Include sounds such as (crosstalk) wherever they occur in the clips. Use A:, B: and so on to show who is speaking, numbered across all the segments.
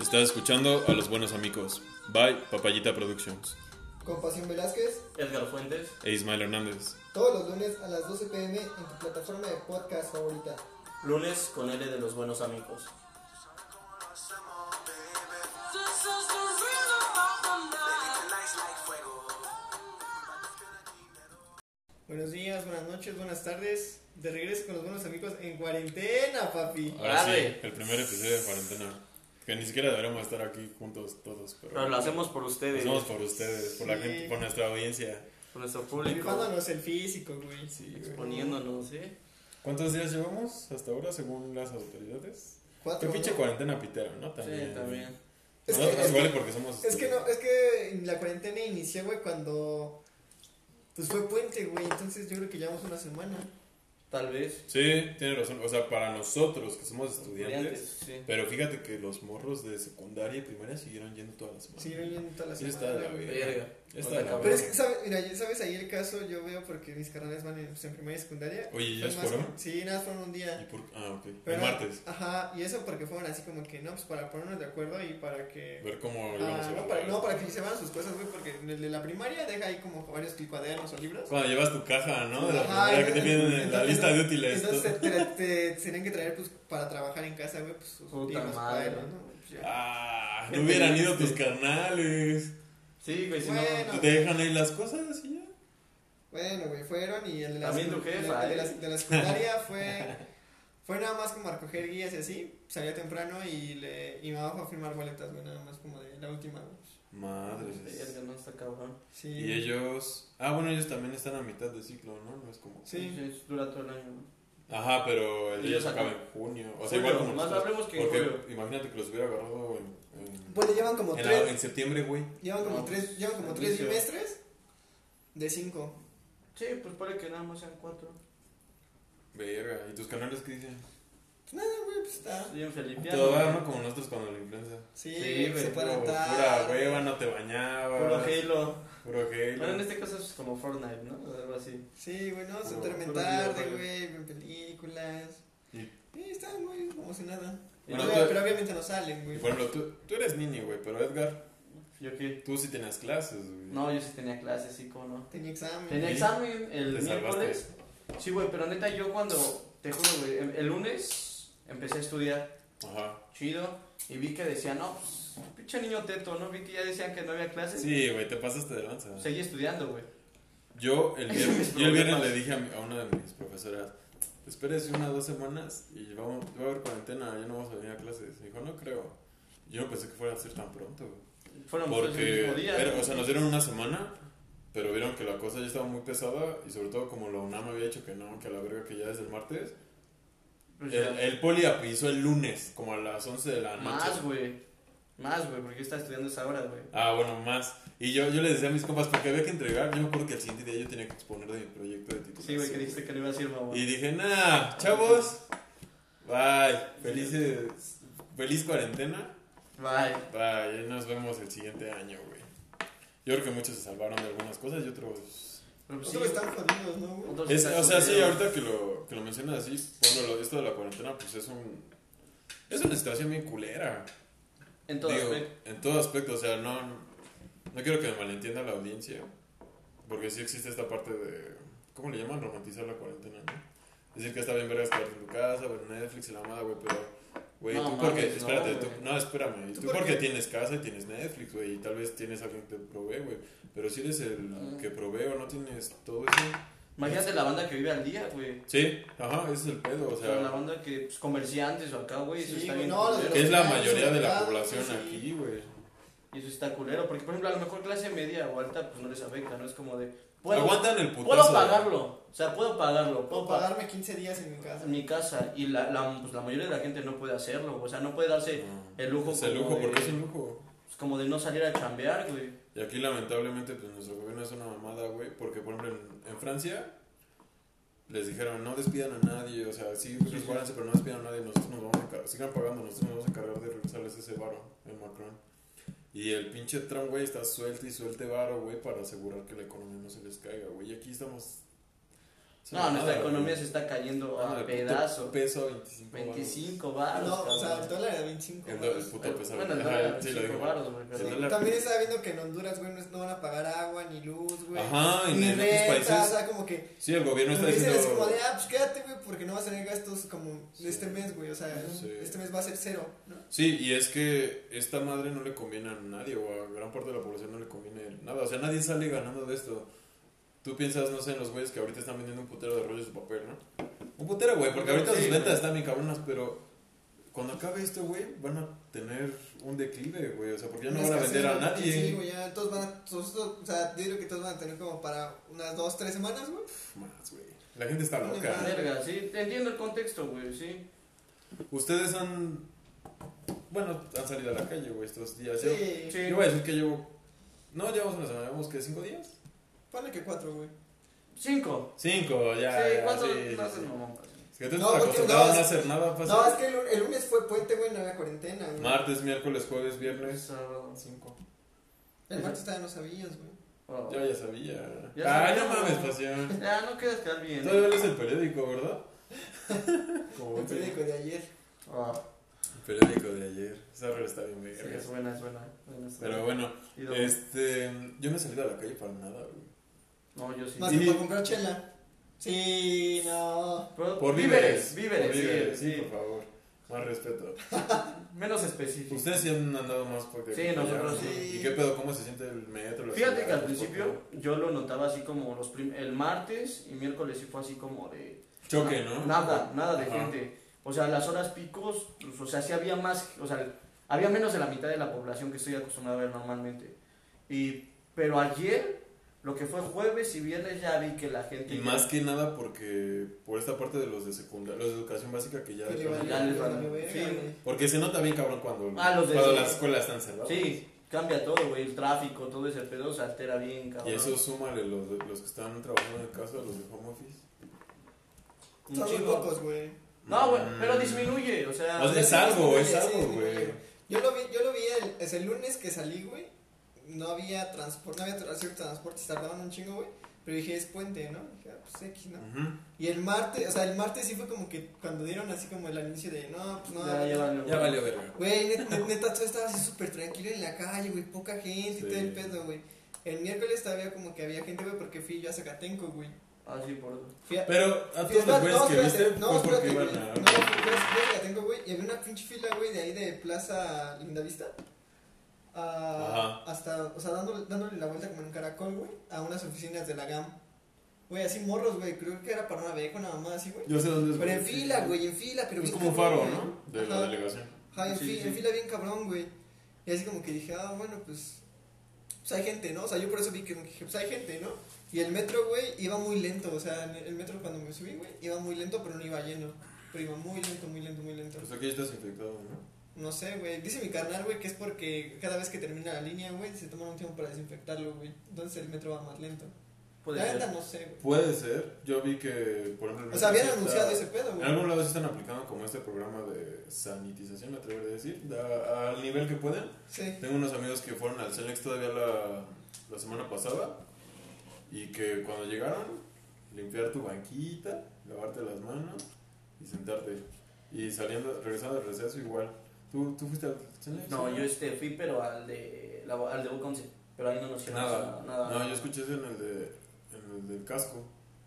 A: Estás escuchando a los buenos amigos. Bye, Papayita Productions.
B: Con Pasión Velázquez,
C: Edgar Fuentes.
A: E Ismael Hernández.
B: todos los lunes a las 12 pm en tu plataforma de podcast favorita.
C: Lunes con L de los buenos amigos.
B: Buenos días, buenas noches, buenas tardes. De regreso con los buenos amigos en cuarentena, papi.
A: Ahora sí,
C: Arre.
A: el primer episodio de cuarentena. Que ni siquiera deberíamos estar aquí juntos todos, pero,
C: Pero lo hacemos por
A: lo
C: ustedes,
A: hacemos por ustedes, por la
B: Sí.
A: gente, por nuestra audiencia.
C: por nuestro público,
B: Rifándonos el físico, güey.
C: exponiéndonos, ¿sí?
A: ¿Cuántos días llevamos hasta ahora según las autoridades? Qué
B: Cuatro,
A: pinche
B: ¿no?
A: cuarentena pitera, ¿no?
C: Sí, también.
B: Es que-
A: Nosotros
B: es que-
A: igual porque somos
B: Es que no, es que la cuarentena inició, güey, cuando. Pues fue puente, güey. Entonces yo creo que llevamos una semana.
C: Tal vez.
A: Sí, tiene razón. O sea, para nosotros que somos estudiantes.
C: Estudiantes, sí.
A: Pero fíjate que los morros de secundaria y primaria siguieron yendo todas las semanas.
B: Sí, yo llevo toda la
A: Sí,
B: semana.
A: está de la
B: güey.
A: verga.
C: Verga.
A: Está
C: Con la
A: de la
C: cabeza.
B: Pero es que, ¿sabes? Mira, ya ¿sabes? Ahí el caso yo veo porque mis carnales van en, pues, en primaria y secundaria.
A: Oye, ¿ya
B: Fue más-
A: fueron?
B: Sí, nada, fueron un
A: ¿Y
B: día.
A: por- Ah, ok.
B: Pero-
A: el martes.
B: Ajá, y eso porque fueron así como que, no, pues para ponernos de acuerdo y para que...
A: Ver cómo
B: Ah,
A: íbamos a
B: no,
A: grabar.
B: para, no, para que se van sus cosas, güey, porque en el de la primaria deja ahí como varios cuadernos o libros.
A: Cuando llevas tu caja, ¿no? De la
B: Ajá,
A: primaria que te piden en la
B: entonces-
A: lista de útiles.
B: Entonces te, te- te tenían que traer, pues, para trabajar en casa, güey, pues sus
C: Puta
B: libros,
C: madre.
B: cuadernos, ¿no? Pues, ya.
A: Ah,
B: este,
C: ¿Qué
A: no hubieran
C: te
A: ido tus
C: dijiste?
A: carnales.
C: Sí, güey, si
B: Bueno.
C: no.
A: Te dejan ahí las cosas y ya.
B: Bueno, güey, fueron y el de la,
C: También tu
B: secu-
C: jefa,
B: el de la-
C: ¿eh?
B: de la
C: (laughs)
B: secundaria fue, fue nada más como a recoger guías y así, salía temprano y, le, y mi mamá fue a firmar boletas, güey, nada más como de la última, güey.
A: Madres.
C: Verga, no está cabrón.
B: Sí.
A: Y ellos. Ah, bueno, ellos también están a mitad de ciclo, ¿no? No es como.
B: Sí.
C: Dura todo el año, ¿no?
A: Ajá, pero el de
C: Ellos
A: ellos
C: acá.
A: acaba en junio. O sea,
C: Julio,
A: igual como.
C: más
A: nosotros.
C: hablemos que en
A: Porque
C: julio.
A: imagínate que los hubiera agarrado en. en-
B: Pues le llevan como
A: en
B: tres,
A: la- en septiembre, güey.
B: llevan como
C: No,
B: tres, llevan como
C: al
B: tres
C: inicio.
B: bimestres de cinco.
C: Sí, pues para que nada más sean cuatro.
A: Verga. ¿Y tus canales qué dicen?
B: Pues nada, güey, pues está.
C: Estoy en Felipiano.
A: Todo va, ¿no? Como nosotros cuando la influenza.
B: Sí,
C: Sí,
B: güey,
C: güey,
B: se
C: puro-
B: pueden
A: Pura hueva, no te bañabas.
C: Puro Halo.
A: Puro gel.
C: Bueno, en este caso es como Fortnite, ¿no? O algo así.
B: Sí, güey, no, se
A: Puro-
B: duermen
C: puro
B: tarde,
C: videojuego.
B: güey, ven películas.
A: Sí.
B: Sí, están muy como si nada.
A: Bueno,
B: Pero-
A: tú-
B: pero obviamente no salen,
A: Y
B: güey.
C: este
A: por ejemplo, tú, tú eres niño, güey, pero Edgar,
C: ¿Yo qué?
A: tú sí tenías clases, güey.
C: No, yo sí tenía clases, sí, cómo no.
B: Tenía examen.
C: Tenía
A: Sí.
C: examen el
A: Te
C: miércoles.
A: salvaste.
C: Sí, güey, pero neta, yo cuando, te juro, güey, em- el lunes empecé a estudiar
A: Ajá.
C: chido y vi que decían, no, pues, pinche niño teto, ¿no? Vi que ya decían que no había clases.
A: Sí, güey, te pasaste de lanza.
C: Seguí estudiando, güey.
A: Yo el
C: (laughs) Ese es
A: viernes,
C: mi
A: yo el viernes
C: problema.
A: le dije a, mi- a una de mis profesoras, espérese unas dos semanas y vamos, va a haber cuarentena, ya no vamos a venir a clases. Me dijo, no creo. Yo no pensé que fuera a ser tan pronto, güey.
C: Fueron pues, el
A: Porque,
C: mismo día.
A: era-
C: ¿no?
A: o sea, nos dieron una semana, pero vieron que la cosa ya estaba muy pesada y sobre todo como la UNAM había dicho que no, que a la verga que ya desde el martes.
C: Pues,
A: El,
C: ya.
A: el poli avisó el lunes, como a las 11 de la noche.
C: Más, güey. Más, güey, porque yo estaba estudiando esa hora, güey.
A: Ah, bueno, más. Y yo, yo les decía a mis compas, porque había que entregar, yo me acuerdo que el siguiente día yo tenía que exponer de mi proyecto de titulación.
C: Sí, güey, que dijiste que no iba a ir, mamá.
A: Y dije, nah, chavos, bye, felices, feliz cuarentena,
C: Bye.
A: bye, ahí nos vemos el siguiente año, güey. Yo creo que muchos se salvaron de algunas cosas y otros...
C: Pero, pues, sí,
B: Nosotros están jodidos, ¿no, güey?
C: otros
A: Es- o sea, sí,
C: estudiando.
A: ahorita que lo, que lo mencionas así, bueno, lo- esto de la cuarentena, pues es un... Es una situación bien culera.
C: En todo
A: Digo,
C: aspecto.
A: En todo aspecto, o sea, no, no quiero que me malentienda la audiencia, porque sí existe esta parte de, ¿cómo le llaman? Romantizar la cuarentena, ¿no? Decir que está bien vergas quedarte en tu casa, ver Netflix y la mamada, güey, pero, güey,
C: No,
A: tú
C: mames,
A: porque,
C: no,
A: espérate, tú,
C: güey.
A: no, espérame,
B: ¿Tú
A: tú,
B: por
A: porque
B: qué?
A: tienes casa y tienes Netflix, güey, y tal vez tienes alguien que te provee, güey, pero si eres el
C: Ah.
A: que provee o no tienes todo eso,
C: Imagínate la banda que vive al día, güey.
A: sí, ajá, ese es el pedo, o
C: O sea, la
A: sea,
C: banda que, pues, comerciantes o acá, güey, eso
B: Sí,
C: está
B: güey,
C: bien.
B: no, los de
C: culero.
A: que es la
B: Los
A: mayoría de la
B: mercados,
A: población
B: sí.
A: aquí, güey.
C: Y eso está culero, porque, por ejemplo, a lo mejor clase media o alta, pues no les afecta, ¿no? Es como de. Puedo,
A: Aguantan el putazo.
C: puedo pagarlo, o sea, puedo pagarlo, puedo
B: Puedo
C: pagar
B: pagarme 15 días en mi casa.
C: en mi casa. Y la, la, pues, la mayoría de la gente no puede hacerlo, o sea, no puede darse
A: No,
C: el lujo
A: Es el
C: como
A: lujo,
C: de-
A: porque es un lujo.
C: pues, como de no salir a chambear, güey.
A: Y aquí lamentablemente pues nuestro gobierno es una mamada, güey, porque por ejemplo en, en Francia les dijeron no despidan a nadie, o sea, sí,
C: sí.
A: resguárdense, pero no despidan a nadie, nosotros nos vamos a encargar, sigan pagando, nosotros nos vamos a encargar de regresarles ese varo, el Macron. Y el pinche Trump, güey, está suelto y suelte varo, güey, para asegurar que la economía no se les caiga, güey. Y aquí estamos Sí,
C: No, nuestra
A: nada,
C: economía
A: güey.
C: se está cayendo
A: Ah,
C: a
A: el puto
C: pedazos.
A: Peso 25. baros.
C: 25 baros.
B: No, o sea, el
C: cabrón.
B: dólar era 25.
A: Ah, El, do-
B: baros.
A: el puto peso.
C: Bueno, el
A: Ajá,
C: dólar,
A: sí, lo
C: 25
A: digo.
C: baros, güey.
A: El
C: cabrón.
A: dólar-
B: También estaba viendo que en Honduras, güey, no, es- no van a pagar agua, ni luz, güey.
A: Ajá, en
B: ni
A: en otros
B: renta, o
A: países.
B: sea, como que.
A: Sí, el gobierno
B: lo
A: está
B: que dicen es como
A: diciendo.
B: de, ah, pues quédate, güey, porque no vas a tener gastos como de este
A: Sí.
B: mes, güey. O sea,
A: Sí.
B: este mes va a ser cero, ¿no?
A: Sí, y es que esta madre no le conviene a nadie, o a gran parte de la población no le conviene nada. O sea, nadie sale ganando de esto. Tú piensas, no sé, en los güeyes que ahorita están vendiendo un putero de rollos de papel, ¿no? Un putero, güey, porque ahorita
C: Sí,
A: sus ventas
C: güey.
A: están bien cabronas, pero cuando acabe esto, güey, van a tener un declive, güey. O sea, porque ya no
B: Una
A: van a
B: escasez,
A: vender a
B: güey,
A: nadie.
B: Sí, güey, ya todos van a. todos- todos- o sea, yo digo que todos van a tener como para unas dos, tres semanas, güey.
A: Más, güey. La gente está loca.
C: Verga, sí, te entiendo el contexto, güey, sí.
A: Ustedes han. Bueno, han salido a la calle, güey, estos días. Yo-
B: Sí.
C: Sí.
A: Yo voy a decir que llevo. No, llevamos una semana, llevamos que cinco días.
B: Ponle que cuatro, güey.
C: Cinco.
A: Cinco, ya.
C: sí,
A: ya,
C: ¿cuánto?
A: sí, sí,
C: no
A: sí.
C: seas mamón, pues?
A: Es que tú
B: No,
A: estás
B: porque
A: acostumbrado
B: no,
A: a no
B: es-
A: hacer nada fácil.
B: No, es que el, lu- el lunes fue puente, güey, no era cuarentena, güey.
A: Martes, miércoles, jueves,
C: cabrón.
A: viernes.
C: Sábado.
A: Cinco.
B: El martes todavía no sabías, güey.
C: Wow.
A: Yo ya sabía.
C: Ya
A: Ay,
C: sabía.
A: no mames, pasión.
C: Ya, no quieras quedar bien. ¿eh?
A: Todavía lees el periódico, ¿verdad? Como
B: El
A: un periódico.
B: periódico de ayer.
C: Ah,
A: periódico de ayer. Esa rueda está bien
C: sí,
A: verga.
C: es buena, es buena. buena, es
A: Pero
C: buena.
A: bueno,
C: ¿Y dónde?
A: este. Yo no he salido a la calle para nada, güey.
C: No, yo sí.
B: Más
A: Sí.
B: que para comprar chela. Sí, no.
C: Pero-
A: Por víveres.
C: víveres, víveres,
A: por
C: sí,
A: víveres,
C: sí.
A: sí, por favor. Más respeto.
C: Menos específico.
A: Ustedes sí han andado más porque.
C: Sí, nosotros
B: sí.
A: ¿Y qué pedo? ¿Cómo se siente el metro? la
C: Fíjate
A: ciudad,
C: que al
A: los
C: principio yo lo notaba así como los prim- el martes y miércoles sí fue así como de
A: Choque, ¿no?
C: nada, nada de
A: Ajá.
C: gente. O sea, las horas picos, pues, o sea, sí había más, o sea, había menos de la mitad de la población que estoy acostumbrado a ver normalmente. Y pero ayer lo que fue jueves y viernes ya vi que la gente
A: Y
C: ya-
A: más que nada porque por esta parte de los de secundaria, los de educación básica que ya...
B: Que le
A: dejaron-
B: vale-
C: ya les
B: le
C: vale.
B: vale verga,
C: Sí.
B: güey.
A: Porque se nota bien cabrón cuando,
C: Ah, los de-
A: cuando las escuelas están cerradas.
C: Sí, cambia todo, güey, el tráfico, todo ese pedo se altera bien, cabrón.
A: Y eso súmale los, de- los que están trabajando en casa, los de home office.
C: Un
B: Son muy
C: chingo.
B: pocos, güey.
C: No, güey, pero
A: Mm.
C: disminuye, o sea,
A: O sea, es
B: Sí,
A: algo,
B: sí,
A: es
B: sí,
A: algo,
B: sí,
A: güey.
B: Yo lo vi, yo lo vi el, es el lunes que salí, güey. No había transporte, no había tra- cierto transporte, se tardaban un chingo, güey. Pero dije, es puente, ¿no? Dije, ah, pues X, ¿no?
A: Ujú.
B: Y el martes, o sea, el martes sí fue como que cuando dieron así como el anuncio de, no, pues no.
C: ya, ya valió.
A: Ya valió verga.
B: Güey, net- net- neta, todo estaba así súper tranquilo en la calle, güey, poca gente y
A: Sí.
B: todo el pedo, güey. El miércoles todavía como que había gente, güey, porque fui yo a Zacatenco, güey.
C: Ah, sí, por eso.
B: Fui a-
A: Pero a
B: Fui a-
A: todos los güeyes que
B: espérate,
A: viste
B: no,
A: fue porque
B: espérate, güey.
A: iban a...
B: No, fui a- fui a Zacatenco, güey, y había una pinche fila, güey, de ahí de Plaza Lindavista. a- hasta, o sea, dándole, dándole la vuelta como en un caracol, güey, a unas oficinas de la GAM. Güey, así morros, güey, creo que era para una beca, una mamá así, güey.
A: Yo sé dónde es.
B: Pero en fila, güey, en fila, pero
A: Pues, Es como
B: bien
A: un
B: cabrón,
A: faro,
B: güey.
A: ¿no? De la
B: Ajá.
A: delegación.
B: Ajá, en,
C: Sí,
B: fi-
C: sí.
B: en fila bien cabrón, güey. Y así como que dije, ah, bueno, pues. Pues hay gente, ¿no? O sea, yo por eso vi que como que dije, pues hay gente, ¿no? Y el metro, güey, iba muy lento. O sea, en el el metro cuando me subí, güey, iba muy lento, pero no iba lleno. Pero iba muy lento, muy lento, muy lento.
A: Pues aquí estás infectado, ¿no?
B: No sé, güey. Dice mi carnal, güey, que es porque cada vez que termina la línea, güey, se toma un tiempo para desinfectarlo, güey. Entonces el metro va más lento.
C: Puede
B: la
C: ser.
B: neta no sé, güey.
A: Puede ser. Yo vi que, por ejemplo...
B: O sea, habían
A: en esta-
B: anunciado ese pedo,
A: En
B: güey.
A: algún lado sí están aplicando como este programa de sanitización, me atrevería a decir, da- al nivel que pueden.
B: Sí.
A: Tengo unos amigos que fueron al Cenex todavía la, la semana pasada y que cuando llegaron, limpiar tu banquita, lavarte las manos y sentarte. Y saliendo, regresando al receso igual. ¿Tú, tú fuiste al Cenex?
C: No, yo este fui, pero al de, la, al de Buconce. Pero ahí no nos hicieron
A: Nada,
C: nada. nada.
A: No, yo escuché eso en el, de, en el del casco.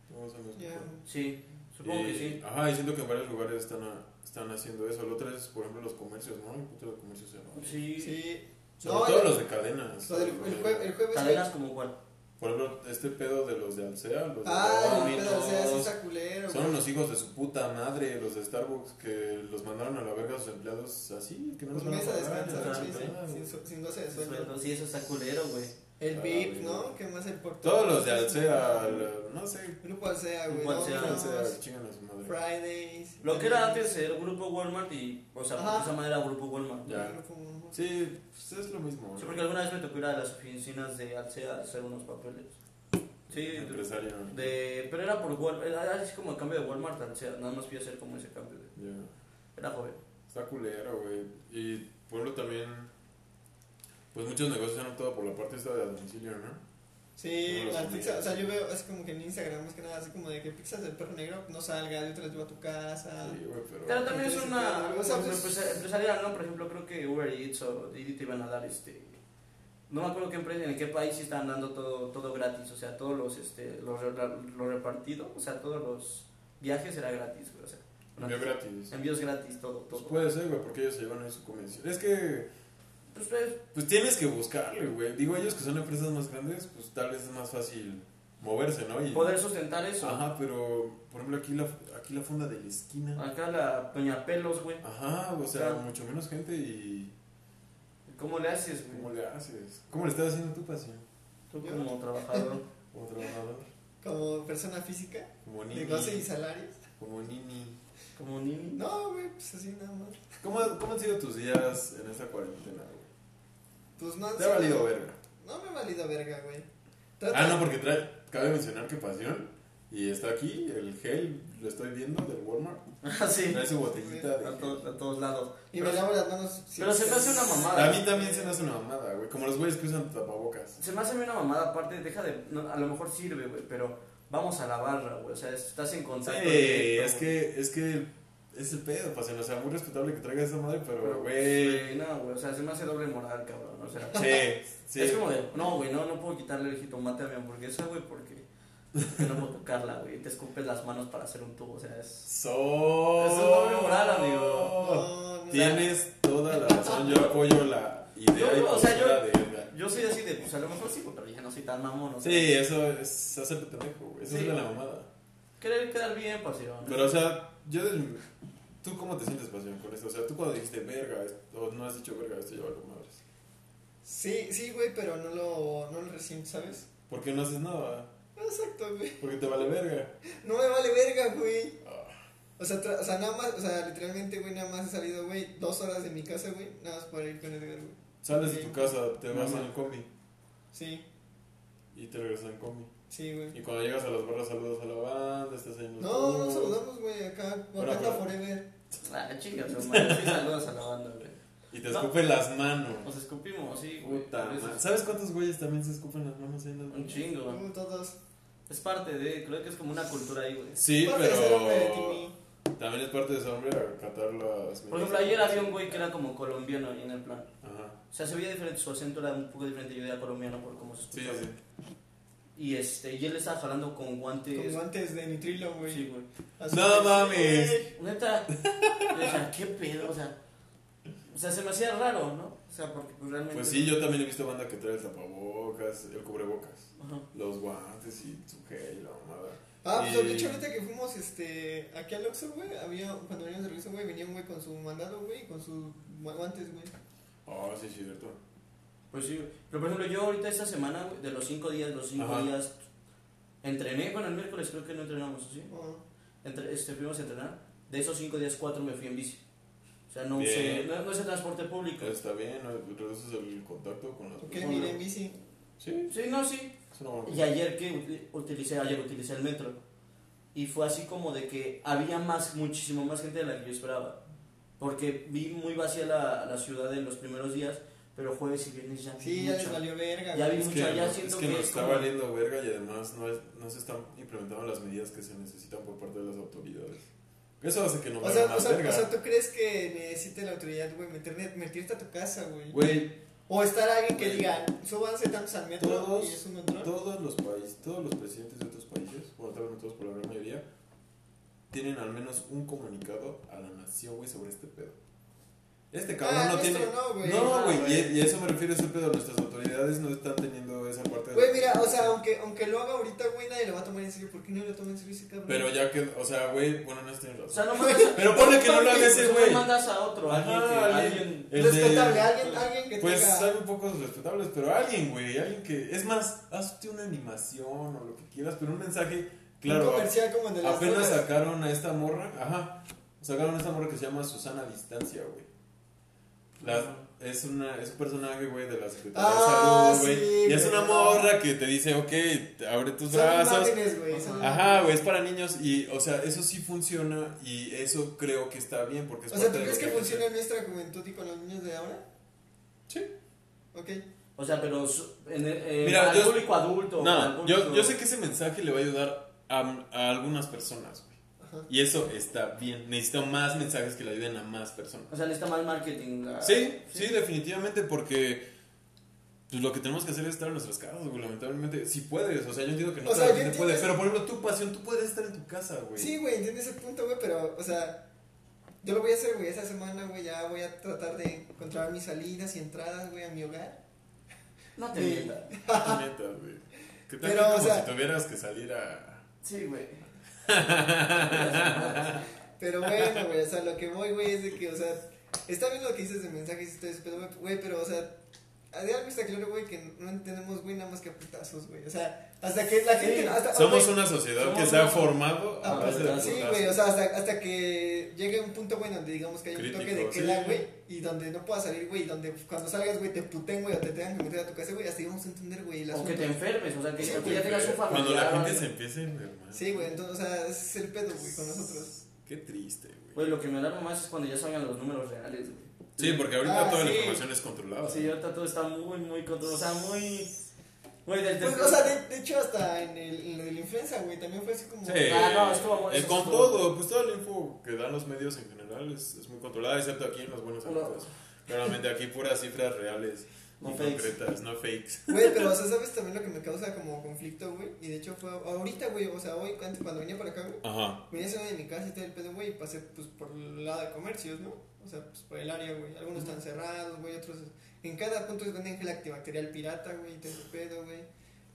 A: No, eso no escuché.
B: Ya.
C: Sí, supongo
A: Y-
C: que sí.
A: Eh, Ajá, y siento que en varios lugares están, a- están haciendo eso. La otra es, por ejemplo, los comercios, ¿no? El puto de los comercios cerrados.
C: Sí.
B: Sí.
A: Sobre
B: No,
A: todo
B: el-
A: los de cadenas.
B: O sea, el, el jue- el jueves, güey,
C: Cadenas como cuál.
A: Por ejemplo, este pedo de los de Alsea, los de
B: Ah, el
A: Domino's,
B: pedo, o sea, sí está culero,
A: son
B: güey.
A: unos hijos de su puta madre, los de Starbucks, que los mandaron a la verga a sus empleados así, que no los
B: Pues
A: van a
B: mesa
A: pagar.
B: descansa,
A: no
B: sí,
A: les van a pagar.
B: sí, sin, su- sin goce de sueldo.
C: Sí, eso está culero, güey.
B: El
A: Ah,
B: VIP,
A: güey.
B: ¿no? ¿Qué más el portón?
A: Todos los de Alsea, la- no sé,
B: Grupo Alsea, güey.
C: Grupo Alsea.
B: Domino's,
A: Alsea, chingan a su madre.
B: Fridays.
C: Lo que era antes
A: eh,
C: el grupo Walmart y. O sea,
B: Ajá.
C: de esa manera grupo Walmart.
A: Ya.
B: Grupo-
A: Sí, pues es lo mismo.
C: Sí,
A: ¿no?
C: porque alguna vez me tocó ir a las oficinas de Alsea a hacer unos papeles. Sí,
A: Ah,
C: de,
A: Empresario.
C: de- pero era por Walmart. Era así como el cambio de Walmart a Alsea. Nada más fui a hacer como ese cambio. güey.
A: Ya.
C: Era joven.
A: Está culero, güey. Y pueblo también. Pues muchos negocios han optado por la parte esta de a domicilio, ¿no?
B: Sí,
A: No los
B: las
A: comí.
B: pizzas, o sea, yo veo así como que en Instagram más que nada, así como de que pizzas del perro negro no salga, yo te las llevo a tu casa.
A: Sí, güey,
C: Pero
A: pero.
C: también es
B: Entonces,
C: una
B: claro,
C: o sea,
B: pues,
C: empresa- empresarial, ¿no? Por ejemplo, creo que Uber Eats o Didi te iban a dar este. No me acuerdo qué empresa, en qué país sí estaban dando todo, todo gratis, o sea, todos los, este, los, re- lo repartido, o sea, todos los viajes era gratis, güey, o sea,
A: Envío gratis.
C: envíos gratis, todo,
A: Pues
C: todo. Pues,
A: puede ser, güey, porque ellos se llevan ahí su convención. Es que.
C: pues,
A: Pues tienes que buscarle, güey. Digo, ellos que son empresas más grandes, pues tal vez es más fácil moverse, ¿no? Y,
C: poder sustentar eso.
A: Ajá, pero por ejemplo aquí la, aquí la fonda de la esquina.
C: Acá la Doña Pelos, güey,
A: Ajá, o sea,
C: Ah. Claro.
A: mucho menos gente y...
C: ¿cómo le haces,
A: ¿Cómo
C: güey?
A: le haces? ¿Cómo le estás haciendo tu pasión?
C: Tú como
A: (laughs)
C: trabajador.
A: Como trabajador.
B: Como persona física,
A: Como nini.
B: negocio y salarios.
A: Como nini.
C: Como ni.
B: No, güey, pues así nada más.
A: ¿Cómo, ¿Cómo han sido tus días en esta cuarentena, güey?
B: Pues no han
A: ¿Te ha
B: sido-
A: valido verga?
B: No me ha valido verga, güey. Trata-
A: Ah, no, porque trae... Cabe mencionar que pasión... Y está aquí, el gel, lo estoy viendo, del Walmart.
C: (laughs) Así,
A: Trae su botellita de...
C: a, to- a todos lados.
B: Y me lavo las manos.
C: Pero se me hace una mamada.
A: A mí también se me hace una mamada, güey. Como los güeyes que usan tapabocas.
C: Se me hace a mí una mamada, aparte, deja de. no, a lo mejor sirve, güey, pero vamos a la barra, güey. O sea, estás en contacto. directo,
A: es
C: güey.
A: que, es que es el pedo, pasión. O sea, muy respetable que traigas esa madre, pero,
C: Pero,
A: güey.
C: güey, no, güey. O sea, se me hace doble moral, cabrón. O sea,
A: Sí, sí.
C: (laughs) es como de. No, güey, no, no puedo quitarle el jitomate a mi hamburguesa, güey, porque. porque no puedo tocarla, güey. Te escupes las manos para hacer un tubo, o sea, es.
A: So-
C: Es un doble moral, amigo.
B: No, no.
A: Tienes toda la razón. Yo apoyo la idea
C: Yo-
A: y
C: o sea, yo-
A: postura de Edgar.
C: Yo soy así de, pues a lo mejor sí, güey, pero ya no soy tan mamón, o sea.
A: Sí, eh. eso es hacerte pendejo, güey. Eso
C: Sí.
A: es de la mamada.
C: Querer quedar bien, pues, pasión.
A: Pero, o sea, yo del- ¿Tú cómo te sientes, pasión, con esto? O sea, tú cuando dijiste verga, o no has dicho verga, esto ya vale madres.
B: Sí, sí, güey, pero no lo, no lo recibo, ¿sabes?
A: ¿Por qué no haces nada?
B: Exacto, güey.
A: Porque te vale verga.
B: No me vale verga, güey. O sea, tra- o sea, nada más, o sea, literalmente, güey, nada más he salido, güey, dos horas de mi casa, güey, nada más para ir con Edgar, güey.
A: Sales de tu casa, te vas
C: Ajá.
A: en combi
B: Sí,
A: y te regresas en combi.
B: sí, güey.
A: Y cuando llegas a las barras saludas a la banda, estás ahí en los
B: No, no
A: tubos.
B: saludamos, güey, acá,
A: Pero
B: Wakanda
A: acá.
B: Forever.
C: Ah, chinga, tu madre. Sí, saludos a la banda, güey.
A: Y te
C: No.
A: escupen las manos.
C: Nos escupimos, sí, güey.
A: Puta
C: Por eso
A: madre.
C: es-
A: ¿Sabes cuántos güeyes también se escupen las manos ahí en las
C: Un
A: barras?
C: chingo, güey.
B: Uh, todos.
C: Es parte de, creo que es como una cultura ahí, güey.
A: Sí,
B: Parte de ser hombre de ti,
A: pero
B: güey.
A: también es parte de ese hombre acatar las
C: Por
A: medidas.
C: ejemplo, ayer había un güey que era como colombiano y en el plan.
A: Ajá.
C: O sea, se veía diferente, su acento era un poco diferente, yo era colombiano por cómo se
A: Sí,
C: escuchaba.
A: sí.
C: Y este, y él estaba jalando con guantes.
B: Como antes de nitrilo, güey.
C: Sí, güey.
B: Así
A: No
B: que,
A: mames.
B: güey.
C: Neta, o sea, qué pedo, o sea. O sea, se me hacía raro, ¿no? O sea, porque pues, realmente.
A: Pues sí, yo también he visto banda que trae el tapabocas, el cubrebocas,
C: Ajá.
A: los guantes y su gel y la mamada.
B: Ah, pues de
A: Y-
B: hecho, ahorita que fuimos este, aquí al Oxxo, güey, había, cuando veníamos del Oxxo, güey, venía un güey con su mandado, güey, y con sus gu- guantes, güey.
A: Ah, sí, sí, cierto.
C: Pues sí, güey. Pero por ejemplo, yo ahorita esta semana, güey, de los cinco días, los cinco
A: Ajá.
C: días. Entrené, bueno, el miércoles creo que no entrenamos, ¿sí?
B: Ah.
C: entre, este, fuimos a entrenar. De esos cinco días, cuatro me fui en bici. O sea, no
A: Bien.
C: usé, no, no usé transporte público.
A: Está bien, ¿no? reduces el contacto con las
B: Ok,
A: personas.
B: mira, en bici.
A: Sí,
C: Sí, no, sí.
A: es una buena
C: Y ayer que uti- utilicé, ayer utilicé el metro. Y fue así como de que había más, muchísimo más gente de la que yo esperaba. Porque vi muy vacía la, la ciudad en los primeros días, pero jueves y viernes ya vi
B: Sí, ya
C: mucho.
B: les valió verga,
C: Ya
B: güey.
C: vi
A: Es que,
C: mucho, ya
A: nos-
C: siento
A: es
C: que,
A: que, nos
C: es
A: está
C: como-
A: valiendo verga y además no, es- no se están implementando las medidas que se necesitan por parte de las autoridades. Eso hace que no
B: O
A: valga
B: sea, o
A: más
B: sea,
A: verga.
B: o sea, ¿tú crees que necesite la autoridad, güey, meterle- meterte a tu casa, güey?
A: Güey,
B: O estar alguien que
A: Güey.
B: diga, súbanse tantos al metro
A: Todos-
B: y es un control.
A: todos los países, todos los presidentes de otros países, bueno, tal vez no todos, pero la gran mayoría, tienen al menos un comunicado a la nación, güey, sobre este pedo. Este cabrón
B: Ah,
A: no
B: nuestro
A: tiene...
B: no, güey.
A: No,
C: Ah,
A: güey, y,
C: güey.
A: y a eso me refiero ese pedo. Nuestras autoridades no están teniendo esa parte de...
B: Güey, mira, o sea, aunque, aunque lo haga ahorita, güey, nadie lo va a tomar en serio. ¿Por qué no lo toma en serio ese cabrón?
A: Pero ya que, o sea, güey, bueno, no estoy en
C: O
A: razón. (laughs)
C: sea, no mandas a,
A: Pero ponle que no lo haga
C: o sea,
A: ese
C: no
A: güey.
C: mandas a otro, a alguien que-
A: Ajá, alguien-
C: alguien
A: el de-
B: Respetable, alguien, alguien que
A: Pues
B: tenga...
A: hay un poco respetables, pero alguien, güey, alguien que... Es más, hazte una animación o lo que quieras, pero un mensaje,
B: un
A: claro,
B: comercial como el de las
A: apenas
B: drogas.
A: sacaron a esta morra, ajá, sacaron a esta morra que se llama Susana Distancia, güey. La- es, una, es un personaje, güey, de la Secretaría
B: Ah,
A: de Salud, güey.
B: sí,
A: y es una
B: güey.
A: morra que te dice, ok, abre tus
B: Son
A: brazos,
B: imágenes, güey. son
A: Ajá,
B: imágenes.
A: güey, es para niños y, o sea, eso sí funciona y eso creo que está bien porque es
B: O sea, ¿tú
A: parte de
B: crees
A: lo
B: que
A: hay
B: funciona
A: hacer.
B: en nuestra juventud y con los niños de ahora?
A: Sí.
B: Ok.
C: O O sea, pero su- en el, en-
A: Mira,
C: al
A: yo-
C: público adulto. al
A: No, yo,
C: público-
A: yo sé que ese mensaje le va a ayudar a, a algunas personas, güey.
B: Ajá.
A: Y eso está bien. Necesito más mensajes que le ayuden a más personas.
C: O sea, necesita más marketing. la-
A: Sí, sí, definitivamente, porque pues, lo que tenemos que hacer es estar en nuestras casas, güey, lamentablemente. Si puedes, o sea, yo entiendo que no
B: O
A: toda
B: sea,
A: la
B: yo
A: gente puede, pero
B: entiendo-
A: por ejemplo, tu pasión, tú puedes estar en tu casa, güey. (laughs)
B: Sí, güey, entiendo ese punto, güey, pero, o sea, yo lo voy a hacer, güey, esa semana, güey, ya voy a tratar de encontrar mis salidas y entradas, güey, a mi hogar.
C: No te
B: Sí.
C: mientas.
A: Neta, güey. Que tal
B: Pero,
A: como
B: o sea-
A: si tuvieras que salir a.
C: Sí, güey.
B: Pero bueno, güey, o sea, lo que voy, güey, es de que, o sea, está bien lo que dices de mensajes y todo eso, pero, güey, güey, pero, o sea, de algo está claro, güey, que no entendemos, güey, nada más que a putazos, güey, o sea, hasta que la
C: Sí.
B: gente, hasta,
A: Somos
B: güey,
A: una sociedad
C: somos
A: que se ha
C: una-
A: formado a
B: Ah,
A: base de
C: pues,
B: Sí,
A: putazos.
B: güey, o sea, hasta, hasta que llegue un punto, güey, donde digamos que hay un toque de
A: Crítico,
B: queda,
A: sí.
B: güey, y donde no puedas salir, güey, y donde cuando salgas, güey, te puten, güey, o te tengan que meter a tu casa, güey, hasta íbamos a entender, güey, el
C: O que
B: asunto.
C: te enfermes, o sea, que,
B: Sí,
C: que ya tengas un familiar.
A: Cuando la
C: o
A: gente
C: algo.
A: se empiece a enfermar.
B: Sí, güey, entonces, o sea, ese es el pedo, güey, con nosotros.
A: Qué triste, güey.
C: Güey, lo que me alarma más es cuando ya salgan los números reales, güey.
A: Sí, porque ahorita
B: Ah,
A: toda la
B: sí.
A: información es controlada.
C: Sí, ahorita todo está muy, muy controlado. O sea, muy. Güey, del
B: Pues, o sea, de, de hecho, hasta en el, en lo de la influenza, güey, también fue así como...
A: Sí,
C: Ah, no, es como-
A: eh,
C: eso
A: con
C: es todo.
A: todo, pues toda la info que dan los medios en general es, es muy controlada, excepto aquí en los buenos
C: Hola.
A: adultos. Claramente aquí puras cifras reales,
C: No
A: y
C: fakes.
A: concretas, no fakes.
B: Güey, pero, o sea, ¿sabes también lo que me causa como conflicto, güey? Y de hecho fue ahorita, güey, o sea, hoy, antes, cuando venía para acá, güey,
A: Ajá.
B: venía saliendo de mi casa y todo el pedo, güey, y pasé, pues, por el lado de comercios, ¿no? O sea, pues, por el área, güey. Algunos están cerrados, güey, otros... En cada punto es venden gel antibacterial pirata, güey, y todo ese pedo, güey.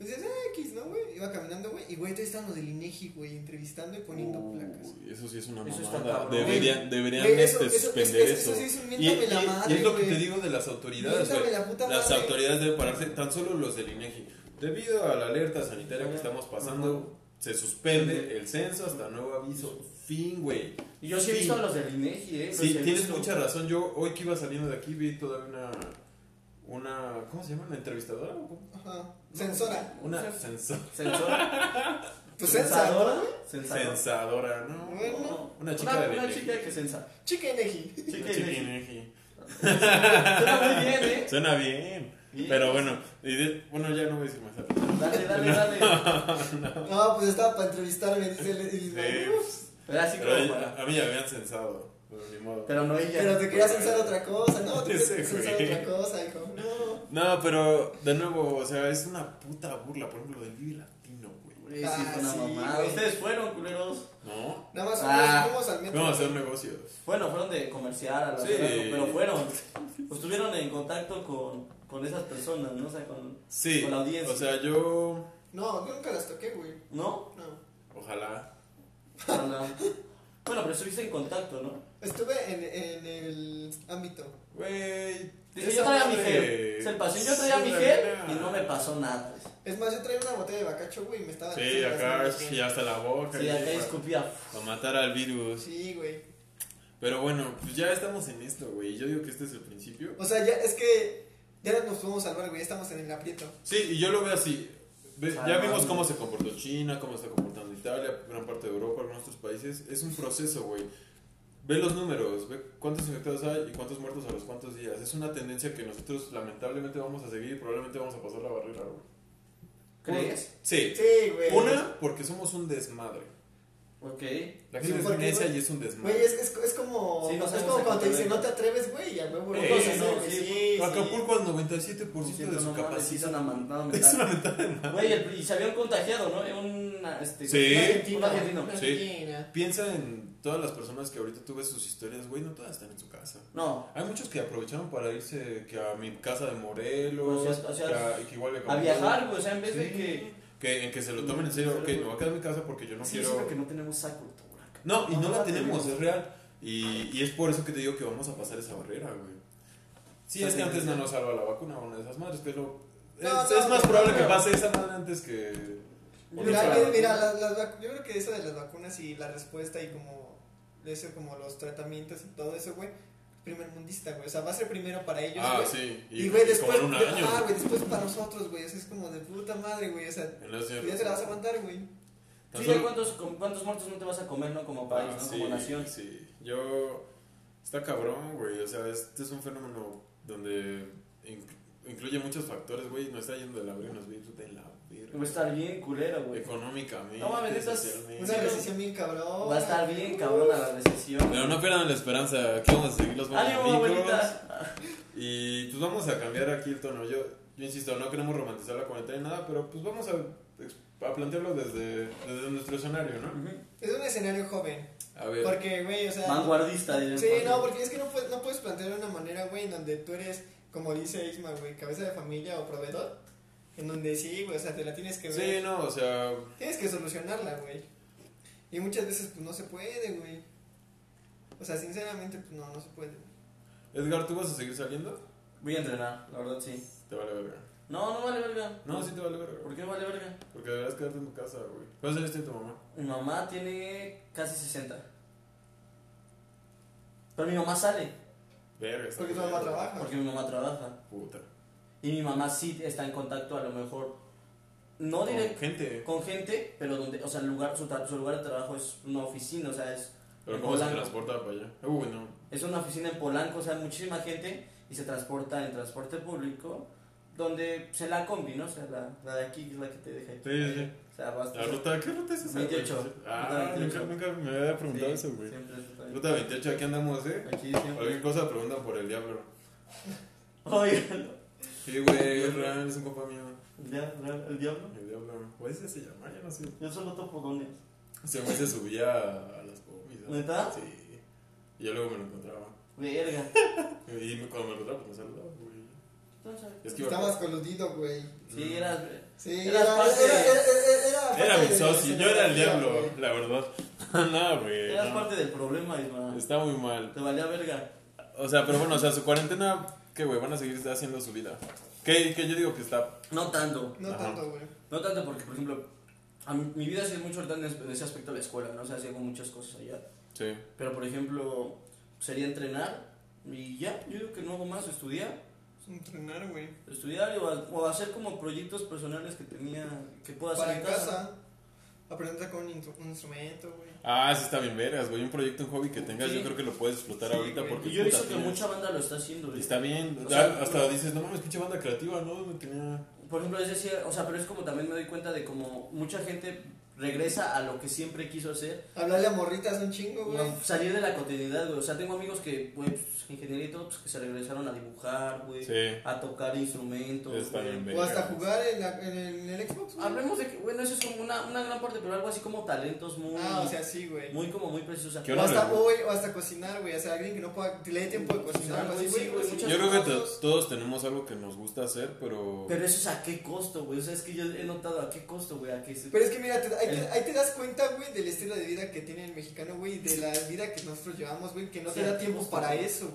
B: Entonces, ah, X, ¿no, güey? Iba caminando, güey, y, güey, todavía están los del INEGI, güey, entrevistando y poniendo
A: Oh.
B: placas.
A: Uy, eso sí es una
C: Eso está
A: mamada.
C: cabrón.
A: Deberían, deberían
B: Güey,
A: este,
B: eso- eso-
A: suspender
B: es- es-
A: eso.
B: eso sí es un
A: y,
B: miéntame la
A: y- y
B: madre,
A: es lo que
B: güey.
A: te digo de las autoridades.
B: Miéntame
A: güey.
B: la puta
A: las
B: madre.
A: autoridades deben pararse, tan solo los del INEGI. Debido a la alerta sanitaria que
C: Ajá.
A: estamos pasando, se suspende el censo hasta nuevo aviso. Fin, güey.
C: Y yo sí he
A: Sí.
C: visto a los del INEGI, ¿eh?
A: Sí,
C: Los he
A: tienes
C: visto.
A: mucha razón. Yo hoy que iba saliendo de aquí vi todavía una. una ¿Cómo se llama? ¿Una entrevistadora? o cómo?
B: Ajá. Censora.
A: Una censor-
C: Sensor.
B: (laughs) Pues, censadora, güey.
C: Sensadora.
A: censadora, ¿no?
B: Bueno.
A: Una chica de
C: Una
A: Belén.
C: chica que sensa.
B: Chica
A: (laughs)
B: INEGI.
A: Una
C: Chica
A: chica
C: INEGI.
A: INEGI.
C: Suena muy bien, ¿eh?
A: Suena bien.
C: Bien.
A: Pero bueno, y de- bueno, ya no voy a decir más.
C: Dale,
A: (laughs)
C: dale, dale.
B: No, pues, estaba para entrevistarme, dice el- el-
A: Eh,
C: Pero así
A: pero
C: como
A: a,
C: para.
A: a mí ya me habían censado. Pero ni modo.
C: Pero no ella.
B: Pero te quería censar otra cosa, no, te
A: Ese
B: quería censar
A: güey.
B: otra cosa, hijo. No.
A: No, pero de nuevo, o sea, es una puta burla. Por ejemplo, del Vive Latino, güey.
C: Güey, sí,
B: Ah,
C: fue una
B: sí,
C: mamada.
B: güey.
C: Ustedes fueron, culeros.
A: ¿No?
B: Nada más
C: Ah.
B: fuimos al metro.
A: Vamos a hacer negocios.
C: Bueno, fueron de comercial a la
A: Sí.
C: ciudad, pero fueron. Pues estuvieron en contacto con, con esas personas, ¿no? O sea, con.
A: Sí.
C: Con la audiencia.
A: O sea, yo.
B: No, yo nunca las toqué, güey.
C: ¿No?
B: No.
A: Ojalá.
C: Con la- Bueno, pero estuviste en contacto, ¿no?
B: Estuve en, en el ámbito.
A: Güey.
C: Dice,
A: esa
C: yo traía mi
A: madre
C: gel. Se pasó, yo traía
A: sí
C: mi
A: la
C: gel
A: nena.
C: y no me pasó nada.
B: Es más, yo traía una botella de bacacho, güey, y me estaba...
A: Sí, acá, sí,
B: sí.
A: hasta la boca.
C: Sí, acá
A: para-
C: escupía.
A: Para matar al virus.
B: Sí, güey.
A: Pero bueno, pues ya estamos en esto, güey. Yo digo que este es el principio.
B: O sea, ya, es que ya nos podemos salvar, güey, estamos en el aprieto.
A: Sí, y yo lo veo así. Ve-
C: Ah,
A: Ya vimos
C: mames.
A: cómo se comportó China, cómo está comportando Italia, gran parte de Europa, algunos otros países. Es un proceso, güey. Ve los números, ve cuántos infectados hay y cuántos muertos a los cuantos días. Es una tendencia que nosotros lamentablemente vamos a seguir y probablemente vamos a pasar la barrera, güey.
C: ¿Crees?
A: Sí.
B: Sí, güey.
A: Una, Eh, porque somos un desmadre.
C: Ok.
A: La
B: Sí,
A: gente es
B: porque,
A: necia
B: güey,
A: y es un
B: Güey,
A: desmadre.
B: es, es, es como...
C: Sí, no
B: es
C: sabemos
B: como cuando te dicen,
C: exactamente.
B: no te atreves, güey, ya, güey.
A: Eh,
B: Entonces,
C: no,
B: güey,
C: sí,
B: sí,
A: Acapulco al 97% de su
C: no mames, sí, es
A: capacidad.
C: una mandada
A: (laughs) Es
C: mental.
A: una mentada de madre.
C: Güey, el- y se habían contagiado, ¿no? Un,
A: Sí.
C: este,
B: sí.
C: un
B: Argentina.
C: argentino.
B: Argentina.
A: Piensa en todas las personas que ahorita tú ves sus historias, güey, no todas están en su casa.
C: No,
A: Hay muchos que aprovecharon para irse que a mi casa de Morelos,
C: Pues, o sea,
A: que, a, que igual de
C: a
A: Acapulco.
C: viajar, güey. O sea, en vez
A: Sí.
C: de que.
A: Que, en que se lo tomen en serio, ok, me voy a quedar en mi casa porque yo no
C: sí,
A: quiero...
C: siento que no tenemos esa cultura. cabrón.
A: No, y no, la
C: la
A: tenemos, es real. Y, y es por eso que te digo que vamos a pasar esa barrera, güey. Sí, es que antes no nos salva la vacuna, una de esas madres, que es lo... Es,
B: No,
A: es
B: no,
A: más
B: no,
A: probable
B: no.
A: que pase esa madre antes que...
B: Mira,
C: Ojalá.
B: mira, eh, mira, las, las vacu- yo creo que eso de las vacunas y la respuesta y como, eso, como los tratamientos y todo eso, güey, primer mundista, güey. O sea, va a ser primero para ellos,
A: Ah,
B: güey.
A: sí.
B: Y, güey,
A: y
B: después,
A: como en un
B: de-
A: año.
B: ah, güey, después para nosotros, güey. O sea, es como de puta madre, güey. O sea,
A: En los-
B: ya te la vas a aguantar, güey.
A: Tan
C: Sí,
A: solo-
C: ya cuántos, con cuántos muertos no te vas a comer, ¿no? Como país,
A: Ah,
C: ¿no?
A: sí,
C: Como nación.
A: Sí, yo. Está cabrón, güey. O sea, este es un fenómeno donde. inc- incluye muchos factores, güey. No está yendo de la verga, nos vive de la verga.
C: Va
B: Pues,
C: a estar bien culera, güey.
A: Económicamente,
C: No mames, neta,
A: socialmente.
B: Una recesión bien cabrón.
C: Va a estar bien cabrón a la recesión.
A: Pero no pierdan la esperanza, aquí vamos a seguir los buenos
C: Ánimo,
A: amigos.
C: abuelita.
A: Y pues vamos a cambiar aquí el tono. Yo, yo insisto, no queremos romantizar la cuarentena ni nada, pero pues vamos a, ex- a plantearlo desde, desde nuestro escenario, ¿no?
C: Ujú.
B: Es un escenario joven.
A: A ver.
B: Porque, güey, o sea.
C: Vanguardista, diría el
B: Sí,
C: padre.
B: no, porque es que no puedes, no puedes plantear de una manera, güey, en donde tú eres, como dice Isma, güey, cabeza de familia o proveedor. En donde sí, güey, o sea, te la tienes que ver.
A: Sí, no, o sea,
B: Tienes que solucionarla, güey. Y muchas veces, pues no se puede, güey. O sea, sinceramente, pues no, no se puede.
A: Edgar, ¿tú vas a seguir saliendo?
C: Voy a entrenar, la verdad sí.
A: Te vale verga.
C: No, no vale verga.
A: No, sí te vale verga. güey.
C: ¿Por qué no vale verga?
A: Porque deberás quedarte en tu casa, güey. ¿Cuántos años tiene tu mamá?
C: Mi mamá tiene casi 60. Pero mi mamá sale,
A: Verga. está
B: Porque tu
A: culero.
B: mamá trabaja.
C: porque mi mamá trabaja.
A: Puta.
C: Y mi mamá sí está en contacto, a lo mejor, no
A: Con
C: directo
A: gente.
C: con gente, pero donde, o sea, el lugar, su, tra- su lugar de trabajo es una oficina, o sea, es,
A: Pero
C: En
A: ¿cómo se
C: Polanco.
A: transporta para allá? Uy, no.
C: es una oficina en Polanco, o sea, muchísima gente y se transporta en transporte público, donde se la combi, ¿no? O sea, la, la de aquí es la que te deja aquí.
A: Sí, sí, sí.
C: O sea, basta.
A: La ruta, ¿qué ruta es esa? güey?
C: 28.
A: Ah,
C: Ruta 28.
A: Nunca, nunca me había preguntado
C: Sí,
A: eso, güey.
C: siempre es ruta
A: Ruta 28, aquí andamos, ¿eh?
C: Aquí siempre.
A: Cualquier cosa preguntan por el diablo.
C: Oigan,
A: Sí, güey, es real, es un compa mío.
C: el diablo, el diablo.
A: El diablo. ¿Cuál es ese llamar? Ya no sé.
C: Yo solo topo con él.
A: Ese güey se subía a, a las comis. ¿no?
C: ¿Neta?
A: Sí. Y yo luego me lo encontraba.
C: Verga.
A: Y me- cuando me lo encontraba, pues me saludaba, güey. Es que iba-
B: Estabas coludido, güey.
C: Sí, eras.
B: Sí,
C: Eras
B: era,
C: parte-
B: era, era, era, era parte
A: Era mi
B: de-
A: socio,
B: de-
A: yo era el
B: de-
A: diablo,
B: güey.
A: la verdad. (laughs) no, güey.
C: Eras
A: no.
C: parte del problema, Isma.
A: Está muy mal.
C: Te valía verga.
A: O sea, pero bueno, o sea, su cuarentena, ¿qué, güey? Van a seguir haciendo su vida. Que, que yo digo que está.
C: No tanto.
B: No
A: Ajá.
B: tanto, güey.
C: No tanto porque, por ejemplo, a mi, mi vida se mucho ahorita en, es- en ese aspecto de la escuela, ¿no? O sea, hacía como muchas cosas allá.
A: Sí.
C: Pero, por ejemplo, sería entrenar y ya. Yo digo que no hago más, estudiar.
B: Entrenar, güey.
C: Estudiar o, a- o hacer como proyectos personales que tenía, que pueda hacer
B: Para en casa. Aprender con un, intru- un instrumento, güey.
A: Ah, sí está bien veras, güey. Un proyecto, un hobby que tengas,
C: Sí.
A: yo creo que lo puedes explotar
B: Sí,
A: ahorita
B: güey.
A: porque
C: Y yo he
A: puta,
C: visto que
A: tienes-
C: mucha banda lo está haciendo. güey.
A: Está bien,
C: O
A: da-
C: sea,
A: hasta dices, no mames, pinche banda creativa, ¿no? No tenía...
C: Por ejemplo, es decir, o sea, pero es como también me doy cuenta de como mucha gente regresa a lo que siempre quiso hacer,
B: Hablarle a morritas un chingo, güey.
C: no, salir de la cotidianidad, güey. O sea, tengo amigos que, güey, pues, ingeniería y todo, pues que se regresaron a dibujar, güey,
A: Sí,
C: a tocar instrumentos.
A: está
C: güey.
A: bien
B: o
A: veras.
B: hasta jugar en, la- en el, en el Xbox, güey.
C: Hablemos de que, bueno, eso es como una, una gran parte, pero algo así como talentos muy,
B: Ah, o sea, sí, güey.
C: muy como muy preciosas.
A: ¿Qué
B: O
A: onda?
B: hasta, güey, o hasta cocinar, güey. O sea, alguien que no pueda, que le dé tiempo de cocinar.
C: Ah,
B: así,
C: güey, sí,
B: güey.
C: güey,
B: cocinar
C: muchas
A: Yo creo que to-
B: cosas.
A: todos tenemos algo que nos gusta hacer, pero...
C: Pero eso es a qué costo, güey. O sea, es que yo he notado a qué costo, güey, a qué...
B: Pero es que mira, te- ahí,
C: El-
B: te, ahí te das cuenta, güey, del estilo de vida que tiene el mexicano, güey, de la vida que nosotros llevamos, güey, que no
C: Sí,
B: te da tiempo
C: justo.
B: para eso, güey.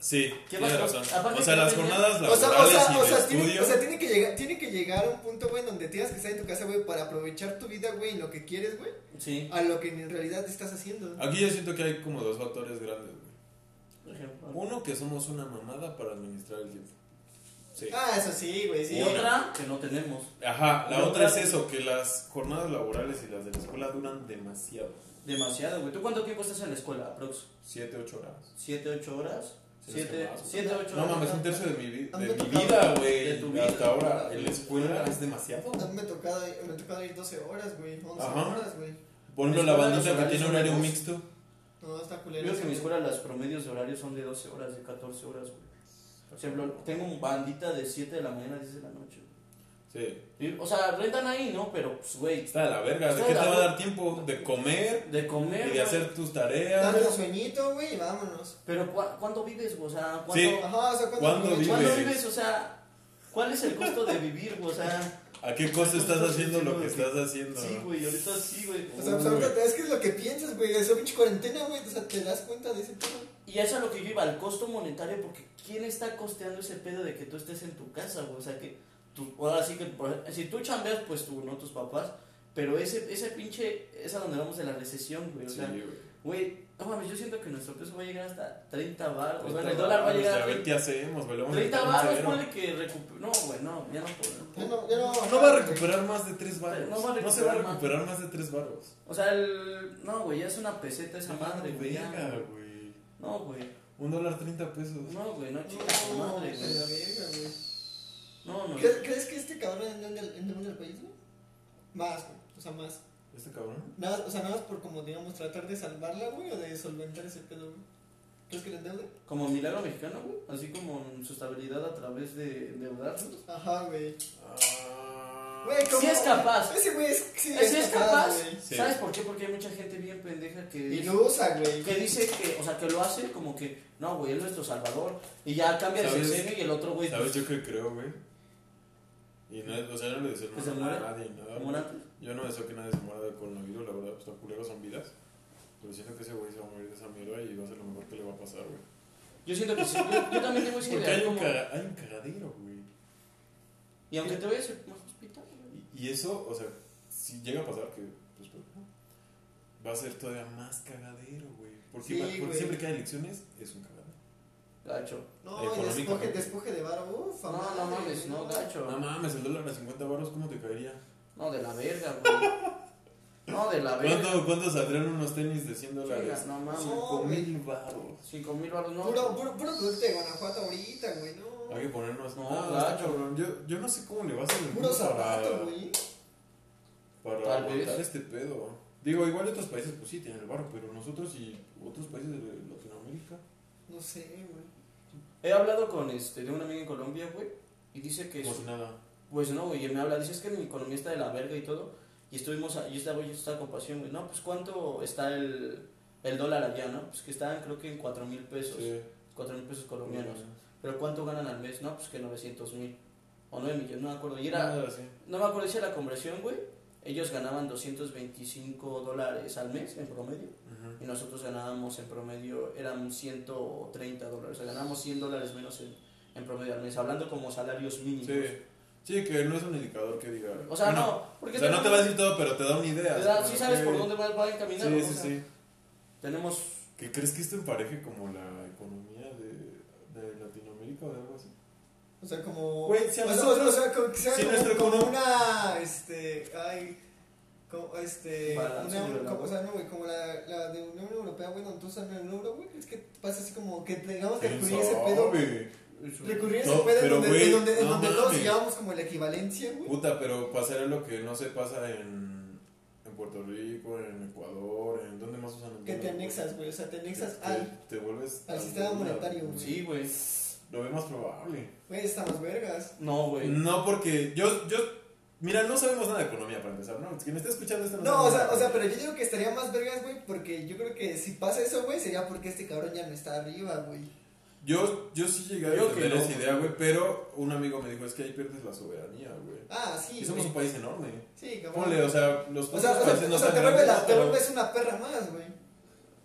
A: Sí,
C: ¿Qué
A: tienes
C: más?
A: razón.
C: Aparte
A: O sea,
C: que
A: las
C: no tenía-
A: jornadas
B: O sea, o
A: laborales
B: sea, o sea,
A: y de
B: tiene, o sea,
A: estudio...
B: tiene que llegar, tiene que llegar a un punto, güey, donde tengas que estar en tu casa, güey, para aprovechar tu vida, güey, en lo que quieres, güey,
C: Sí,
B: a lo que en realidad estás haciendo.
A: Aquí yo siento que hay como dos factores grandes, güey.
C: por ejemplo.
A: Uno, que somos una mamada para administrar el tiempo. Sí.
B: Ah, eso sí, güey,
C: Y
B: sí.
C: otra que no tenemos.
A: Ajá,
C: Y
A: la otra es
C: otra-
A: eso, que las jornadas laborales y las de la escuela duran demasiado.
C: Demasiado, güey. ¿Tú cuánto tiempo estás en la escuela, aprox?
A: Siete, ocho horas.
C: ¿Siete, ocho horas?
A: Si no es que
C: ¿Siete,
A: más, güey.
C: siete ocho
A: No
C: horas?
A: mames, un tercio de mi, vi- de
B: Ando
A: mi
B: tocado.
A: vida,
C: De tu
A: güey.
C: vida.
A: Hasta ahora, en la escuela es demasiado.
B: A mí me tocaba, ir- me tocaba ir 12 horas, güey, 11
A: Ajá.
B: horas, güey.
A: Por ejemplo,
C: Mis
A: la
C: horarios
A: bandita que
C: horarios
A: tiene
C: son
A: horario
C: dos.
A: mixto.
B: No, está culero.
C: Veo que
B: eso,
C: en mi
B: güey.
C: escuela los promedios de horario son de 12 horas, de 14 horas, güey. Por ejemplo, tengo un bandita de 7 de la mañana a 10 de la noche. güey.
A: Sí.
C: Y, O sea, rentan ahí, ¿no? Pero, pues, güey,
A: Está de la verga. ¿De
C: Está
A: qué
C: de
A: te va
C: la
A: a
C: verga.
A: dar tiempo? De comer
C: de comer.
A: y de
C: güey.
A: hacer tus
B: Dame un
A: tareas.
B: sueñito, güey, y vámonos.
C: Pero, ¿cu- ¿cuánto vives, güey? O sea, ¿cuánto,
A: Sí.
B: Ajá, o sea,
A: ¿Cuándo
B: aprovechas?
A: vives?
C: ¿cuándo vives? O sea, ¿cuál es el costo de vivir, güey? O sea,
A: ¿A qué costo estás haciendo lo que
C: Sí,
A: estás haciendo?
C: sí, güey, ahorita sí, güey.
B: O sea, pues
A: Uy.
B: ahorita es que es lo que piensas, güey. Esa pinche cuarentena, güey. O sea, te das cuenta de ese pedo.
C: Y eso es lo que yo iba, al costo monetario, porque ¿quién está costeando ese pedo de que tú estés en tu casa, güey? O sea, que tú, ahora sí que, por- si tú chambeas, pues tú, no tus papás, pero ese, ese pinche, es a donde vamos de la recesión, güey. O
A: Sí,
C: sea, pues,
A: güey.
C: güey, no mames, yo siento que nuestro peso va a llegar hasta 30 baros, o sea,
A: Ahorita
C: el dólar va a
A: vamos
C: llegar
A: A
C: a
A: ver
C: 30,
A: qué hacemos, güey. Le vamos a quitar un
C: baros,
A: cero.
C: ponle que recuper... No, güey, no, ya no puedo.
B: Ya no, ya no.
A: No va a recuperar más de tres baros.
C: No va a
A: No se va a
C: recuperar más.
A: recuperar más de tres baros.
C: O sea, el... No, güey, ya es una peseta esa madre, güey. ya.
A: Verga, güey.
C: No, güey,
A: Un dólar treinta pesos.
C: no, güey, no,
B: No,
C: chicas, madre,
B: pues,
C: güey.
B: la verga, güey.
C: No, no.
B: ¿Crees, crees que este cabrón endemonió el, endemonió el país, güey? Más, güey. O sea, más.
A: ¿Este cabrón?
B: Nada, más- o sea, nada más por como, digamos, tratar de salvarla, güey, o de solventar ese pedo, güey. ¿Crees que le endeude?
C: Como milagro mexicano, güey. Así como en su estabilidad a través de endeudarnos.
B: Ajá, güey.
A: Ah,
B: Güey,
C: Sí es capaz.
B: Ese güey es, sí,
C: Ese es capaz.
B: güey.
A: Sí.
C: ¿Sabes por qué? Porque hay mucha gente bien pendeja que
B: Y
C: dice-
B: lo usa, güey.
C: que dice que, o sea, que lo hace como que, no, güey, es nuestro salvador. Y ya cambia de
A: ¿Sabes?
C: sexenio y el otro, güey,
A: ¿Sabes
C: pues,
A: yo qué creo, güey? Y no es, o sea, yo no le deseo
C: ¿Que se
A: nada
C: muera?
A: a nadie, nada.
C: pues, como antes.
A: Yo no deseo que nadie se muera del coronavirus, la verdad, pues los culeros son vidas. Pero siento que ese güey se va a morir de esa mierda y va a ser lo mejor que le va a pasar, güey.
C: Yo siento que sí. Yo, yo también tengo ese
A: Porque hay
C: ideal
A: un,
C: como.
A: caga- hay un cagadero, güey.
C: Y aunque te vayas al hospital, güey.
A: Y- Y eso, o sea, si llega a pasar, que pues, pues, ¿no? va a ser todavía más cagadero, güey. Porque,
B: Sí,
A: va- porque
B: güey.
A: siempre que hay elecciones es un cagadero.
C: Gacho.
B: No, y
A: Económico,
B: despoje,
A: ¿no?
B: despoje de varo. Uf,
C: No,
B: amable,
C: no mames, no,
A: No
C: gacho.
A: mames, el dólar a 50 baros, ¿cómo te caería?
C: No, de la verga, güey. No, de la verga.
A: ¿Cuánto, ¿Cuánto saldrían unos tenis de 100
C: Chingas,
A: dólares?
C: No mames.
B: No.
A: Cinco mil baros.
C: Cinco mil baros, no.
B: Puro, puro, puro producto de Guanajuato ahorita, güey, no.
A: Hay que ponernos.
C: No,
A: No, Ah, está
C: gacho.
A: cabrón. Yo, yo no sé cómo le vas a hacer el
B: Puro
A: mundo
B: zapato, güey.
A: para, para
C: Tal
A: aguantar
C: vez.
A: este pedo. Digo, igual otros países, pues sí, tienen el barro, pero nosotros y otros países de Latinoamérica.
B: No sé, güey.
C: He hablado con este, de un amigo en Colombia, güey. Y dice que.
A: Como
C: su-
A: si nada.
C: Pues no, güey, y me habla, dice, es que mi economía está de la verga y todo. Y estuvimos, a- yo estaba, yo estaba con pasión, güey, no, pues cuánto está el, el dólar allá, ¿no? Pues que están creo que en cuatro mil pesos,
A: Sí.
C: cuatro mil pesos colombianos. Pero cuánto ganan al mes, no, pues que 900 mil o 9 millones, no me acuerdo. Y era,
A: Nada, sí.
C: no me acuerdo, hice la conversión, güey. Ellos ganaban 225 dólares al mes en promedio
A: Ujú.
C: y nosotros ganábamos en promedio, eran 130 dólares, o sea, ganábamos 100 dólares menos en, en promedio al mes, hablando como salarios mínimos.
A: Sí. Sí, que no es un indicador que diga.
C: O sea,
A: Bueno,
C: no, porque
A: O sea, no te va a decir
C: tenemos-
A: todo, pero te da una idea.
C: te da-
A: Como
C: sí sabes
A: que-
C: por dónde va, va encaminado.
A: Sí,
C: ¿no?
A: sí,
C: O sea,
A: sí.
C: Tenemos,
A: ¿Que crees que esto empareje como la economía de, de Latinoamérica o de algo así?
B: O sea, como.
A: Güey, si
B: o sea,
A: nosotros-
B: o sea, como, que sea
A: si
B: como-
A: nuestro
B: como
A: econom-
B: una. Este. Ay. Como, este.
C: Para la
B: una-
C: sobre la
B: como, o
C: voz.
B: sea, no, güey, como la, la de Unión Europea, güey, donde tú usas el euro, güey. Es que pasa así como que digamos que recurrir a pues, ese pedo.
A: güey.
B: Recurrir a ese
A: No,
B: pedo en
A: pero,
B: donde,
A: güey,
B: en donde, en
A: no
B: donde todos
A: mames.
B: llevamos como la equivalencia, güey.
A: Puta, pero pasará lo que no se pasa en, en Puerto Rico, en Ecuador, en donde más usan el
B: Que te
A: dólar, güey?
B: anexas, güey. O sea, te anexas
A: Te-
B: al.
A: Te vuelves
B: al sistema
A: dólar,
B: monetario,
A: güey.
C: sí, güey.
A: Lo veo más probable.
B: Güey, estamos vergas.
C: No, güey.
A: No, porque yo, yo. Mira, no sabemos nada de economía para empezar, ¿no? Quien está escuchando esto no
B: No,
A: sabe
B: o sea,
A: nada.
B: o sea, pero yo digo que estaría más vergas, güey, porque yo creo que si pasa eso, güey, sería porque este cabrón ya no está arriba, güey.
A: Yo, yo sí llegué a
C: Yo que
A: tener
C: no,
A: esa
C: güey.
A: idea, güey, pero un amigo me dijo, es que ahí pierdes la soberanía, güey.
B: Ah, sí,
A: Y somos un
B: güey.
A: país enorme.
B: Sí, cabrón.
A: Ponle, o sea, los
B: O sea,
A: otros
B: o sea,
A: países
B: te-
A: no
B: o sea,
A: están
B: te, vuelves
A: grandes,
B: la- te
A: pero-
B: vuelves una perra más, güey.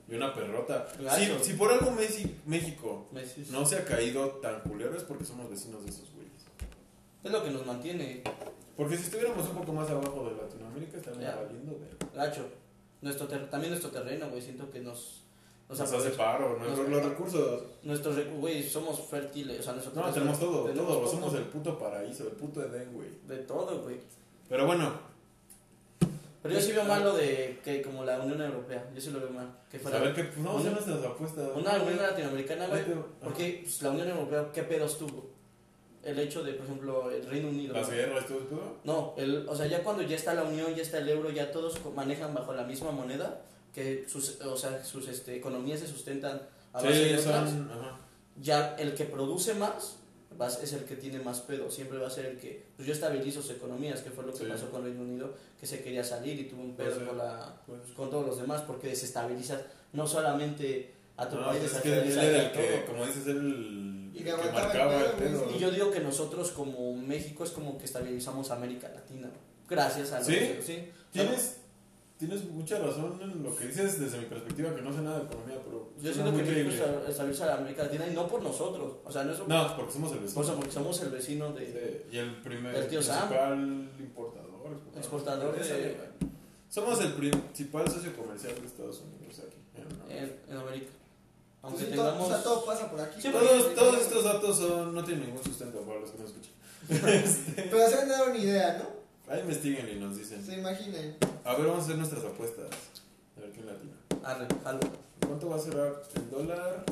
A: Y una perrota. Si,
C: Gacho.
A: si por algo Messi- México
C: Me dices-
A: no se ha caído tan culero es porque somos vecinos de esos güeyes.
C: Es lo que nos mantiene,
A: Porque si estuviéramos un poco más abajo de Latinoamérica, estaríamos
C: Ya.
A: valiendo de.
C: gacho. Nuestro ter- también nuestro terreno, güey. Siento que nos.
A: Nos
C: nos
A: hace
C: aprovecha-
A: paro, ¿no?
C: pues, nos-
A: Los- los recursos.
C: Nuestros recu- güey, somos fértiles. O sea, nosotros.
A: No, tenemos todo,
C: tenemos
A: todo. Somos el puto paraíso, el puto Edén, güey.
C: De todo, güey.
A: Pero bueno,
C: Pero yo sí veo mal lo de que como la Unión Europea. Yo sí lo veo mal. Que
A: a ver
C: fuera
A: qué. pues, No, son nuestras apuestas.
C: una Unión Latinoamericana, güey.
A: Ajá.
C: Porque pues, la Unión Europea, ¿qué pedos tuvo? El hecho de, por ejemplo, el Reino Unido.
A: Las
C: ¿no?
A: guerras, todo, todo.
C: No, el, o sea, ya cuando ya está la Unión, ya está el euro, ya todos co- manejan bajo la misma moneda, que sus, o sea, sus este, economías se sustentan a base de
A: Sí,
C: otras,
A: son. Ajá.
C: ya el que produce más va a- es el que tiene más pedo, siempre va a ser el que, pues yo estabilizo sus economías, que fue lo que
A: Sí.
C: pasó con Reino Unido, que se quería salir y tuvo un pedo
A: Pues, eh,
C: con, la,
A: Pues,
C: pues, con todos los demás, porque desestabilizas no solamente a tu
A: no,
C: país,
A: pues es que él
C: desestabilizas
A: era
C: a
A: el
C: todo.
A: que, como dices, el.
B: Y
A: el
B: que
A: que
B: aguantaba el
A: marcaba el
B: pedo,
A: pedo.
B: güey.
C: Y yo digo que nosotros como México es como que estabilizamos América Latina. Gracias a los-
A: ¿Sí?
C: sí.
A: Tienes, tienes mucha razón en lo que dices desde mi perspectiva, que no sé nada de economía, pero. suena
C: Yo siento que
A: muy
C: México
A: creíble.
C: esta- estabiliza la América Latina y no por nosotros. O sea, no es por-
A: No, porque somos el vecino.
C: o sea, porque somos el vecino de...
A: Sí, y el primer.
C: El tío Sam.
A: principal importador. Exportador,
C: Exportador
A: Esa
C: de-
A: mierda. Somos el principal socio comercial de Estados Unidos aquí. en América.
C: En, en América. Aunque
B: Pues, todo-
C: tengamos...
B: O sea, todo pasa por aquí.
C: Eh, Sí,
B: güey.
A: pues, Todos, todos estos datos son, no tienen ningún sustento para los que nos escuchan.
B: Pero se han dado una idea, ¿no?
A: Ahí investiguen y nos dicen.
B: Se imaginen.
A: A ver, vamos a hacer nuestras apuestas. A ver quién latina.
C: Arre, jalo.
A: ¿Cuánto va a cerrar el dólar?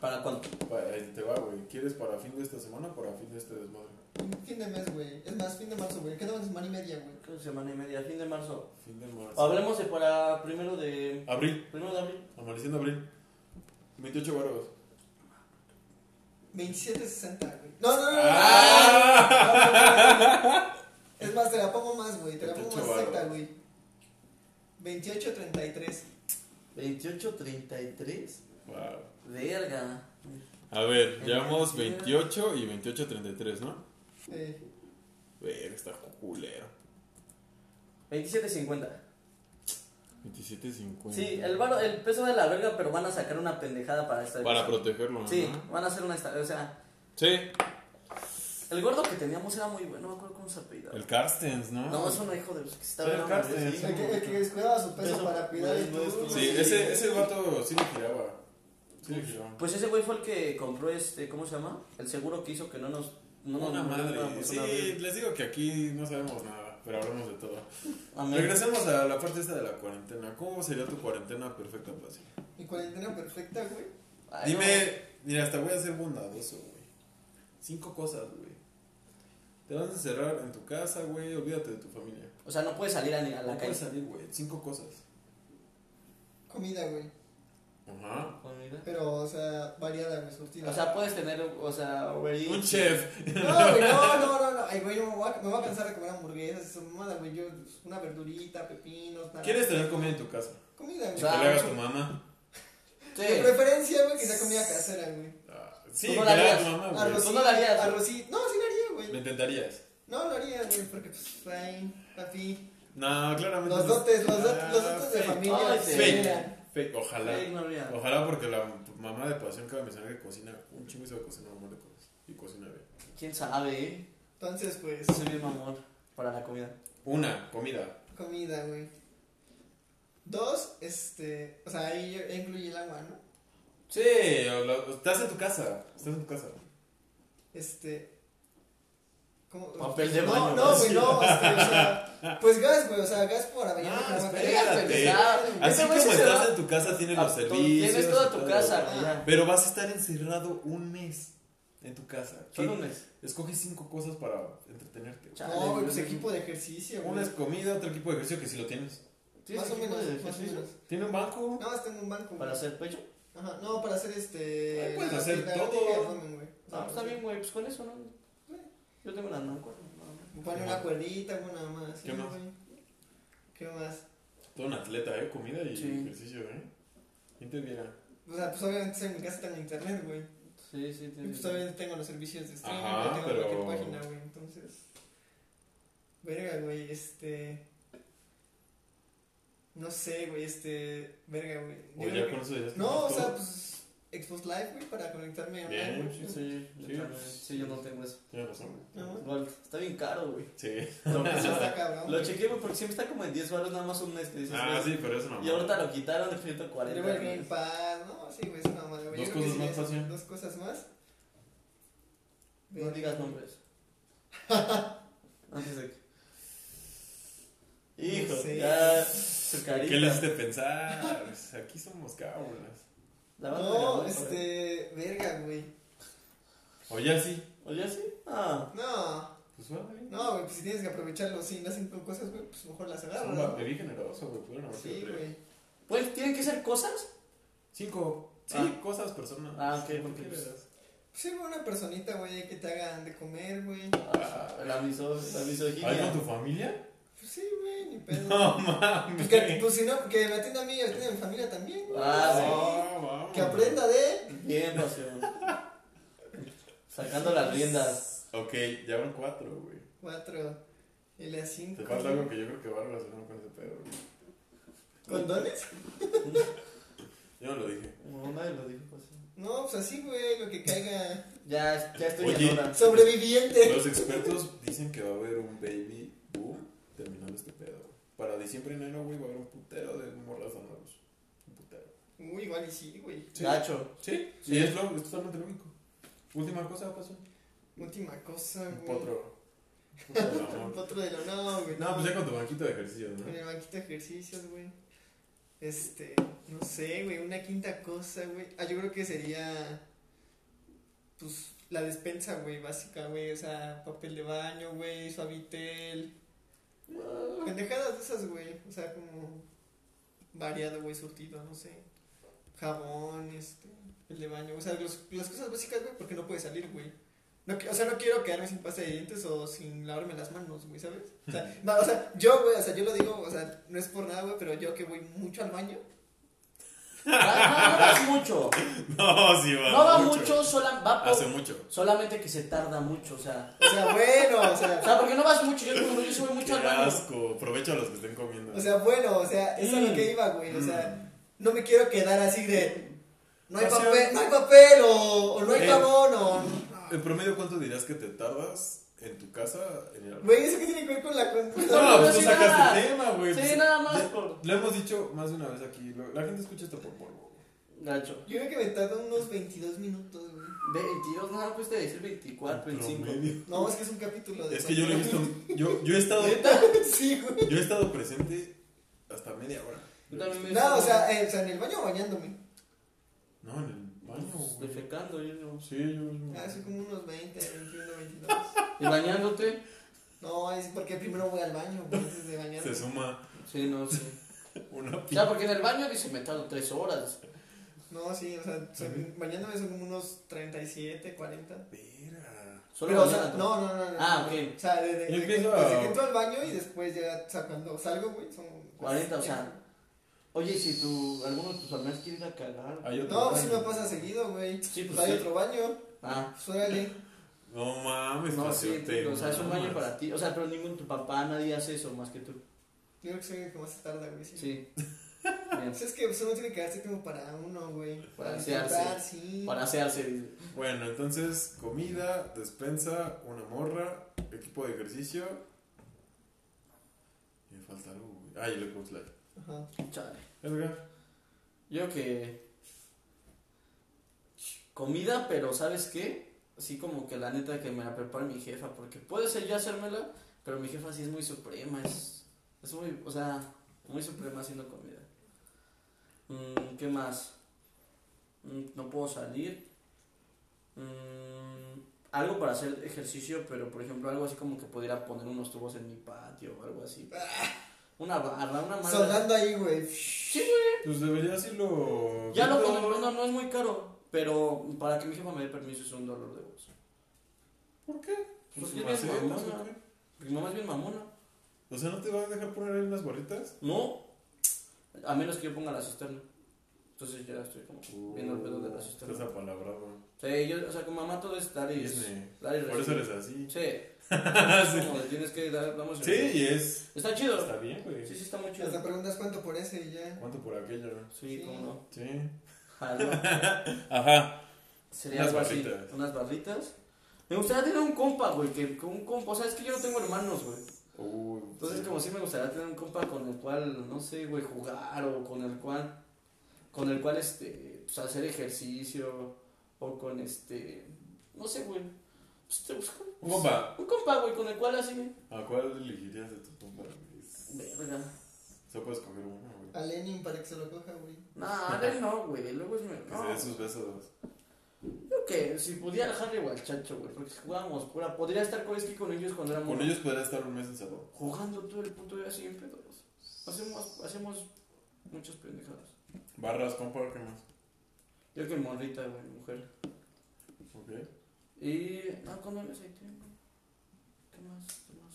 C: ¿Para cuánto?
A: Pa- ahí te va, güey. ¿Quieres para fin de esta semana o para fin de este desmadre?
B: Fin de mes, güey. Es más, fin de marzo, güey. Queda una semana y media, güey.
C: Creo que semana y media, fin de marzo.
A: Fin de
C: O
A: marzo.
C: hablemos de para primero de.
A: Abril.
C: Primero de abril.
A: Amaneciendo abril. 28 baros.
B: 27.60, güey. No, no, no, no. Es más, te la pongo más, güey. Te la pongo más exacta, güey. 28.33.
C: 28-33.
A: Wow.
C: Verga.
A: A ver, llevamos 28 y 28.33, ¿no?
B: Eh,
A: Ver, está culero.
C: 27.50.
A: 27.50.
C: Sí, el, varo- el peso de la verga, pero van a sacar una pendejada para esta
A: Para
C: edición.
A: protegerlo, ¿no?
C: Sí, van a hacer una. esta- O sea,
A: Sí,
C: el gordo que teníamos era muy bueno, no me acuerdo cómo se apellidaba.
A: el Carstens, ¿no?
C: No, es un hijo de los que se está
A: Sí, el
C: viendo.
A: Carsten,
C: madre,
B: el,
A: sí.
C: sí.
B: que, el que descuidaba su peso
C: Peso,
B: para cuidar el
C: güey,
B: tubo,
C: güey,
A: Sí,
B: güey.
A: ese, ese vato sí le giraba. Sí le giraba.
C: Pues ese güey fue el que compró este, ¿cómo se llama? El seguro que hizo que no nos. No nos
A: Una
C: no nos-
A: madre.
C: pues,
A: Sí,
C: una verga.
A: les digo que aquí no sabemos nada, pero hablamos de todo.
C: Amén.
A: Regresemos a la parte esta de la cuarentena. ¿Cómo sería tu cuarentena perfecta, Pasi?
B: Mi cuarentena perfecta, güey.
C: Ay, no.
A: Dime, mira, hasta voy a ser bondadoso, güey. Cinco cosas, güey. Te vas a encerrar en tu casa, güey. Olvídate de tu familia.
C: O sea, no puedes salir a, ni- a la
A: No puedes
C: calle.
A: salir, güey. Cinco cosas.
B: Comida, güey.
A: Ajá.
B: Pero, o sea, variada, güey, surtida.
C: O sea, puedes tener, o sea, Uber Eats.
A: Un chef.
B: No, güey, no, no, no, no. Ay, güey, yo me voy, a, me voy a cansar de comer hamburguesas, esa mamada, güey. Yo, una verdurita, pepinos, nada.
A: ¿Quieres tener comida en tu casa?
B: Comida,
A: Y
B: güey.
A: que le haga tu mamá.
C: Sí.
B: De preferencia, güey, que sea comida casera, güey.
A: Ah, Sí,
C: ¿Tú
A: que
C: no
A: le
C: la
A: haga tu
C: harías?
A: mamá, Ah, güey.
B: Arrocito,
C: no lo harías, güey.
B: arrocito. No, sí lo haría,
A: ¿Lo
B: güey.
A: intentarías?
B: No lo haría, güey, porque pues ahí, papi.
A: No, claramente.
B: Los
A: no.
B: dotes, los dotes,
A: Ah,
B: los dotes de
A: fake.
B: familia.
C: Ay,
B: se
A: fake.
B: vean.
A: Fake, Ojalá.
C: Sí, no habría.
A: Ojalá porque la mamá de pasión cabe mencionar que cocina un chingo y sabe cocinar un montón de cosas. Y cocina bien.
C: ¿Quién sabe, eh?
B: Entonces, pues,
C: Soy bien mamón para la comida.
A: Una, comida.
B: comida, güey. Dos, este, o sea, ahí ya incluye el agua, ¿no?
A: Sí, o lo- estás en tu casa. Estás en tu casa.
B: Este. ¿cómo?
C: Papel de
B: no,
C: baño,
B: No,
C: güey.
B: güey,
C: (laughs)
B: no, este, o sea, pues gas, güey, o sea, gas por avellana.
A: Ah,
B: crema,
A: espérate.
B: gas, güey,
A: Espérate.
B: gas, güey.
A: Así
C: Ese
A: como
C: güey sí se
A: estás
C: va.
A: en tu casa, tienes los
C: Ah, todo-
A: servicios.
C: Tienes
A: y
C: toda tu
A: todo.
C: casa, güey. ya.
A: Pero vas a estar encerrado un mes en tu casa.
C: Solo
A: ¿Qué?
C: un mes.
A: Escoge cinco cosas para entretenerte.
C: Chale,
B: No, güey,
C: güey.
B: pues equipo de ejercicio, güey.
A: Una es comida, otro equipo de ejercicio que si lo tienes.
B: Más
C: ¿Tienes
B: o
C: equipo
B: menos,
C: de
B: más o
C: ejercicio?
B: menos.
A: Tiene un banco.
B: Nada más tengo un banco,
C: ¿Para
B: güey.
C: hacer pecho?
B: Ajá, no, para hacer este.
A: Ay, puedes
B: la-
A: hacer
B: la-
A: todo.
B: la- la- abdomen, güey. O sea,
C: Ah, pues está bien, güey. Pues con eso, ¿no? Yo tengo la no
B: Pone
A: Ajá.
B: una cuerdita, una más.
A: ¿Qué más?
B: ¿Qué más?
A: Todo un atleta, ¿eh? Comida y
C: Sí.
A: ejercicio, ¿eh? ¿Quién te viera?
B: O sea, pues obviamente estoy en mi casa tengo internet, güey.
C: Sí, sí,
B: Y pues
C: tienes.
B: obviamente tengo los servicios de streaming,
A: Ajá,
B: güey, tengo
A: pero-
B: cualquier página, güey. Entonces. Verga, güey, este. No sé, güey, este. Verga, güey. Yo
A: O
B: creo
A: ya
B: que-
A: con eso ya
B: No, o
A: tienes
B: sea,
A: todo.
B: pues. Xbox Live, güey, para conectarme a
A: Bien,
B: online,
A: sí,
B: güey.
C: Sí,
A: Sí.
C: yo también. sí, yo no tengo eso.
A: Tienes razón. (laughs)
B: No.
C: Igual, está bien caro, güey.
A: Sí.
C: Lo,
B: Eso está cabrón.
C: lo
B: güey.
C: chequeé, güey, porque siempre está como en 10 baros nada más un mes. te dices,
A: Ah,
C: güey.
A: sí, pero eso no.
C: Y ahorita lo quitaron de
B: Luego
C: 140.
B: el Game Pass, no, sí, güey, es una mamada, güey. Yo
A: Dos
B: creo que
A: cosas
B: sí,
A: más,
B: esas
A: fácil.
B: Dos cosas más.
C: No digas nombres. Antes de que. Hijo,
B: No sé.
C: ya. Su carita.
A: ¿Qué le haces de pensar? Pues, Aquí somos cábulas.
C: La banda de la
B: No,
C: banda, güey.
B: este. Verga, güey.
A: O ya sí.
C: ¿Oye así? Ah.
B: No,
A: Pues vale.
B: no, güey, pues si tienes que aprovecharlo, si no hacen con cosas, güey, pues mejor las agarro,
A: Son
B: ¿no?
A: bastante generoso, güey. Pudieron haber
B: Sí,
A: sido tres.
B: güey.
C: Pues, ¿tienen que ser cosas?
A: Cinco. Sí,
C: Ah.
A: cosas, personas.
C: Ah, ok,
A: Como tú
C: porque-
A: quieras.
B: Pues sí, güey, una personita, güey, que te hagan de comer, güey.
C: Ah, la, miso, la misoginia.
A: ¿Ahí con tu familia?
B: Pues sí, güey, ni
A: (laughs)
B: pedo.
A: No mames.
B: Pues, que, pues si no, que me atienda a mí y atienda a mi familia también, güey.
C: Ah,
A: Ah, vamos.
B: Sí. Que aprenda de.
C: Bien, pasión. Sacando las riendas.
A: Ok, ya van cuatro, güey.
B: Cuatro. Y las cinco.
A: Te falta algo que yo creo que va relacionado con ese pedo, güey.
B: ¿Condones?
A: Yo no lo dije. (laughs)
C: No, nadie lo dijo, pasión.
B: No, pues así, güey, lo que caiga.
C: Ya, ya estoy
A: Oye.
C: en hora.
B: Sobreviviente.
A: Los expertos dicen que va a haber un baby boom terminando este pedo. güey. Para diciembre enero, güey, va a haber un putero de morras a nuevos. Un putero.
B: Uy, igual y sí, güey.
A: Sí.
C: Gacho.
A: Sí,
C: Sí.
A: y es, lo, es totalmente lógico. Última cosa, pasó.
B: Última cosa,
A: Un
B: Ah, güey. (laughs)
A: potro.
B: Un potro de lo no, güey.
A: No, pues ya con tu banquito de ejercicio, ¿no?
B: Con
A: (laughs)
C: Eh.
B: el banquito de ejercicios, güey. Este, no sé, güey, una quinta cosa, güey. Ah, yo creo que sería. Pues la despensa, güey, básica, güey. O sea, papel de baño, güey, suavitel. Pendejadas de esas, güey. O sea, como variado, güey, surtido, no sé. Jabón, este, el de baño. O sea, los- las cosas básicas, güey, porque no puede salir, güey. No, qui- o sea, no quiero quedarme sin pasta de dientes o sin lavarme las manos, güey, ¿sabes? O sea, no, o sea, yo, güey, o sea, yo lo digo, o sea, no es por nada, güey, pero yo que voy mucho al baño.
C: Ah, No das mucho.
A: No, sí, va.
C: No va mucho, sola- va po-
A: Hace mucho.
C: solamente que se tarda mucho, o sea.
B: O sea, bueno, o
C: O
B: sea,
C: sea, porque no vas mucho, yo como yo sí voy
A: Qué
C: mucho al baño.
A: asco. Aprovecha a los que estén comiendo.
B: o sea, bueno, o sea, eso es lo que iba, güey, o sea, no me quiero quedar así de, no hay
A: Mm. O sea,
B: papel, no hay papel, o, o no hay
A: eh.
B: jabón, o...
A: ¿En promedio cuánto dirías que te tardas en tu casa en el
B: Güey, ¿eso qué tiene que ver con la conducta?
A: No, pues
C: sí,
A: tú sacas
C: nada.
A: el tema, güey.
C: Sí,
A: Pues,
C: nada más
A: ya-
C: por-
A: Lo hemos dicho más de una vez aquí. lo- La gente escucha esto por polvo.
C: Nacho.
B: Yo creo que me tarda unos 22 minutos, güey.
C: 22, no, pues te decir 24, 25. (laughs)
A: Promedio.
B: No, es que es un capítulo de
A: Es que yo lo he visto. Yo, yo he estado.
B: (laughs) sí, güey.
A: Yo he estado presente hasta media hora.
C: Yo también me-
B: No, o sea, eh, o sea, en el baño bañándome.
A: No, en el baño, güey.
C: Defecando, yo digo.
A: Sí, yo.
B: Ah, soy como unos 20, 21, 22.
C: ¿Y bañándote?
B: No, es porque primero voy al baño, güey, antes de bañarme.
A: Se suma
C: Sí, no, sí.
A: una
C: O
A: pi.
C: sea, porque en el baño dice me tardo 3 horas.
B: No, sí, o sea, soy- bañándome son como unos 37, 40.
A: Espera.
C: Solo
B: Pero, o sea,
C: bañándote.
B: no, no, no, no. no.
C: Ah, ok.
B: O sea, desde, desde
A: Yo
B: que,
A: empiezo
B: desde
A: a-
B: que entro al baño y después ya, o sea, cuando salgo, güey, son...
C: 40, o sea. Oye, ¿y si tu, alguno de tus amigos quiere ir a cagar.
A: Hay otro
B: No,
A: baño.
B: sí me pasa seguido, güey.
C: Sí, pues
B: Pues hay
C: sí.
B: otro baño,
C: Ah, pues
B: pues órale.
A: No mames,
C: no,
A: Facio,
C: sí,
A: te
C: o sea, es un baño
A: mamas.
C: para ti. O sea, pero ningún tu papá, nadie hace eso más que tú.
B: Yo creo que soy el que más se tarda, güey. Sí.
C: Sí. Bien.
B: Pues es que pues, uno tiene que darse tiempo para uno, güey.
C: Para asearse.
B: disfrutar, sí.
C: Para asearse, dice.
A: Bueno, entonces, comida, despensa, una morra, equipo de ejercicio. Me falta algo, güey. Ah, y el Xbox Live.
B: Ajá.
C: Chale.
A: Edgar.
C: Yo que. Comida, pero ¿sabes qué? Así como que la neta que me la prepara mi jefa, porque puede ser yo hacérmela, pero mi jefa sí es muy suprema, es, es muy, o sea, muy suprema haciendo comida. Mm, ¿Qué más? Mm, no puedo salir. Mm, algo para hacer ejercicio, pero por ejemplo algo así como que pudiera poner unos tubos en mi patio o algo así. Una barra, una madre.
B: Soldando Pues ahí, güey.
A: Pues deberías irlo.
C: Ya lo
A: viendo.
C: comprendo, no es muy caro, pero para que mi jefa me dé permiso es un dolor de voz.
A: ¿Por qué?
C: Pues
A: Pues
C: yo
A: macetas,
C: bien
A: ¿o
C: mamona.
A: qué?
C: Mi mamá es bien mamona.
A: O sea, ¿no te van a dejar poner ahí unas barritas?
C: No, a menos que yo ponga la cisterna. Entonces ya estoy como viendo el pedo de la
A: Está
C: cisterna.
A: Esa palabra, güey.
C: Sí, yo, o sea, con mamá todo es dar y,
A: Disney.
C: dar y
A: Por eso
C: recibir.
A: eres así. (laughs)
C: Sí,
A: sí.
C: como le tienes que dar, vamos.
A: Sí, y es.
C: Está chido.
A: Está bien, güey.
C: Sí, sí, está muy chido.
B: Hasta preguntas cuánto por ese y ya.
A: ¿Cuánto por aquello?
C: Sí,
A: (laughs)
C: cómo no.
A: Sí.
C: Jalo.
A: Ajá.
C: Sería
A: Unas
C: algo así,
A: barritas.
C: unas barritas. Me gustaría tener un compa, güey, que con un compa, o sea, es que yo no tengo hermanos, güey.
A: Uy.
C: Entonces,
A: sí.
C: como sí me gustaría tener un compa con el cual, no sé, güey, jugar o con el cual, con el cual, este, pues hacer ejercicio o con este, no sé, güey. Pues, te busco
A: Un compa.
C: un compa, güey, con el cual así, güey.
A: ¿A cuál elegirías de tu compa? güey?
C: Verga.
A: Solo puedes coger uno, güey.
B: A Lenin para que se lo coja, güey.
A: (laughs)
C: No, Ale no, güey, luego es mi.
A: Que
C: No,
A: se dé sus besos.
C: creo que si pudiera Harry o al chacho, güey, porque jugábamos pura. Podría estar con, es que con ellos cuando éramos.
A: Con ellos podría estar un mes encerrado.
C: jugando todo el punto de día sin pedos. Hacemos, hacemos muchas pendejadas.
A: Barras, compa, ¿qué más?
C: Yo que morrita, güey, mujer.
A: Ok.
C: Y. Ah, condones ahí tengo. ¿Qué más? ¿Qué más?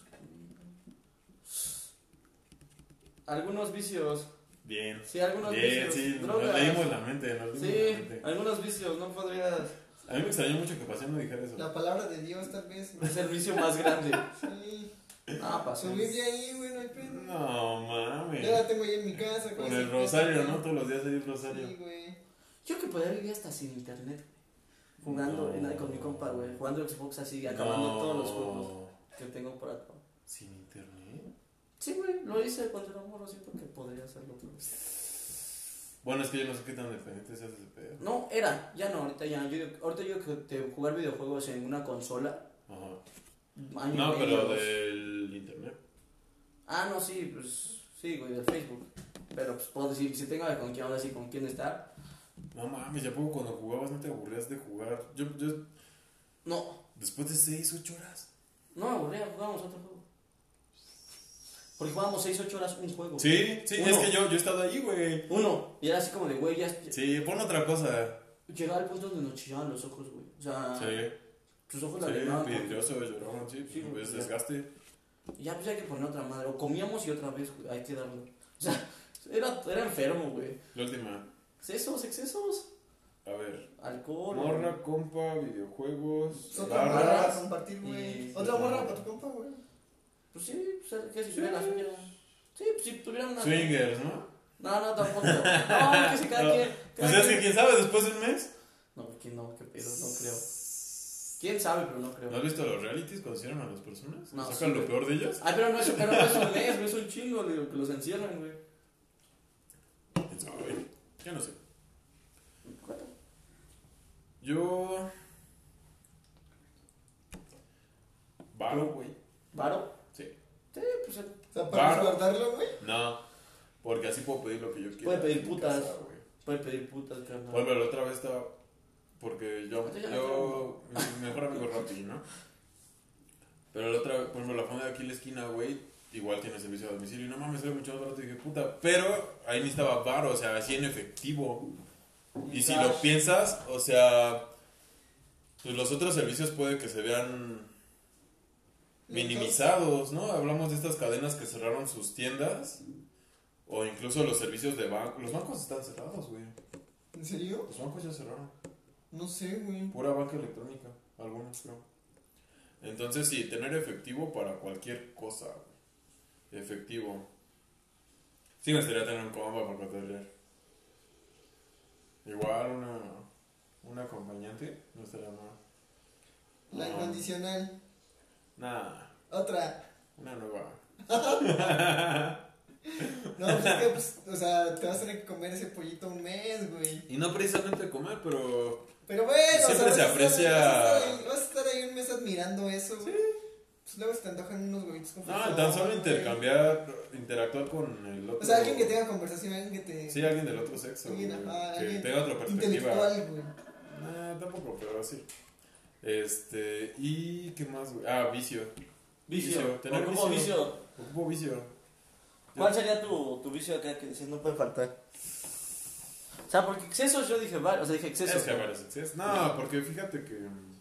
C: Algunos vicios.
A: Bien.
C: Sí, algunos
A: Bien,
C: vicios.
A: sí. Nos
C: Drogas.
A: leímos la mente, nos leímos
C: Sí,
A: la mente.
C: algunos vicios, no podrías.
A: A mí me extrañó mucho que Pasión no dijera eso.
B: La palabra de Dios, tal vez. güey.
C: Es el vicio más (laughs) grande.
B: Sí.
C: Ah, pasó.
B: Su Biblia ahí, güey, no hay pedo.
A: No mames.
B: Ya la tengo ahí en mi casa, güey.
A: Con
B: sin
A: el
B: pedo,
A: rosario,
B: güey.
A: ¿no? Todos los días hay un rosario.
B: Sí, güey.
C: Yo que podría vivir hasta sin internet. Jugando
A: No.
C: en- con mi compa, güey. Jugando Xbox así, acabando todos los juegos que tengo por acá.
A: Sin internet.
C: Sí, güey, lo hice cuando era morro, siento que podría hacerlo otra vez.
A: Bueno, es que yo no sé qué tan dependiente seas de pedo.
C: No, era, ya no, ahorita ya no. Yo, digo- ahorita yo que te- jugar videojuegos en una consola.
A: Ajá.
C: año y
A: No,
C: medio,
A: pero
C: dos.
A: del internet.
C: Ah, no, sí, pues sí, güey, de Facebook. Pero pues puedo decir, si tengo con quién hablar y con quién estar.
A: No mames, ya poco cuando jugabas no te aburrías de jugar. Yo, yo,
C: No,
A: Después de 6, 8 horas.
C: no me aburría, jugábamos otro juego. Porque jugábamos 6, 8 horas un juego.
A: Sí, sí,
C: Uno.
A: es que yo, yo he estado ahí, güey.
C: Uno, y era así como de, güey, ya
A: Sí, pon otra cosa.
C: llegaba al punto donde nos chillaban los ojos, güey. O sea,
A: Sí,
C: tus ojos
A: sí,
C: lastimaban.
A: vidrioso, llorón, sí,
C: Sí,
A: pues
C: ya.
A: desgaste.
C: Ya, pues hay que poner otra madre. O comíamos y otra vez, güey, hay que darlo. O sea, era, era enfermo, güey.
A: La última,
C: Excesos, excesos.
A: a ver.
C: Alcohol.
A: Morra, compa, videojuegos,
B: Otra
A: barra.
B: morra
C: Barras
B: para compartir,
C: y-
B: güey. Otra morra para tu compa, güey.
C: Pues sí, pues era que si tuvieran las uñas. Sí, pues si tuvieran una.
A: Swingers, ¿no?
C: No, no, tampoco. No, que si cada quien.
A: O sea,
C: Cada
A: Pues es que
C: quien...
A: quién sabe, después de un mes.
C: No, porque no, qué pedo, no creo. ¿Quién sabe, pero no
A: ¿No has
C: creo?
A: visto los realities cuando cierran a las personas?
C: No,
A: ¿Sacan
C: sí,
A: lo
C: güey.
A: peor de ellas?
C: Ay, pero no es, pero no es un mes, güey, es un chingo de que los encierran, güey.
A: ¿Quién sabe, güey? Yo no sé. Yo. Varo, güey.
C: ¿Varo?
A: Sí.
C: Sí, pues eh,
B: O sea, para
A: Barra.
B: guardarlo, güey.
A: No, porque así puedo pedir lo que yo quiera.
C: Puede pedir
A: en
C: putas.
A: casa, güey.
C: puede pedir putas, carnal.
A: Bueno, la otra vez estaba. Porque yo.
C: Entonces Pues ya
A: Yo. Mi mejor amigo Rappi, ¿no? Pero la otra vez, por ejemplo, la fonda de aquí en la esquina, güey. Igual tiene servicio a domicilio. Y no mames, era mucho más barato. Y dije, puta. Pero ahí ni estaba bar, o sea, así en efectivo. Y si lo piensas, o sea. Pues los otros servicios puede que se vean minimizados, ¿no? Hablamos de estas cadenas que cerraron sus tiendas. O incluso los servicios de banco. Los bancos están cerrados, güey.
B: ¿En serio?
A: Los bancos ya cerraron.
B: No sé, güey.
A: Pura banca electrónica, algunos creo. Entonces sí, tener efectivo para cualquier cosa. güey. Efectivo. Sí, me gustaría tener un compa para cotorrear. Igual una, una acompañante, no estaría mal.
B: La
A: No.
B: incondicional.
A: Nah,
B: Otra.
A: una nueva.
B: No, pues es que, pues, o sea, te vas a tener que comer ese pollito un mes, güey.
A: Y no precisamente comer, pero...
B: Pero bueno, o sea,
A: Siempre
B: vas
A: se
B: a
A: aprecia-
B: estar- Vas a, estar ahí, vas a estar ahí un mes admirando eso, güey. Pues luego se te antojan unos huevitos con
A: No,
B: frijol,
A: tan solo
B: güey.
A: intercambiar, interactuar con el otro.
B: O sea, alguien que tenga conversación, alguien que te.
A: Sí, alguien del otro sexo.
B: Alguien,
A: güey,
B: ajá,
A: que
B: alguien
A: tenga otra perspectiva.
B: intelectual, güey.
A: Nah, Eh, tampoco, pero sí. Este, ¿y qué más, güey? Ah, vicio.
C: Vicio.
A: Tener
C: ¿O ¿Cómo
A: vicio.
C: vicio?
A: Ocupo vicio.
C: ¿Cuál sería tu, tu vicio acá que dices no puede faltar? O sea, porque excesos yo dije varios, o sea, dije excesos.
A: Es que varios excesos. No, porque fíjate que. mm,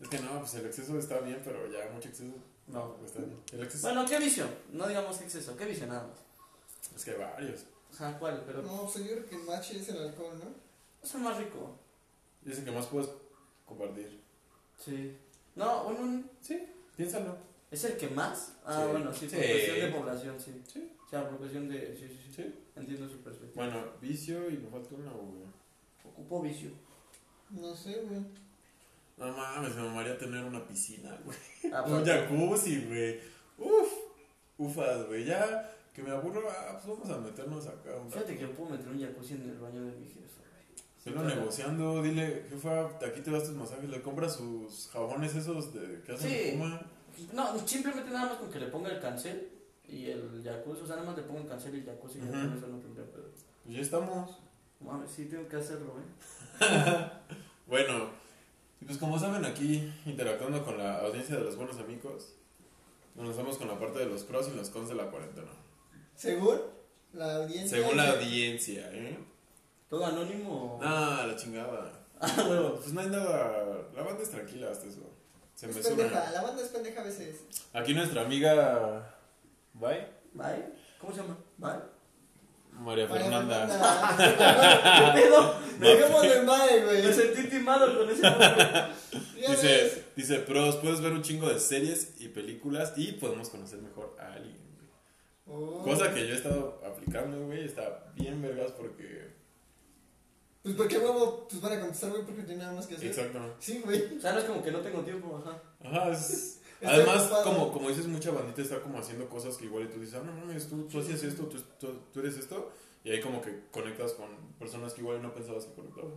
A: Es que no, pues el exceso está bien, pero ya mucho exceso. No, está bien. El exceso.
C: Bueno, ¿qué vicio? No digamos que exceso, ¿qué vicio nada más?
A: Es que hay varios.
C: O sea, ¿cuál? Pero
B: No, pues yo creo que el mache es el alcohol, ¿no?
C: es el más rico.
A: Dicen que más puedes compartir.
C: Sí. No, un, un-
A: Sí, piénsalo.
C: ¿es el que más? Ah,
A: Sí.
C: bueno, sí, por
A: Sí.
C: cuestión de población, sí.
A: Sí.
C: O sea, por cuestión de... Sí, sí, sí.
A: Sí.
C: Entiendo su perspectiva.
A: Bueno, vicio y me falta una, güey.
C: Ocupo vicio.
B: No sé, güey.
A: No mames, me mamaría tener una piscina, güey.
C: Ah,
A: Un
C: pues,
A: jacuzzi, güey. Uf, ufas, güey. Ya que me aburro, ah, pues vamos a meternos acá. Un rato.
C: Fíjate que yo puedo meter un jacuzzi en el baño de mi jefa.
A: Velo
C: claro.
A: negociando, dile, jefa, aquí te das tus masajes, le compras sus jabones esos de que hacen
C: Sí.
A: en Puma.
C: No, simplemente nada más con que le ponga el cancel y el jacuzzi. O sea, nada más le pongo el cancel y el jacuzzi. y ya
A: Ujú.
C: con eso no tendría pedo.
A: Pues ya estamos.
C: Mames, sí tengo que hacerlo, ¿eh?
A: Bueno, y pues como saben aquí, interactuando con la audiencia de los buenos amigos, nos lanzamos con la parte de los pros y los cons de la cuarentena.
B: Según la audiencia.
A: Según la audiencia, ¿eh?
C: ¿Todo anónimo? (laughs) o-
A: Ah, la chingada.
C: Ah, huevo.
A: Pues no hay nada, la banda es tranquila hasta eso. Se
B: Es
A: me
B: pendeja,
A: suena.
B: la banda es pendeja a veces.
A: Aquí nuestra amiga, bye,
C: ¿Bye? ¿Cómo se llama? ¿Bye?
A: María
B: María
A: Fernanda. (laughs)
B: Fernanda.
C: ¿Qué pedo?
B: Dejémoslo en madre,
C: Me
B: güey.
C: sentí timado con (laughs) ese nombre.
B: Ya ves.
A: Dice, dice, pros, puedes ver un chingo de series y películas y podemos conocer mejor a alguien, güey".
B: Oh.
A: Cosa que yo he estado aplicando, güey, está bien vergas porque...
B: Pues porque huevo, pues van a contestar, güey, porque no tiene nada más que hacer.
A: Exacto.
B: Sí, güey.
C: O sea, no es como que no tengo tiempo, ajá.
A: Ajá,
C: (laughs)
A: es-
B: Estoy
A: Además,
B: ocupado.
A: como, como dices, mucha bandita está como haciendo cosas que igual y tú dices, ah, no mames, tú, tú hacías esto, tú, tú, tú eres esto, y ahí como que conectas con personas que igual no pensabas que conectabas.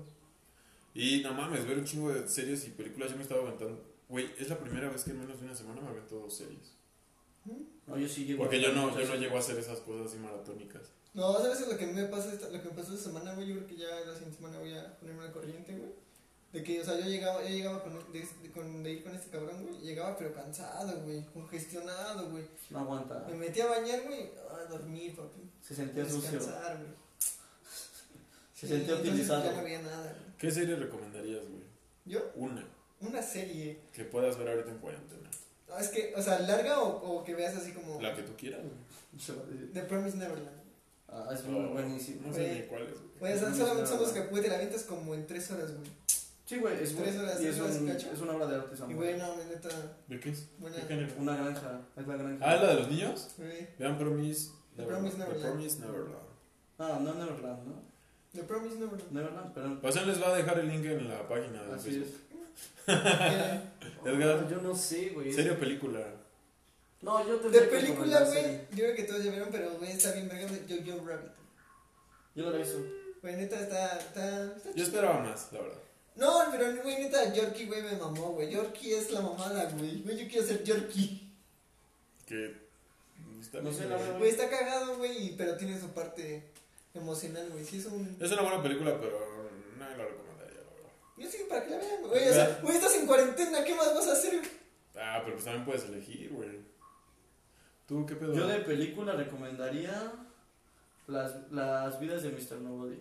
A: Y no mames, ver un chingo de series y películas, yo me estaba aventando... Güey, es la primera vez que en menos de una semana me aventó dos series.
C: No, yo sí llego.
A: Porque
C: a-
A: yo no, yo no llego a hacer esas cosas así maratónicas.
B: No, ¿sabes lo que a mí me pasa esta, lo que me pasó esta semana, güey? Yo creo que ya la siguiente semana voy a ponerme al corriente, güey. De que, o sea, yo llegaba, yo llegaba con, de, de- con- de ir con este cabrón, güey. Llegaba pero cansado, güey. Congestionado, güey.
C: No aguanta.
B: Me metí a bañar, güey. A dormir, papi.
C: Se sentía sucio.
B: Descansar, güey.
C: Se sentía
B: entonces,
C: utilizado.
B: Ya no había nada, güey.
A: ¿Qué serie recomendarías, güey?
B: ¿Yo?
A: Una
B: Una serie.
A: que puedas ver ahorita en cuarentena.
B: No, es que, o sea, larga o, o que veas así como.
A: La que tú quieras, güey.
B: The Promised Neverland.
C: Ah, es muy
A: Oh,
C: buenísimo.
A: No sé
B: Güey.
A: ni cuál es, güey.
B: Güey, o sea,
C: Promised
B: solamente son los que
C: Neverland.
B: puede, te la avientas como en tres horas, güey.
C: Sí, güey, es,
B: Tres
C: muy-
B: horas,
C: y
B: tres
C: es,
B: horas,
C: un-
B: ¿cacho?
C: es una obra de arte esa
B: Y
C: madre.
B: güey, no, me neta.
A: ¿De qué es?
B: Buena.
A: ¿Qué género?
C: Una granja, es la granja.
A: Ah, ¿es la de los niños?
B: Güey.
A: Vean Promise
B: The Promise
A: The
B: Neverland.
A: Promise Neverland.
C: Ah, no Neverland, ¿no?
B: The Promised Neverland.
C: Neverland, perdón.
A: O sea, les va a dejar el link en la página de
C: Así
A: Facebook.
C: es.
B: Eh,
A: Ah, pues, Edgar.
C: Ah, yo no sé, güey.
A: Serio película.
C: No, yo
B: De
C: tendría que
B: película,
C: recomendar
B: güey.
C: serie.
B: Yo creo que todos ya vieron, pero güey, está bien verga. Yo, yo, Rabbit.
C: Yo lo he visto.
B: Güey, neta, está. está, está
A: Yo
B: chido.
A: esperaba más, la verdad.
B: No, pero güey, neta, Yorkie, güey, me mamó, güey. Yorkie es la mamada, güey. Güey, yo quiero ser Yorkie.
A: Que está
C: No
A: bien,
C: sé, la
A: güey.
C: verdad.
B: Güey, está cagado, güey, y- pero tiene su parte emocional, güey. Sí, es un.
A: Es una buena película, pero no la recomendaría, la verdad.
B: Yo sé que para que la vean, güey. O sea, güey, estás en cuarentena, ¿qué más vas a hacer?
A: Ah, pero pues también puedes elegir, güey. ¿Tú qué pedo?
C: Yo de película recomendaría las, las vidas de Mr. Nobody.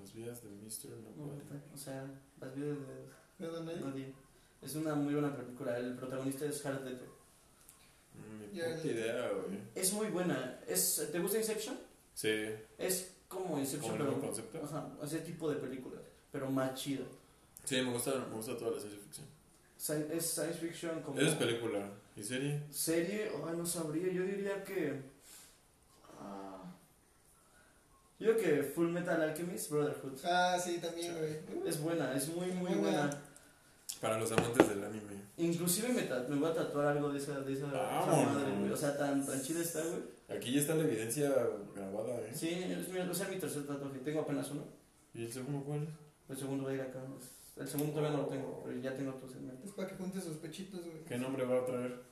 A: Las vidas de Mr. Nobody.
C: O sea, las vidas de
B: No, no, no.
C: Nobody. Es una muy buena película. El protagonista es Jared Leto.
A: Mm, Ni
B: Ya,
A: puta
B: ya.
A: idea, güey.
C: Es muy buena. Es, ¿Te gusta Inception?
A: Sí,
C: Es como
A: como
C: Inception,
A: el mismo
C: pero...
A: concepto.
C: Ajá, ese tipo de películas. Pero más chida.
A: Sí, me gusta, me gusta toda la ciencia ficción.
C: Sci- Es science fiction como...
A: Esa es película. ¿Y serie?
C: Serie, ay, no sabría, yo diría que. ah, yo digo que Full Metal Alchemist Brotherhood.
B: Ah, sí, también, güey.
C: Es buena, es muy, muy
B: Muy buena.
C: buena.
A: Para los amantes del anime.
C: Inclusive me, ta- me voy a tatuar algo de esa, de esa, de esa
A: Vámonos.
C: madre, güey. O sea, tan, tan chida está, güey.
A: Aquí ya está la evidencia grabada, ¿eh?
C: Sí, es mi, o sea, mi tercer tatuaje. Tengo apenas uno.
A: ¿Y el segundo cuál es?
C: El segundo va a ir acá. El segundo todavía no lo tengo, pero ya tengo otros en mente.
B: Es para que juntes sus pechitos, güey.
A: ¿Qué nombre va a traer?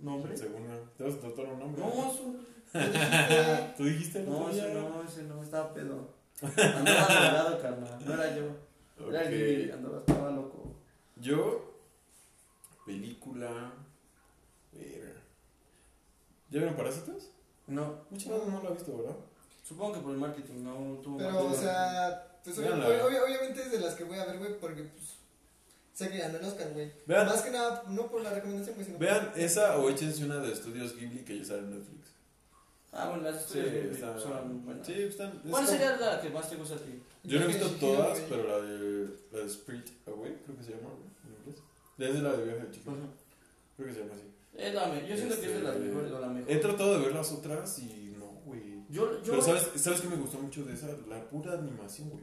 C: ¿Nombre?
A: El segundo. ¿Te vas a tatuar un nombre?
C: No, es un-
B: Lo dijiste.
A: ¿Tú dijiste el
C: no,
A: otro día?
C: ese no, ese no, estaba pedo.
A: (laughs)
C: Andaba drogado, carnal. No era yo. Era el Giri,
A: Ok.
C: andaba, estaba loco.
A: Yo, película. Verga. ¿Ya vieron Parásitos?
C: No,
A: Mucha gente no la ha visto, ¿verdad?
C: supongo que por el marketing no tuvo
B: Pero,
C: marketing.
B: o sea, pues, obvio-
A: Véanla.
B: obvio- obviamente es de las que voy a ver, güey, porque pues, sé que ganó el Oscar, güey.
A: Vean,
B: Más que nada, no por la recomendación, güey, sino
A: vean esa o échense una de Estudios Ghibli que ya sale en Netflix.
C: Ah, bueno, las
A: Sí,
C: historias de Ghibli
A: está-
C: son buenas.
A: Sí, están. es
C: ¿Cuál
A: como-
C: sería la que más te gusta a ti?
A: Yo no he visto
B: Shihiro,
A: todas,
B: güey.
A: pero la de, la de Spirit Away, creo que se llama, güey, en inglés. Es de la de viaje de Chico. Creo que se llama así.
C: Es la me- yo siento que es de las
A: Este,
C: mejores o la mejor.
A: He tratado de ver las otras y no, güey.
C: Yo, yo,
A: Pero ¿sabes, ¿sabes qué me gustó mucho de esa? La pura animación, güey.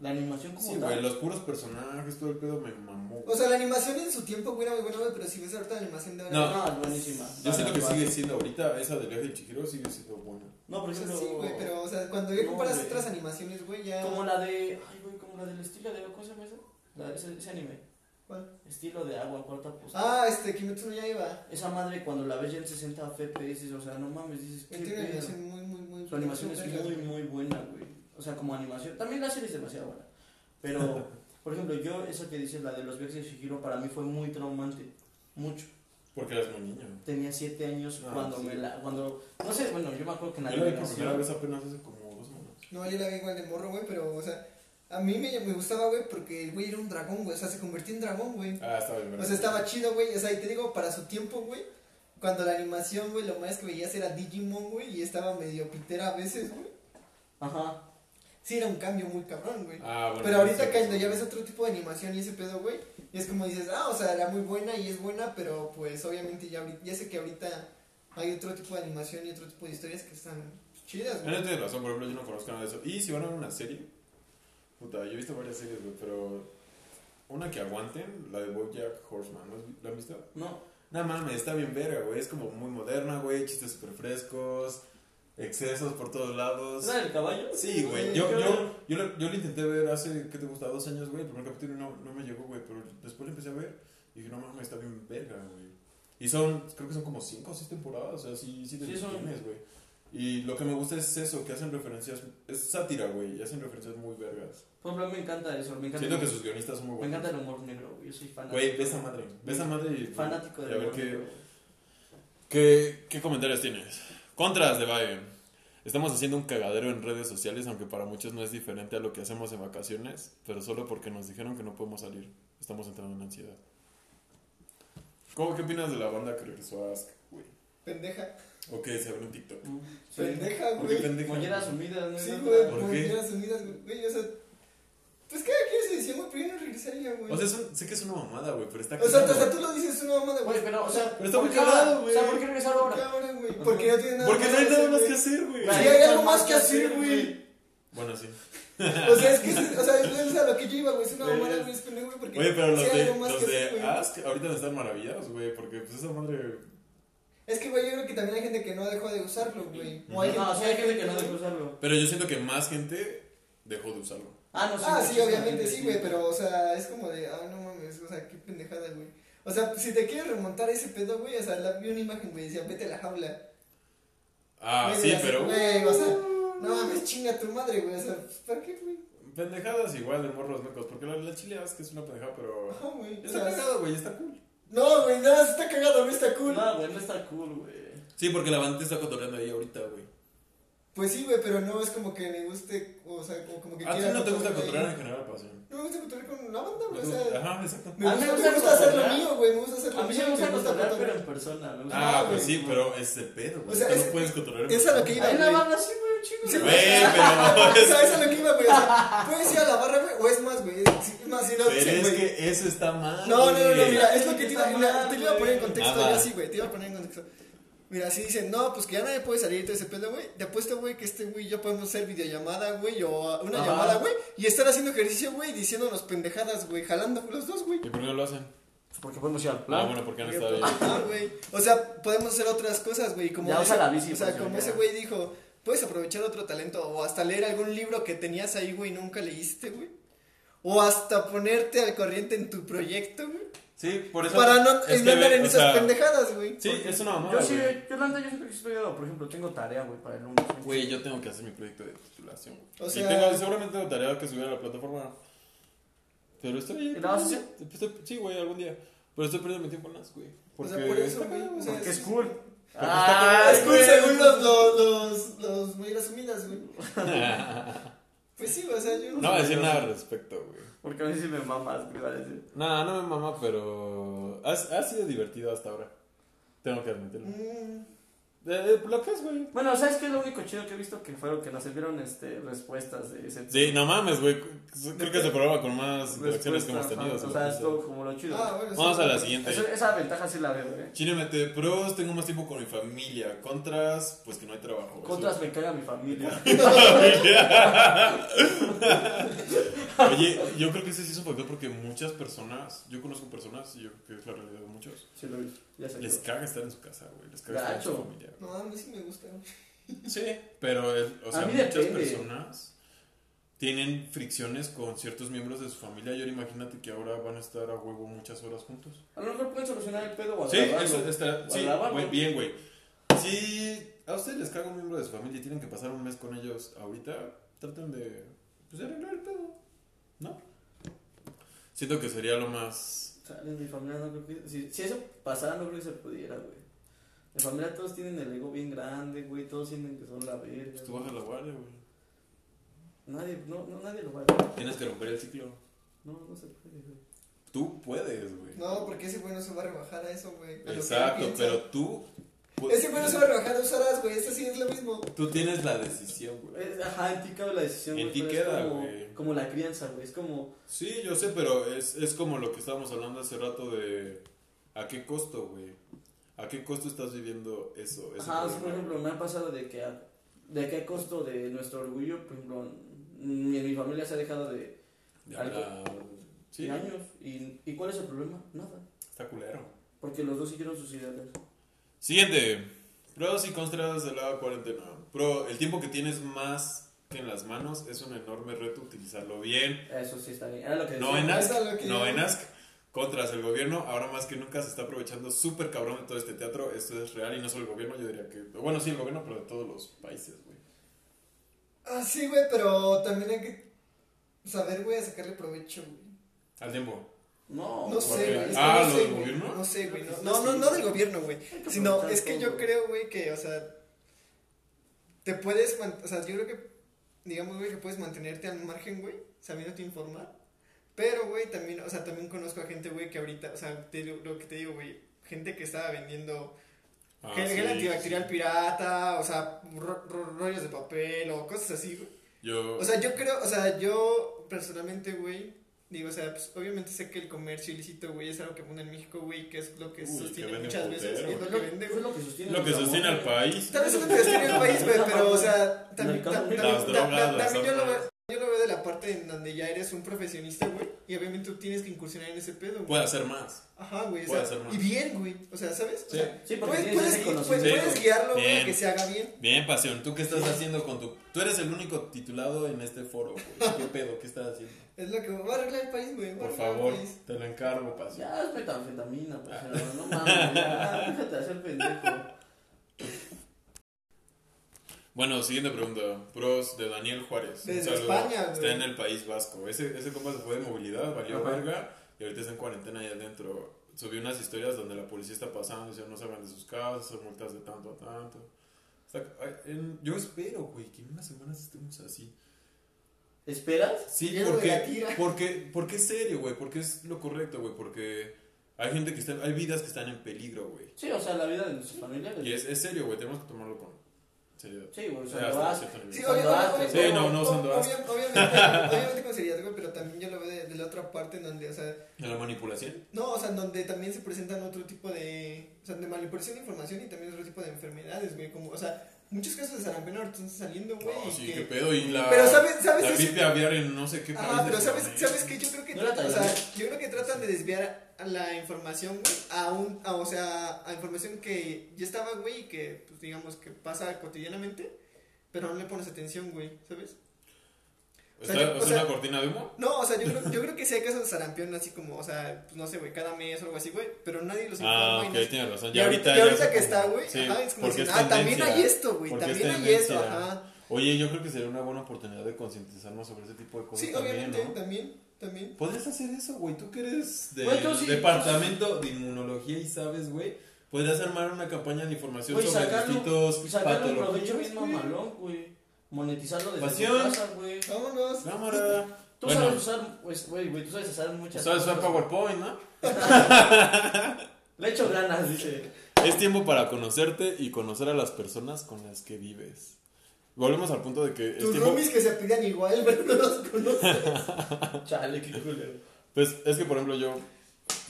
C: la animación como
A: Sí,
C: tal.
A: güey, los puros personajes, todo el pedo me mamó. güey.
B: O sea, la animación en su tiempo, güey, era muy buena, güey, pero si ves ahorita la animación de ahora.
A: No.
C: No, es buenísima.
A: Yo
C: La
A: siento que
C: animación.
A: sigue siendo ahorita, esa del viaje de Chihiro sigue siendo buena.
C: No, por
B: o sea,
C: ejemplo,
B: pues, sí, güey, pero, o sea, cuando ya
C: No,
B: comparas
C: güey.
B: otras animaciones, güey, ya.
C: como la de, ay, güey, como la del estilo de, ¿cómo se llama esa? La- ese, ese anime.
B: ¿Cuál?
C: Estilo de agua, cuarta postura.
B: Ah, este, Kimetsu no Yaiba.
C: Esa madre cuando la ves ya en 60 FPS, o sea, no mames, dices,
B: Él
C: qué
B: tiene una
C: pedo.
B: animación muy, muy, muy
C: Su animación es
B: verga,
C: muy,
B: güey.
C: muy buena, güey. O sea, como animación. También la serie es demasiado buena. Pero, por ejemplo, yo, esa que dices, la de los viajes de Shihiro, para mí fue muy traumante. Mucho.
A: Porque eras muy niño.
C: Tenía 7 años
A: Ah,
C: cuando
A: sí.
C: me la. Cuando, no sé, bueno, yo me acuerdo que en
A: Yo
C: la
A: la vi por primera
C: animación.
A: vez apenas hace como dos semanas.
B: No, yo la vi igual de morro, güey, pero, o sea, a mí me, me gustaba, güey, porque el güey era un dragón, güey, o sea, se convirtió en dragón, güey.
A: Ah, estaba bien.
B: O
A: ¿verdad?
B: sea, estaba chido, güey. O sea, y te digo, para su tiempo, güey. Cuando la animación, güey, lo más que veías era Digimon, güey. Y estaba medio pitera a veces, güey.
C: Ajá.
B: Sí, era un cambio muy cabrón, güey.
A: Ah, bueno.
B: pero ahorita
A: sí,
B: cuando
A: sí.
B: ya ves otro tipo de animación y ese pedo, güey. Y es como dices, ah, o sea, era muy buena y es buena, pero pues obviamente ya, ahorita- ya sé que ahorita hay otro tipo de animación y otro tipo de historias que están chidas,
A: Ah,
B: güey.
A: No tienes razón, por ejemplo, yo no conozco nada de eso. Y si van a ver una serie, puta, yo he visto varias series, güey, pero una que aguanten, la de Bojack Horseman, ¿no has vi- ¿la han visto?
C: No.
A: No mames, está bien verga, güey, es como muy moderna, güey, chistes súper frescos, excesos por todos lados.
C: ¿Es la del caballo?
A: Pues, Sí, güey, yo,
C: Yo-
A: yo, yo, lo, yo lo intenté ver hace, ¿qué te gusta? Dos años, güey, el primer capítulo no, no me llegó, güey, pero después lo empecé a ver y dije, no mames, está bien verga, güey. Y son, creo que son como cinco o seis temporadas, o sea, sí, sí te
C: Sí, son-
A: entretienes, güey. Y lo que me gusta es eso, que hacen referencias, es sátira, güey, y hacen referencias muy vergas.
C: Por ejemplo, me encanta eso, me encanta,
A: Siento
C: el,
A: que sus guionistas son muy
C: me
A: buenos.
C: encanta el humor negro, güey, yo soy fanático.
A: Güey, ve esa madre, ve esa madre y...
C: Fanático
A: y a
C: del
A: ver
C: humor
A: qué,
C: negro.
A: ¿Qué, ¿Qué comentarios tienes? Contras de Biden. Estamos haciendo un cagadero en redes sociales, aunque para muchos no es diferente a lo que hacemos en vacaciones, pero solo porque nos dijeron que no podemos salir. Estamos entrando en ansiedad. ¿Cómo, ¿Qué opinas de la banda que regresó a Ask, güey?
B: Pendeja.
A: O que se abrió un TikTok.
C: Sí.
B: Pendeja,
A: ¿Por qué
B: güey.
A: pendeja?
C: Molleras sumidas, ¿no?
B: Sí,
C: No,
B: güey,
C: no,
A: ¿Por
B: por
A: qué?
B: Naciones Unidas, güey. O sea, pues cada quien se decía, güey, primero regresaría, güey.
A: O sea, es un- sé que es una mamada, güey, pero está
B: o sea,
A: cagado.
B: hasta tú lo dices, es una mamada,
C: Güey,
B: güey.
C: pero, o sea,
A: Pero está muy
C: ¿por qué ahora?
A: cagado, güey.
C: O sea, ¿por qué regresar
B: ¿Por qué
C: ahora?
B: ahora, güey? Porque no tiene nada
A: Porque no hay nada más que
B: hacer.
A: hacer, güey.
B: güey. Sí,
C: Claro.
B: hay algo más que hacer, güey.
A: Bueno, sí.
B: O sea, es que, es- o sea, es a lo que yo iba, güey. Es una
A: Güey,
B: mamada,
A: es-
B: güey, es pendejo, güey. Porque
A: Oye, pero los
B: sí hay
A: de,
B: algo más
A: los
B: que
A: de ah.
B: hacer, güey.
A: Ask ahorita me están maravillados, güey, porque pues esa madre...
B: Es que, güey, yo creo que también hay gente que no dejó de usarlo, güey. O
C: No, o sea, hay gente que no debe usarlo.
A: Pero yo siento que más gente dejó de usarlo.
C: Ah, no, sí.
B: Ah, sí,
C: muchísima
B: obviamente
C: gente,
B: sí, güey, pero, o sea, es como de, ah, no mames, o sea, qué pendejada, güey. O sea, si te quieres remontar a ese pedo, güey, o sea, la, vi una imagen, güey, decía, vete a la jaula.
A: Ah,
B: Güey,
A: sí,
B: así,
A: pero... uh,
B: Güey, eh, o sea, no mames, chinga tu madre, güey, o sea, pues, ¿para qué, güey?
A: Pendejadas igual de morros locos, porque la, la chile Ask es una pendejada, pero...
B: No, güey, o
A: Está
B: sea,
A: cagado, güey, está cool.
B: no, güey, nada, se está cagado, no está cool.
C: No, güey, no está cool, güey.
A: Sí, porque la banda te está cotorreando ahí ahorita, güey.
B: Pues sí, güey, pero no es como que me guste, o sea, o como que
A: A ti no te gusta
B: cotorrear,
A: cotorrear
B: güey.
A: en general, pasión.
B: No me gusta cotorrear con la banda, güey, o sea,
A: Ajá, exacto.
B: me
C: A mí
B: gusta, me
C: me gusta
B: gusta hacer lo
C: cotorrear.
B: mío, güey, me gusta hacer lo
C: A mí sí
B: mío,
C: me
B: y
C: gusta cotorrear, pero
B: cotorrear.
C: en persona. me gusta
A: Ah,
B: No,
A: pues
B: güey,
A: sí,
C: no.
A: pero es de pedo, güey.
B: O sea,
A: Tú no
B: es-
A: puedes cotorrear.
B: es a lo que iba,
C: Hay una
B: güey.
C: banda así, güey, un chingo. de
B: Sí,
C: banda.
A: Güey, pero...
B: (laughs) O sea, eso es lo que iba, güey. O
C: (laughs)
B: sea, puedes ir a la barra, güey, o es más, güey. Es es más, si no
A: Pero
B: dicen,
A: es
B: güey.
A: que eso está mal.
B: No, no, no, no,
A: güey.
B: mira, es lo que te iba,
C: Está
B: mira,
C: mal,
B: te lo iba a poner en
C: güey.
B: contexto,
A: Ah,
B: yo
A: va.
B: así, güey, te iba a poner en contexto. Mira, si dicen, no, pues que ya nadie puede salir de ese pedo, güey. Te apuesto, güey, que este güey y yo podemos hacer videollamada, güey, o una
C: Ajá.
B: llamada, güey, y estar haciendo ejercicio, güey, diciéndonos pendejadas, güey, jalando los dos, güey.
A: ¿Y por qué no lo hacen?
C: Porque podemos ir al
A: Ah,
C: plan.
A: bueno, porque han
B: Ah,
A: estado ahí.
B: güey. O sea, podemos hacer otras cosas, güey. Como
C: Ya usa
B: ese-
C: la bici,
B: O sea,
C: pues,
B: como
C: ya.
B: ese güey dijo, puedes aprovechar otro talento o hasta leer algún libro que tenías ahí, güey, y nunca leíste, güey. O hasta ponerte al corriente en tu proyecto, güey.
A: Sí, por eso.
B: Para no
A: es
B: no
A: que,
B: andar
A: ve,
B: en
A: o
B: esas
A: sea,
B: pendejadas, güey.
A: Sí, es una mamada.
C: Yo sí,
A: güey.
C: yo la neta, yo siempre que estoy estudiado, por ejemplo, tengo tarea, güey, para el lunes.
A: Güey, yo tengo que hacer mi proyecto de titulación.
B: O
A: O
B: sea-
A: y tengo, seguramente tengo tarea que subir a la plataforma. Pero estoy ahí.
C: ¿Y la vas a hacer?
A: Estoy- sí, güey, algún día. Pero estoy perdiendo mi tiempo en las, güey.
B: O
A: Porque
B: sea, por eso,
A: está
B: güey.
A: cagado,
B: o sea,
A: güey.
C: Porque es
B: sí.
C: cool.
A: Ah,
B: Es
A: Ay,
B: cool
A: güey.
B: según los, los, los, los mayores
A: (laughs)
B: sumidas, güey. Pues sí, güey, o sea, yo
A: No voy a decir nada al respecto, güey.
C: Porque a mí sí me mamas, güey, a decir.
A: Nada, no me mama, pero. Ha, ha sido divertido hasta ahora. Tengo que admitirlo.
B: Mm,
A: Eh, eh, lo que es, güey.
C: Bueno, ¿sabes qué es lo único chido que he visto? Que fueron que nos sirvieron este, respuestas de ese
A: Sí, no mames, güey. Creo que es el programa con más interacciones
C: Respuestas,
A: que hemos tenido.
C: ajá, O
A: sobre
C: sea,
A: esto.
C: es todo como lo chido.
B: Ah, bueno, sí.
A: Vamos a la siguiente.
C: Eso- esa ventaja sí la veo, eh.
A: Chinemete, pros, tengo más tiempo con mi familia. Contras, pues que no hay trabajo.
C: Contras me caga mi familia.
A: Eso- Oye, yo creo que ese sí es un factor porque muchas personas, yo conozco personas, y yo creo que es la realidad de muchos,
C: Sí, lo vi. Ya sé.
A: les caga estar en su casa, güey. Les caga estar en su
C: Gacho.
A: familia.
B: No, a mí sí me gusta. güey.
A: Sí, pero, el- o sea,
C: A mí
A: muchas
C: depende.
A: personas tienen fricciones con ciertos miembros de su familia. Y ahora imagínate que ahora van a estar a huevo muchas horas juntos.
C: A lo mejor pueden solucionar el pedo o
A: Sí,
C: agravarlo.
A: eso está. Sí,
C: Guardabalo.
A: güey, bien, güey. Si a ustedes les caga un miembro de su familia y tienen que pasar un mes con ellos ahorita, traten de. Pues de arreglar el pedo. ¿No? Siento que sería lo más.
C: Chale, mi familia no creo que. Si, si eso pasara, no creo que se pudiera, güey. Mi familia todos tienen el ego bien grande, güey. Todos sienten que son la verga.
A: Pues tú bajas la guardia, güey.
C: Nadie, no, no, nadie lo va a hacer.
A: Tienes que romper el ciclo.
C: No, no se puede, güey.
A: Tú puedes, güey.
B: No, porque ese güey no se va a rebajar a eso, güey. a lo que él
A: Exacto,
B: piensa.
A: pero tú. pu-
B: Ese güey no se va a rebajar dos horas, güey. Eso sí es lo mismo.
A: Tú tienes la decisión, güey.
C: Es- Ajá, en ti cabe la decisión.
A: En
C: güey,
A: ti
C: pero es
A: queda,
C: como,
A: güey.
C: como la crianza, güey. Es como.
A: Sí, yo sé, pero es, es como lo que estábamos hablando hace rato de. ¿A qué costo, güey? ¿A qué costo estás viviendo eso? ese
C: Ajá, o sea,
A: problema?
C: por ejemplo, me ha pasado de que a, de qué costo de nuestro orgullo, por ejemplo, mi, mi familia se ha dejado de,
A: De
C: Algo.
A: hablar. Sí,
C: de años. Y, ¿Y cuál es el problema? Nada.
A: está culero.
C: Porque los dos siguieron sus ideales.
A: Siguiente. Pros y contras de la cuarentena. Pro, el tiempo que tienes más que en las manos es un enorme reto utilizarlo bien.
C: Eso sí está bien. Era lo que decía.
A: No en
B: Eso
A: Ask,
B: es lo que
A: no
B: yo-
A: en Ask, Contras, el gobierno ahora más que nunca se está aprovechando súper cabrón de todo este teatro. Esto es real y no solo el gobierno, yo diría que. Bueno, sí, el gobierno, pero de todos los países, güey.
B: Ah, sí, güey, pero también hay que saber, güey, a sacarle provecho, güey.
A: Al tiempo.
C: No,
B: No sé,
A: porque-
B: güey. es que
A: Ah,
B: no
A: ¿lo
B: sé,
A: del
B: güey,
A: gobierno?
B: No sé, güey. No,
C: Sí,
B: no, no,
C: sí.
B: no del gobierno, güey.
C: que
B: Sino,
C: preguntar
B: es que
C: todo,
B: yo
C: güey.
B: creo, güey, que, o sea, te puedes, man- o sea, yo creo que, digamos, güey, que puedes mantenerte al margen, güey, sabiéndote informar. Pero, güey, también, o sea, también conozco a gente, güey, que ahorita, o sea, te digo- lo que te digo, güey, gente que estaba vendiendo
A: Ah,
B: gel,
A: sí,
B: gel antibacterial
A: sí.
B: pirata, o sea, ro- ro- rollos de papel o cosas así, güey.
A: Yo.
B: O sea, yo creo, o sea, yo personalmente, güey, digo, o sea, pues obviamente sé que el comercio ilícito, güey, es algo que pone en México, güey, que es lo que
A: Uy,
B: sostiene
A: que vende
B: muchas
A: un
B: veces,
A: putero,
B: y es lo
C: Es
B: que
C: lo-
B: vende,
C: es
B: güey.
C: lo que sostiene,
A: lo que
C: el amor,
A: sostiene al
C: güey.
A: país.
B: Tal vez es lo que sostiene el país, güey, pero, o sea, también,
C: Mercado
B: tam- tam-
A: negro. Las
B: tam-
A: drogas,
B: tam-
A: las
B: también yo lo
A: armas.
B: veo. Yo lo veo de la parte en donde ya eres un profesionista, güey, y obviamente tú tienes que incursionar en ese pedo, güey.
A: Puede hacer más.
B: Ajá, güey, o
A: puede
B: sea,
A: hacer más.
B: y bien, güey, o sea, ¿sabes? O
A: Sí.
B: sea,
C: Sí, porque
B: puedes,
C: tienes
B: puedes,
C: ese
B: gui- pues,
C: conocimiento.
B: puedes guiarlo, güey,
A: Bien.
B: a que se haga bien.
A: Bien, pasión, ¿tú qué estás haciendo con tu. Tú eres el único titulado en este foro, güey. ¿Qué pedo? ¿Qué estás
B: (laughs)
A: haciendo?
B: Es lo que va a arreglar el país, güey. va a
A: Por
B: arreglar el
A: favor,
B: país.
A: te lo encargo, pasión.
C: Ya es metanfetamina,
A: Ah.
C: pues, pero no mames, ya, déjate de hacer pendejo.
A: Bueno, siguiente pregunta. Pros de Daniel Juárez. Un
B: Desde
A: saludo.
B: España, güey.
A: Está en el País Vasco. Ese, ese compa se fue de movilidad, valió
C: Ajá.
A: verga. Y ahorita está en cuarentena ahí adentro. Subí unas historias donde la policía está pasando, dice no salgan de sus casas, son multas de tanto a tanto. Está- ay, en- yo espero, güey, que en unas semanas estemos así.
C: ¿Esperas?
A: Sí,
B: Lleno de la
A: porque,
B: tira. (laughs)
A: porque, porque es serio, güey, porque es lo correcto, güey, porque hay gente que está, hay vidas que están en peligro, güey.
C: Sí, o sea, la vida de nuestros familiares.
A: Y es, es serio, güey, tenemos que tomarlo con seriedad.
C: Sí, güey,
A: Ya,
C: o sea, lo
A: hasta
C: vas-
A: cierto nivel.
B: Sí,
C: Son
B: obvio-
C: doastes,
B: obvio-
A: sí, no, no
B: obvio-
A: son doastes.
B: obvio- Obviamente, obviamente con seriedad, güey, pero también yo lo veo de, de la otra parte en donde, o sea,
A: ¿De la manipulación?
B: no, o sea, en donde también se presentan otro tipo de, o sea, de manipulación de información y también otro tipo de enfermedades, güey, como, o sea, muchos casos de sarampión ahorita están saliendo, güey.
A: No,
B: y
A: sí,
B: que-
A: qué pedo. Y la,
B: Pero sabes, sabes,
A: la
B: ese-
A: gripe aviar en no sé qué país.
B: Ajá, pero
A: de
B: sabes,
A: Sudamérica.
B: sabes que yo creo que,
C: ¿No era
B: o sea,
C: Tailandia?
B: yo creo que tratan de desviar a la información, güey, a un, a, o sea, a información que ya estaba, güey, y que, pues, digamos, que pasa cotidianamente, pero no le pones atención, güey, ¿sabes? o sea,
A: ¿eh? ¿Está-
B: yo-
A: ¿Es
B: o sea-
A: una cortina de humo?
B: No, o sea, yo creo, yo creo que sí hay casos de sarampión, así como, o sea, pues no sé, güey, cada mes o algo así, güey, pero nadie los
A: Ah,
B: informa. y
A: ok,
B: no-
A: tienes razón.
B: y
A: Ya ahorita,
B: ahorita, y
A: ya
B: ahorita
A: fue
B: que
A: como-
B: está, güey,
A: sí,
B: ajá, es como
A: porque
B: dicen,
A: es
B: ah, también
A: tendencia.
B: hay esto, güey,
A: Porque es
B: también hay esto,
A: tendencia.
B: ajá.
A: Oye, yo creo que sería una buena oportunidad de concientizarnos sobre ese tipo de cosas
B: Sí,
A: también,
B: obviamente,
A: ¿no?
B: también, también.
A: ¿Podrías hacer eso, güey? Tú que eres del
C: Güey, yo sí, pues,
A: departamento de inmunología y sabes, güey, podrías armar una campaña de información
C: Güey,
A: sobre
C: sacarlo-
A: distintos
C: Sacarlo un provecho
A: patologías.
C: bien mamalón, güey. Monetizarlo desde tu
A: Pasión.
C: casa, güey.
B: Vámonos.
A: Cámara.
C: Tú
A: Bueno.
C: sabes usar, pues, güey, güey, tú sabes usar muchas
A: Sabes usar
C: cosas.
A: PowerPoint, ¿no?
C: Le echo ganas, dice. (laughs)
A: Es tiempo para conocerte y conocer a las personas con las que vives. Volvemos al punto de que es
B: Tus
A: tiempo.
B: roomies que se pidan igual, (laughs) pero no los conoces.
C: Chale, qué culero.
A: Pues es que, por ejemplo, yo.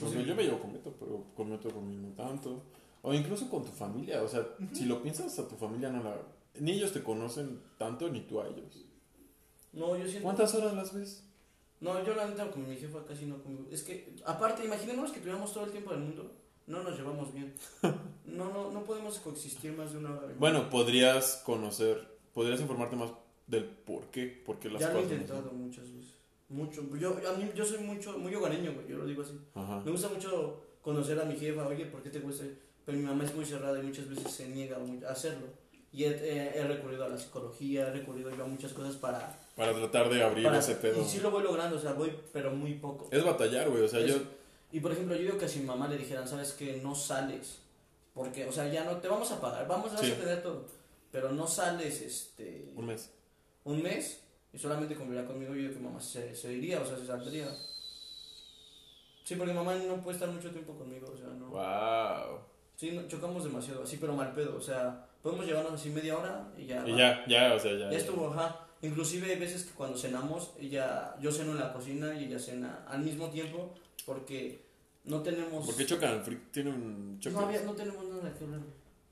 A: pues,
C: Sí.
A: Yo me llevo con Beto, pero con Beto conmigo no tanto. O incluso con tu familia. O sea, si lo piensas, a tu familia no la. Ni ellos te conocen tanto, ni tú a ellos.
C: No, yo siento.
A: ¿Cuántas horas las ves?
C: No, yo la neta con mi jefa casi no conmigo. Es que, aparte, imaginémonos que tuviéramos todo el tiempo del mundo. No nos llevamos bien. No, no, no podemos coexistir más de una hora.
A: Bueno, podrías conocer. Podrías informarte más del por qué. Por qué las
C: ya lo he
A: cosas. no
C: intentado muchas veces. Mucho. Yo, a mí, yo soy mucho, muy hogareño, güey. Yo lo digo así.
A: son. Ajá.
C: Me gusta mucho conocer a mi jefa, oye, ¿por qué te gusta? Pero mi mamá es muy cerrada y muchas veces se niega mu- a hacerlo. Y he, he- he recurrido a la psicología, he recurrido yo a muchas cosas para...
A: Para tratar de abrir
C: para-
A: ese pedo.
C: Y sí lo voy logrando, o sea, voy, pero muy poco.
A: Es batallar, güey. O sea,
C: Es-
A: yo.
C: Y por ejemplo, yo digo que si mi mamá le dijeran, ¿sabes que No sales. Porque, o sea, ya no te vamos a pagar, vamos vas
A: Sí.
C: a perder todo. Pero no sales este,
A: Un mes.
C: un mes y solamente convivirá conmigo. Yo digo que mi mamá se, se iría, o sea, se saldría. Sí, porque mi mamá no puede estar mucho tiempo conmigo, o sea, no.
A: Wow.
C: Sí, no, chocamos demasiado, así, pero mal pedo. O sea, podemos llevarnos así media hora y ya.
A: Y
C: va.
A: ya, ya, o sea, ya.
C: Ya estuvo, ajá. Inclusive hay veces que cuando cenamos, ella, yo ceno en la cocina y ella cena al mismo tiempo porque no tenemos...
A: ¿Por qué chocan? Fri- Tiene un choque.
C: no, había- no tenemos nada que hablar.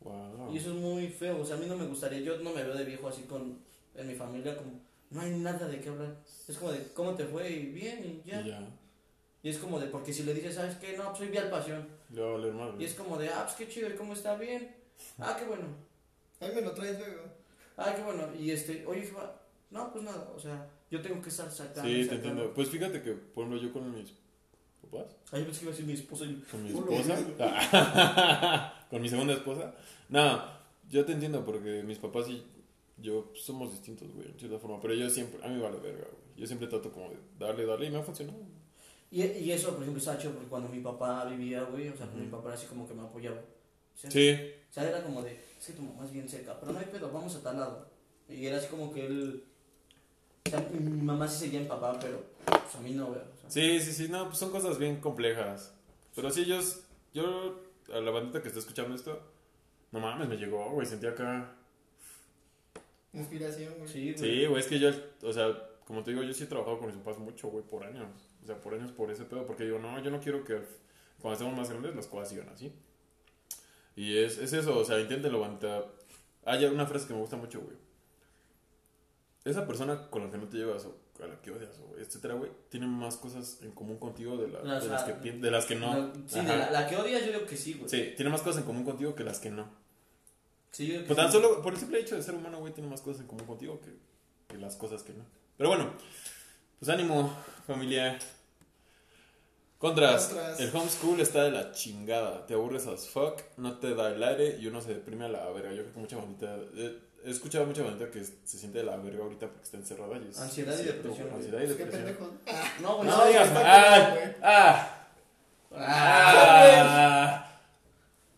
A: Wow.
C: Y eso es muy feo, o sea, a mí no me gustaría, yo no me veo de viejo así con, en mi familia, como, no hay nada de qué hablar. Es como de, ¿cómo te fue? Y bien, y ya.
A: Y ya.
C: Y es como de, porque si le dices, ¿sabes qué? No, pues soy vial pasión.
A: Le va a valer mal,
C: Y
A: güey.
C: es como de, ah, pues qué chido, ¿y cómo está? Bien. Ah, qué bueno.
B: Ahí me lo traes luego.
C: Ah, qué bueno. Y este, oye, jefa, no, pues nada, o sea, yo tengo que estar sacando.
A: Sí, te
C: sacando.
A: entiendo. Pues fíjate que, por ejemplo, yo con mis ¿Papás?
C: Ay, Ah, yo pensé que iba a decir mi esposa. y-
A: ¿Con mi
C: Hola.
A: esposa? (laughs) ¿Con mi segunda esposa? No, yo te entiendo porque mis papás y yo somos distintos, güey, en cierta forma. Pero yo siempre, a mí me vale verga, güey. Yo siempre trato como de darle, darle y me ha funcionado.
C: Y, y eso, por ejemplo, Sacho, porque cuando mi papá vivía, güey, o sea,
A: Ujú.
C: mi papá era así como que me apoyaba. O sea,
A: Sí,
C: O sea, era como de, es que tu mamá es bien seca, pero no hay pedo, vamos a tal lado. Y era así como que él. O sea, mi mi mamá sí seguía en papá, pero pues, a mí no, güey. o sea.
A: sí, sí, sí. No, pues son cosas bien complejas. Pero sí, yo, yo, a la bandita que está escuchando esto, no mames, me llegó, güey, sentí acá.
B: Inspiración, güey.
C: Sí, güey.
A: Sí, güey, es que yo, o sea, como te digo, yo sí he trabajado con mis papás mucho, güey, por años. O sea, por años por ese pedo, porque digo, no, yo no quiero que cuando estemos más grandes las cosas sigan así. Y es, es eso, o sea, inténtelo, bandita. Hay una frase que me gusta mucho, güey. Esa persona con la que no te llevas o a la que odias o etcétera, güey, tiene más cosas en común contigo de, la-
C: Las-
A: de las, que,
C: ah,
A: pi- de las que no.
C: La- sí,
A: Ajá.
C: de la, la que odia, yo digo que sí, güey.
A: Sí, tiene más cosas en común contigo que las que no.
C: Sí, yo digo que
A: Pues tan
C: sí.
A: solo por el simple hecho de ser humano, güey, tiene más cosas en común contigo que, que las cosas que no. Pero bueno, pues ánimo, familia. Contras.
B: Contras.
A: El homeschool está de la chingada. Te aburres as fuck, no te da el aire y uno se deprime a la verga. Yo creo que mucha bandita. eh, he escuchado a mucha bandita que se siente de la verga ahorita porque está encerrada. y es-
C: Ansiedad y
A: es cierto,
C: depresión,
A: güey. Ansiedad
C: güey.
A: y
B: Pues qué
A: depresión.
B: pendejo. ¿no? Ah,
C: No, güey,
A: No digas
B: está
A: más.
B: culero, güey.
A: ¡Ah! ¡Ah!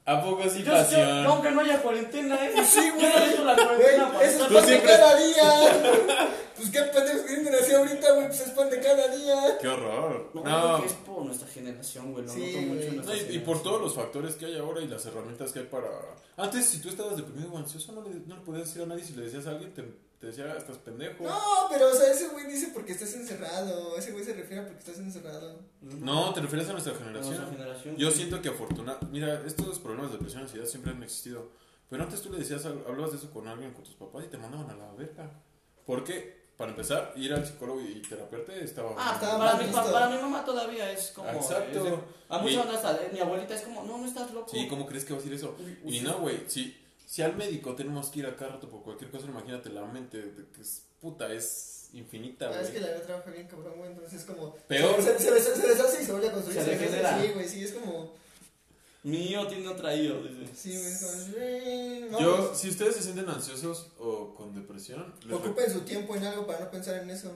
A: ¿A poco sí
C: Yo,
A: pasión?
C: yo- no, aunque no haya cuarentena, ¿eh?
B: Sí,
C: Yo no
B: güey.
C: dejo la
B: Güey,
C: cuarentena para
B: eso es
A: Tú
B: pan de
A: siempre-
B: cada día. Pues qué pendejos que dicen así ahorita, güey. Pues es pan de cada día.
A: ¡Qué horror!
C: No,
A: No.
C: creo que es por nuestra generación, güey. Lo
B: Sí,
C: noto
B: güey.
C: mucho en
A: No,
C: nuestra
A: y, y por
C: generación.
A: todos los factores que hay ahora y las herramientas que hay para... Antes, si tú estabas deprimido o ansioso, no le, no le podías decir a nadie. Si le decías a alguien, te, te decía, "Ah, estás pendejo.
B: No, pero o sea, ese güey dice porque estás encerrado. Ese güey se refiere a porque estás encerrado.
A: No, te refieres a nuestra
C: A nuestra
A: generación.
C: generación.
A: Yo siento que afortuna Mira, estos problemas de depresión y ansiedad siempre han existido. Pero antes tú le decías, al- hablabas de eso con alguien, con tus papás, y te mandaban a la verga. Porque, para empezar, ir al psicólogo y terapeuta estaba...
C: Ah,
B: Estaba
C: para,
B: mal
C: mi,
B: visto.
C: para mi mamá todavía es como.
A: Exacto.
C: es de- a
A: Y-
C: muchas hasta mi abuelita es como, no, no estás loco.
A: Sí, ¿cómo crees que va a decir eso?
C: Uy,
A: Y no, güey, si, si al médico tenemos que ir a cada rato por cualquier cosa, imagínate la mente, de que es puta, es infinita,
B: Ah, es que
A: güey.
B: la verdad trabaja bien cabrón, güey, entonces es como...
A: Peor.
B: Se, se, se deshace- se deshace y se vuelve a construir.
C: Se
B: deshace,
C: regenera.
B: Sí, güey, sí, es como...
C: Mi hijo tiene otra hijo, dice.
B: Sí, güey, es como... eh,
A: Yo,
B: vamos.
A: si ustedes se sienten ansiosos o con depresión, les re-
B: Ocupen su tiempo en algo para no pensar en eso.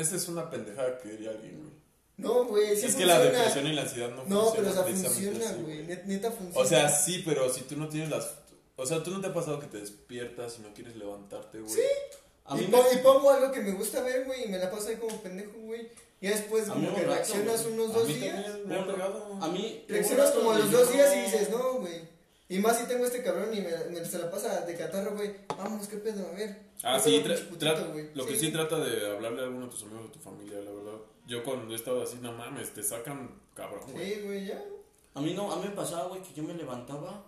A: esa es una pendejada que diría alguien, güey.
B: No, güey, sí
A: es que
B: funciona.
A: la depresión y la ansiedad no,
B: No, pero o sea,
A: funcionan precisamente
B: funciona,
A: así,
B: güey, net- neta funciona.
A: O sea, sí, pero si tú no tienes las... O sea, ¿tú no te ha pasado que te despiertas y no quieres levantarte, güey? Sí.
C: A
B: y,
C: mí,
B: pon-
C: me-
B: y pongo algo que me gusta ver, güey, y me la paso ahí como pendejo, güey. Y después
C: A mí
B: como
C: un
B: que
C: rato,
B: reaccionas
C: güey.
B: unos
A: A
B: dos
A: mí
B: días.
A: también me ha pegado.
C: a mí.
B: Reaccionas como a los
C: yo
B: dos días y dices, no, güey. Y más si tengo este cabrón y me, me- se la pasa de catarro, güey. Vamos, qué pedo, a ver.
A: Ah,
B: Pásalo,
A: sí, tra-
B: pinche putito,
A: tra-
B: güey.
A: lo que
B: Sí.
A: sí trata de hablarle a alguno de tus amigos o tu familia, la verdad. Yo cuando he estado así, no mames, te sacan cabrón, güey.
B: Sí, güey, ya.
C: A mí no, a mí me pasaba, güey, que yo me levantaba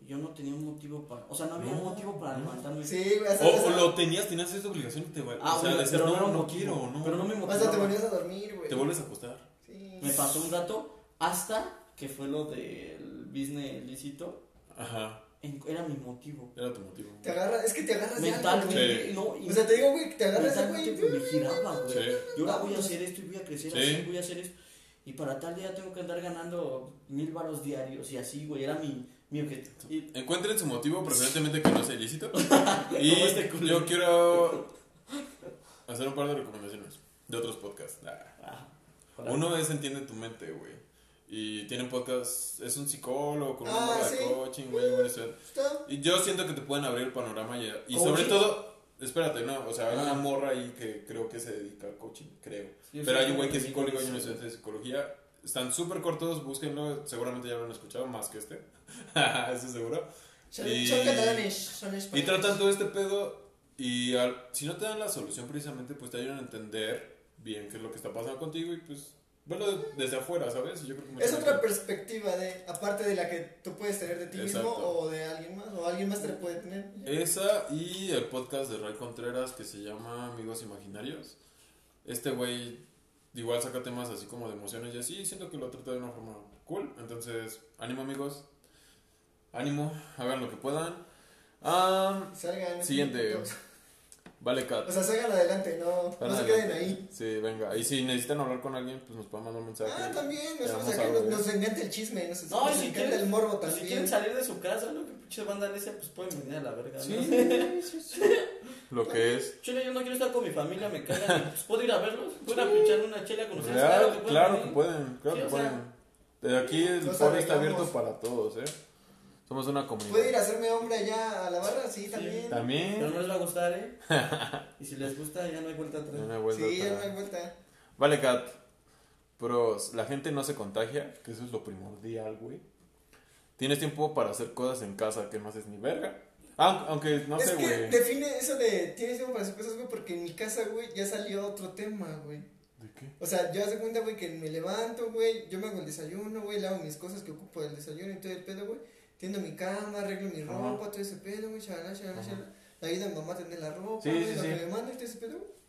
C: y yo no tenía un motivo para. O sea, no había
A: No,
C: un motivo para
A: no.
C: levantarme.
B: Sí, güey,
A: O,
B: hasta,
A: o
B: hasta-
A: lo tenías, tenías esa obligación y te va-
C: Ah,
A: o sea,
C: güey,
A: decías,
C: pero
A: no,
C: era un
A: no
C: motivo,
A: quiero, no.
C: Pero no me
B: hasta te
C: motivaba.
B: volvías a dormir, güey.
A: Te vuelves a acostar.
B: Sí.
C: Me pasó un rato hasta que fue lo del business lícito.
A: Ajá,
C: en- Era mi motivo.
A: era tu motivo.
B: Te agarra, es que te agarras de algo, güey.
C: Mentalmente.
A: Sí.
C: No, y-
B: O sea, te digo, güey, que te agarras de,
C: mentalmente
B: güey.
C: me giraba, güey.
A: Sí.
C: Y ahora voy a hacer esto y voy a crecer
A: Sí.
C: así, voy a hacer esto. Y para tal día tengo que andar ganando mil varos diarios y así, güey. Era mi, mi objetivo. Y-
A: Encuentren su motivo, preferentemente que no sea ilícito. y
C: (laughs) Como este culo.
A: yo quiero hacer un par de recomendaciones de otros podcasts. Ah.
C: ah, ojalá.
A: Uno es Entiende tu mente, güey. Y tiene podcast, es un psicólogo con un
B: Ah,
A: programa de
B: sí.
A: coaching, güey, buen estudiante.
B: Está-
A: Y yo siento que te pueden abrir el panorama y, y
C: ¿Coaching?
A: sobre todo, espérate, no, o sea, hay
C: Ah.
A: una morra ahí que creo que se dedica al coaching, creo.
C: Sí, yo
A: Pero
C: sí,
A: hay un güey que es
C: sí,
A: psicólogo y
C: sí.
A: un estudiante de psicología. Están súper cortos, búsquenlo, seguramente ya lo han escuchado más que este. (laughs) Eso seguro.
B: Son,
A: Y-
B: son catalanes, son
A: Y
B: españoles.
A: tratan todo este pedo y al- si no te dan la solución precisamente, pues te ayudan a entender bien qué es lo que está pasando contigo y pues verlo de- desde afuera, ¿sabes? Yo creo que mucha
B: Es
A: gente-
B: otra perspectiva de, aparte de la que tú puedes tener de ti mismo
A: Exacto.
B: o de alguien más, o alguien más te la puede tener.
A: Esa y el podcast de Ray Contreras que se llama Amigos Imaginarios. Este güey igual saca temas así como de emociones y así, y siento que lo trata de una forma cool. Entonces, ánimo amigos, ánimo, hagan lo que puedan. Am,
B: Salgan.
A: Siguiente. Vale, Kat.
B: O sea, salgan adelante, no,
A: Van
B: no se
A: adelante.
B: queden ahí.
A: Sí, venga. Y si necesitan hablar con alguien, pues nos pueden mandar un mensaje.
B: Ah, también,
A: Ya
B: nosotros
A: vamos
B: acá
A: a
B: nos,
A: ver.
B: nos encanta el chisme, nos,
C: No, y
B: nos
C: si
B: encanta
C: quieren-
B: el morbo
C: Pues,
B: también.
C: si quieren salir de su casa, ¿no? Que pinche banda necia, pues pueden venir a la verga, ¿no?
A: Sí, sí, sí. Lo que es.
C: Chile, yo no quiero estar con mi familia, me cagan. Pues, ¿Puedo ir a verlos? ¿Puedo ir a pinchar una chela con ustedes?
A: Real,
C: pueden
A: claro que
C: venir.
A: pueden, claro
C: Sí,
A: que
C: o sea,
A: pueden. Pero aquí el
B: nos
A: foro está abierto
B: arreglamos.
A: para todos, ¿eh? Somos una comunidad.
B: ¿Puedo ir a hacerme hombre allá a la barra? Sí, también.
C: Pero
A: También.
C: no les va a
A: (laughs)
C: gustar, ¿eh? Y si les gusta, ya no hay vuelta
A: Ya no
C: atrás.
A: hay vuelta
B: sí, ya no
A: atrás.
B: hay vuelta.
A: Vale, Kat. Bros, la gente no se contagia, que eso es lo primordial, güey. Tienes tiempo para hacer cosas en casa que no haces ni verga. Ah, aunque no
B: es
A: sé,
B: que
A: güey.
B: define eso de tienes tiempo para hacer cosas, güey, porque en mi casa, güey, ya salió otro tema, güey.
A: ¿De qué?
B: O sea, yo hace cuenta, güey, que me levanto, güey, yo me hago el desayuno, güey, lavo mis cosas que ocupo del desayuno y todo el pedo, güey. Tiendo mi cama, arreglo mi
A: Ajá.
B: ropa, todo ese pedo, güey, chalala, chalala,
A: Ajá.
B: chalala. Le ayudo a mi mamá a tender la ropa,
A: Sí,
B: güey,
A: sí,
B: lo
A: sí.
B: que me manda y todo ese pedo, güey.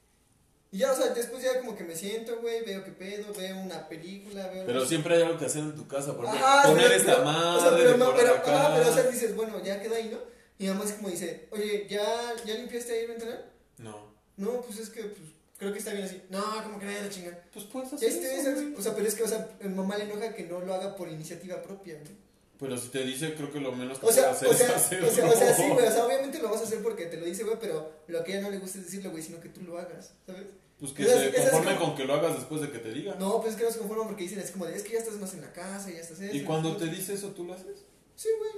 B: Y ya, o sea, después ya como que me siento, güey, veo qué pedo, veo una película, veo...
A: Pero siempre hay algo que hacer en tu casa, por ejemplo,
B: Ajá,
A: poner
B: pero-
A: esta madre,
B: O sea, pero, no,
A: decorar
B: pero,
A: acá.
B: ah, pero, o sea, dices, bueno, ya queda ahí, ¿no? Y mamá es como dice, oye, ¿ya, ya limpiaste ahí el ventanal?
A: No.
B: No, pues es que, pues, creo que está bien así. No, como que nadie la chinga.
A: Pues puedes
B: Ya este es, o sea, pero es que, o sea, a mi mamá le enoja que no lo haga por iniciativa propia, güey.
A: Pero si te dice, creo que lo menos que
B: O sea, o
A: hacer
B: sea, o sea,
A: hacerlo.
B: o sea, sí, güey, o sea, obviamente lo vas a hacer porque te lo dice, güey, pero lo que a ella no le gusta es decirlo, güey, sino que tú lo hagas, ¿sabes?
A: Pues que
B: o sea,
A: se
B: es- es
A: conforme
B: como-
A: con que lo hagas después de que te diga.
B: No, pues es que no se conforman porque dicen, es como de, es que ya estás más en la casa, ya estás eso.
A: y cuando te dice eso, ¿tú lo haces?
B: Sí, güey.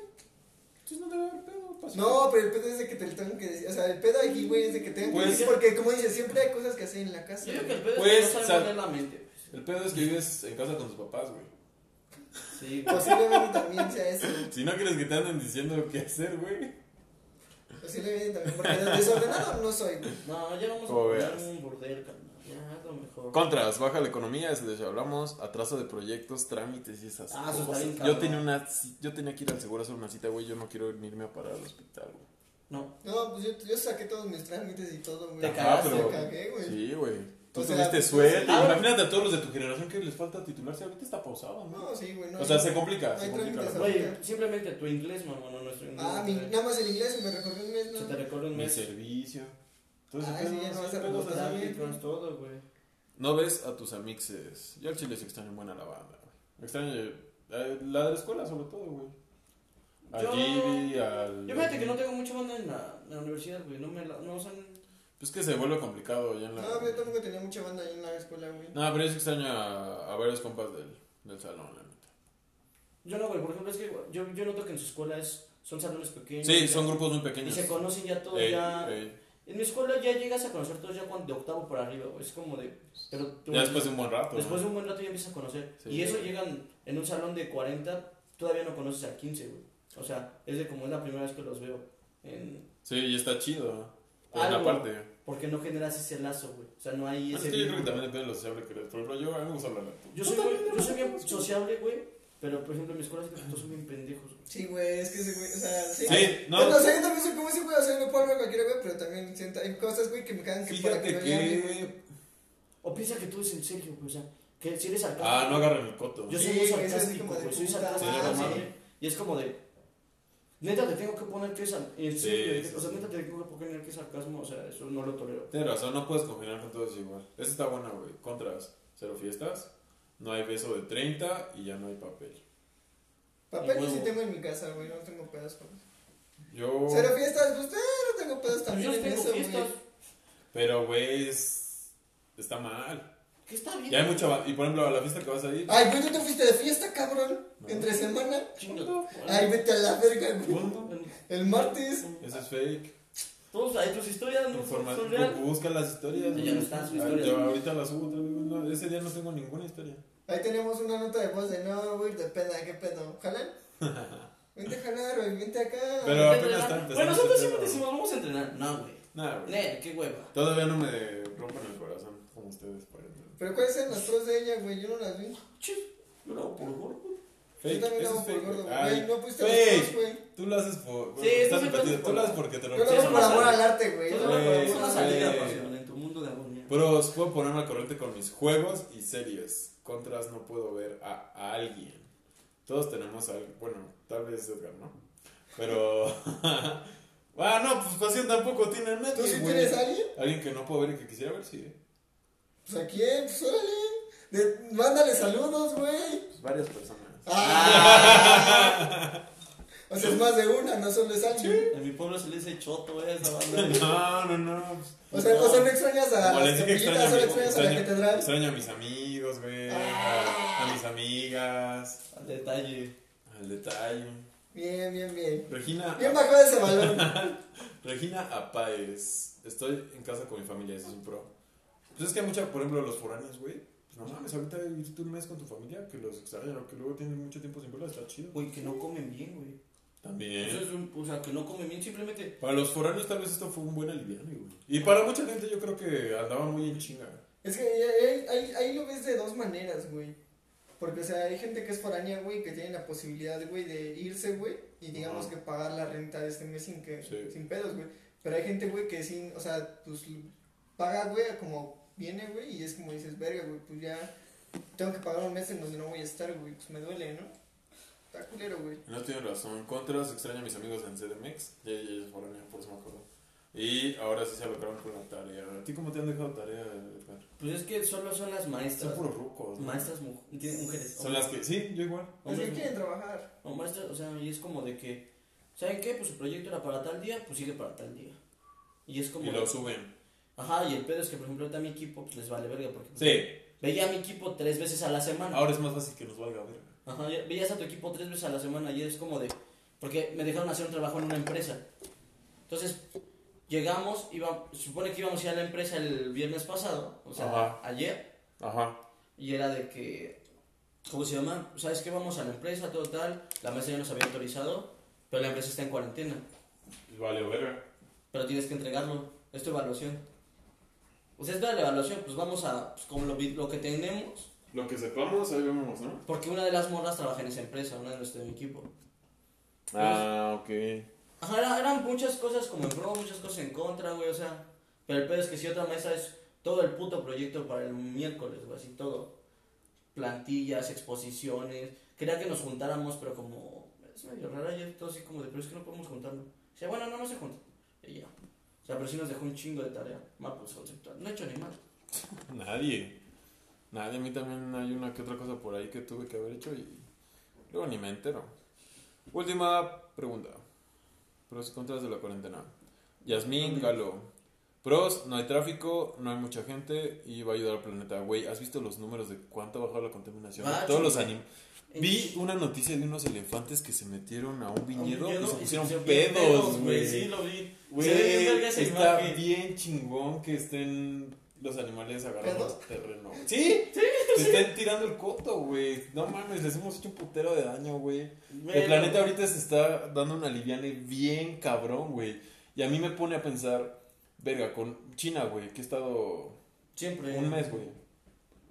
A: Entonces no te va a dar pedo. pasa.
B: No, pero el pedo es de que te lo tengo que decir, o sea, el pedo aquí, güey, es de que tengo que
A: Pues-
B: decir, porque como dices, siempre hay cosas que hacer en la casa.
C: Yo digo que
B: güey.
C: el pedo
A: Pues,
C: es que no
A: sal-
C: salgan de la mente. pues.
A: El pedo es que vives en casa con tus papás, güey. (laughs)
C: Sí, pues, güey.
B: Posiblemente también sea eso.
A: Si no quieres que te anden diciendo lo que hacer, güey.
B: Posiblemente también, porque desordenado no soy, güey.
C: No, ya vamos a
A: Como
C: poner
A: veas.
C: un burdel, carnal. Ya, es lo mejor.
A: Contras, baja la economía, es de lo que hablamos, atraso de proyectos, trámites y esas
C: Ah, eso está
A: cosas.
C: bien
A: yo
C: cabrón.
A: tenía una ci- yo tenía que ir al seguro a hacer una cita, güey, yo no quiero irme a parar al hospital, güey.
C: No,
B: No, pues yo, yo saqué todos mis trámites y todo, güey.
C: Te
A: Ajá,
C: cagaste,
A: pero-
B: Me cagué, güey.
A: Sí, güey. Tú
B: O sea,
A: tuviste
B: pues,
A: suerte.
C: ahora-
A: Imagínate a todos los de tu generación que les falta titularse, ahorita está pausado, ¿no?
B: No, sí, güey. No,
A: o sea,
B: hay-
A: se complica,
B: no
A: se
B: hay
A: complica.
B: trámites,
A: la-
C: oye, simplemente tu inglés, mamá, no nuestro inglés.
B: Ah, mi,
C: güey.
B: nada más el inglés me recorrió un mes,
C: Se
B: ¿no?
C: te recorre un
A: Mi
C: mes.
A: servicio. Entonces,
B: Ay, sí, ya no vas a
A: pedos
B: remontar,
A: así,
B: güey.
C: Prácticas, todo, güey.
A: No ves a tus amixes. Yo al chile se extraño buena la banda, güey. Extraño eh, la de la escuela, sobre todo, güey. A
C: Yo-
A: Gibi, al.
C: Yo fíjate que no tengo mucha banda en la, en la universidad, güey. No me la, no, o sea,
A: Pues que se vuelve complicado ya en la.
B: No, yo tampoco tenía mucha banda ahí en la escuela, güey.
A: No, pero yo sí extraño a, a varios compas del, del salón, la neta.
C: yo no, güey. Por ejemplo, es que güey, yo, yo noto que en su escuela es, son salones pequeños.
A: Sí,
C: ya-
A: son grupos muy
C: Y
A: pequeños.
C: se conocen ya todos,
A: Ey,
C: ya.
A: ey.
C: En mi escuela ya llegas a conocer todos ya cuando, de octavo para arriba, güey. Es como de. Pero tú,
A: Ya después de un buen rato.
C: después de
A: ¿no?
C: un buen rato ya empiezas a conocer.
A: Sí.
C: y eso llegan en un salón de 40, todavía no conoces a 15, güey. O sea, es de como es la primera vez que los veo. En,
A: Sí, y está chido. Pero
C: Algo.
A: aparte.
C: porque no generas ese lazo, güey. O sea, no hay
A: Es
C: ese.
A: que Ah, yo creo que
C: vínculo.
A: también depende de lo sociable que eres. Por ejemplo, yo a mí me gusta hablar.
C: Yo soy, güey, yo soy bien sociable, güey. Pero, por ejemplo, en mi escuela sí que todos son bien pendejos. güey.
B: Sí, güey, es que ese güey, o sea, sí.
A: Sí, no.
B: no, no, o sea, yo también soy como ese güey, o sea, yo me puedo hablar cualquiera, güey, pero también siento, hay cosas, güey, que me cagan que para que
A: Fíjate
B: no le hable, güey.
A: que.
C: O piensa que tú eres en serio, güey. O sea, que si eres sarcástico.
A: Ah, no agarren el coto.
C: Yo
B: Sí,
C: soy muy
B: que es así
C: sarcástico,
B: como de
C: güey. Soy
B: puta
C: sarcástico.
A: madre.
C: sí, güey. Y es como de. Neta, te tengo que poner que es sar- en
A: Sí,
C: serio,
A: sí,
C: O sea,
A: sí.
C: neta, te tengo que poner que es sarcasmo. O sea, eso no lo tolero.
A: Tienes razón, no puedes combinar con todos igual. Esa está buena, güey. Contras, cero fiestas. No hay beso de 30 y ya no hay papel.
B: Papel yo sí
C: huevo.
B: tengo en mi casa, güey, no tengo pedos con eso.
A: Yo.
B: Cero fiestas, pues, eh, no tengo pedos también
C: Yo
B: en
C: tengo
B: eso,
C: fiestas.
B: güey.
A: Pero, güey, es... está mal.
C: Que está bien.
A: Ya hay mucha. ba- Y por ejemplo, a la fiesta que vas a ir.
B: Ay, güey, ¿tú te fuiste de fiesta, cabrón?
A: No.
B: ¿Entre semana?
C: Chinga.
B: Ay, vete a la verga, güey.
A: punto.
B: El martes.
A: Eso es fake.
C: Todos, ahí tus historias no son,
A: Informa-
C: son reales.
A: bu- Busca las historias.
C: Ya
A: güey.
C: no están sus
A: Ah,
C: historias.
A: yo ahorita las subo. otra vez, güey. No, ese día no tengo ninguna historia.
B: Ahí tenemos una nota de voz de no, güey, de peda, qué pedo. ¿Jalan? Vente a jalar, güey, vente acá.
A: Pero
C: Gente
A: apenas está
C: real.
A: empezando.
C: Bueno, nosotros
A: ese
C: siempre
A: pedo.
C: decimos, vamos a entrenar. No, güey.
A: Nah, güey.
C: Ne, qué hueva.
A: Todavía no me rompen el corazón como ustedes, por ejemplo.
B: Pero ¿cuáles eran las pros de ella, güey? Yo no las vi.
C: Che, yo lo hago por gordo.
B: Yo
A: Fake,
B: también
A: eso
B: lo hago
A: es
B: por
A: fake.
B: gordo, güey.
A: Ay,
B: No pusiste
A: fake.
B: los pros, güey.
A: Tú lo haces por.
C: Sí,
A: estás
C: tú siempre
A: repetido.
C: haces
A: Tú
C: por-
A: lo haces porque te lo
B: Yo lo
C: Sí,
B: hago
C: son
B: por
C: las
B: amor
C: salidas.
B: al arte, güey.
C: Yo
B: Yo
C: lo
B: lo
C: hago
B: hago
C: por-
A: güey.
C: Es
B: por
C: una
B: amor al arte.
C: salida
A: güey.
C: pasional en tu mundo de agonía.
A: Pero os puedo ponerme al corriente con mis juegos y series. Contras no puedo ver a, a alguien. Todos tenemos algo. Bueno, tal vez Edgar, ¿no? Pero. (laughs) Ah, no, pues pasión tampoco tiene nadie,
B: ¿Tú sí
A: güey.
B: tienes a alguien?
A: Alguien que no puedo ver y que quisiera ver, sí. eh.
B: Pues a quién, pues órale. De- mándale saludos, güey.
A: Pues varias personas. (laughs)
B: Ah. O sea, es más de una, no solo es alguien.
A: Pues-
C: En mi pueblo se le dice choto, eh, esa banda.
A: (laughs) No, no, no. pues,
B: O sea, o sea, no extrañas a
A: Como les
B: las
A: dije, extraño, a mi-
B: capillitas, solo extrañas a la
A: extraño-
B: catedral.
A: extraño a mis amigos, güey. A, a mis amigas.
C: Al detalle.
A: Al detalle.
B: Bien, bien, bien.
A: Regina,
B: Bien bajado ese balón.
A: Regina Apáez. Estoy en casa con mi familia, eso es un pro. Pues es que hay mucha, por ejemplo, los foráneos, güey. Pues no mames, ahorita irte un mes con tu familia, que los extrañan o que luego tienen mucho tiempo sin verla, está chido.
C: Güey, que no comen bien, güey.
A: También.
C: Eso es un, o sea, que no comen bien, simplemente.
A: Para los foráneos tal vez esto fue un buen aliviano, güey. Y para mucha gente yo creo que andaba muy en chinga.
B: Es que ahí, ahí- ahí lo ves de dos maneras, güey. Porque, o sea, hay gente que es foránea, güey, que tiene la posibilidad, güey, de irse, güey, y digamos
A: Ajá.
B: que pagar la renta de este mes sin que,
A: Sí.
B: sin pedos, güey. Pero hay gente, güey, que sin, o sea, pues paga, güey, como viene, güey, y es como dices, verga, güey, pues ya tengo que pagar un mes en donde no voy a estar, güey, pues me duele, ¿no? Está culero, güey.
A: No tienen razón. Contras extraño a mis amigos en CDMX. Ya, ya, ya, foráneo, por eso me acuerdo. Y ahora sí se alocaron con la tarea. ¿A ti cómo te han dejado tarea, Edgar?
C: Pues es que solo son las
A: Son
C: maestras.
A: puros rucos. ¿no?
C: Maestras mu- tienen mujeres.
A: Son las que. Sí, yo igual.
B: Es que
C: Hombres,
B: quieren trabajar.
C: O maestras, o sea, y es como de que. ¿Saben qué? Pues su proyecto era para tal día, pues sigue para tal día. Y es como.
A: Y lo suben.
C: Ajá, y el pedo es que, por ejemplo, ahorita a mi equipo pues, les vale verga. Porque pues,
A: Sí. Ah.
C: Veía a mi equipo tres veces a la semana.
A: Ahora es más fácil que nos valga ver.
C: Ajá, ya- veías a tu equipo tres veces a la semana y es como de... Porque me dejaron hacer un trabajo en una empresa. Entonces, llegamos, iba, se supone que íbamos a ir a la empresa el viernes pasado, o sea,
A: Ajá.
C: ayer,
A: Ajá.
C: y era de que... ¿Cómo se llama? ¿Sabes qué? Vamos a la empresa, todo tal. La mesa ya nos había autorizado, pero la empresa está en cuarentena.
A: Vale, verga.
C: Pero tienes que entregarlo. Es tu evaluación. O sea, es la evaluación, pues vamos a... Pues, como lo, vi- lo que tenemos,
A: Lo que sepamos, ahí vemos, ¿no?
C: porque una de las morras trabaja en esa empresa, una de nuestro equipo.
A: Ah, ok.
C: Ajá, era- eran muchas cosas como en pro, muchas cosas en contra, güey, o sea. Pero el pedo es que si otra mesa es todo el puto proyecto para el miércoles, güey, así todo. Plantillas, exposiciones. Quería que nos juntáramos, pero como. Es medio raro ayer, todo así como de, pero es que no podemos juntarnos. O sea, bueno, no, no se juntan. Y ya. O sea, pero sí nos dejó un chingo de tarea. Mapos conceptual. No he hecho ni mal.
A: Nadie. Nadie. A mí también hay una que otra cosa por ahí que tuve que haber hecho y luego ni me entero. Última pregunta. Pros y contras de la cuarentena. Yasmín Galo. Pros, no hay tráfico, no hay mucha gente y va a ayudar al planeta. Güey, ¿has visto los números de cuánto ha bajado la contaminación?
C: Ah,
A: Todos los
C: chinga.
A: anim Vi una noticia de unos elefantes que se metieron a un viñedo,
C: Aunque
A: y
C: yo
A: se
C: no-
A: pusieron
C: bien
A: pedos,
C: Sí,
A: güey.
C: lo vi.
A: Güey,
C: Se ve bien verga esa
A: está
C: imagen.
A: bien chingón que estén los animales agarrando
B: ¿Pedos?
A: terreno. ¿Sí? Sí. Te estén tirando el coto, güey. No mames, les hemos hecho un putero de daño, güey.
C: Güey,
A: El planeta ahorita se está dando una liviane bien cabrón, güey. Y a mí me pone a pensar, verga, con China, güey, que he estado
C: Siempre.
A: un mes, güey.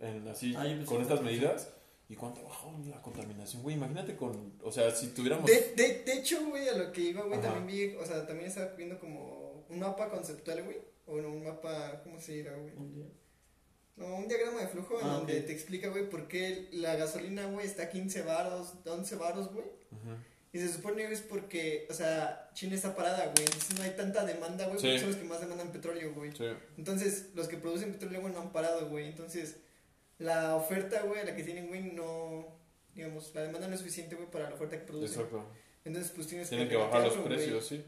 A: en- así,
C: Ah, yo pensé
A: con
C: que-
A: estas medidas. ¿Y cuánto bajó la contaminación, güey? Imagínate con... O sea, si tuviéramos...
B: De, de, de hecho, güey, a lo que iba, güey,
A: Ajá.
B: también vi, o sea, también estaba viendo como un mapa conceptual, güey. O no, un mapa, ¿cómo se dirá, güey?
C: Un día.
B: No, un diagrama de flujo en
C: Ah,
B: donde
C: ok.
B: te explica, güey, por qué la gasolina, güey, está a 15 varos, 11 varos, güey.
A: Ujú.
B: Y se supone güey, es porque, o sea, China está parada, güey. Entonces no hay tanta demanda, güey,
A: Sí.
B: porque son los que más demandan petróleo, güey.
A: Sí.
B: Entonces, los que producen petróleo, güey, no han parado, güey. Entonces, la oferta, güey, la que tienen, güey, no, digamos, la demanda no es suficiente, güey, para la oferta que producen.
A: Exacto.
B: Entonces, pues tienes
A: Tienen que bajar los
B: regatearlo, güey.
A: precios, sí.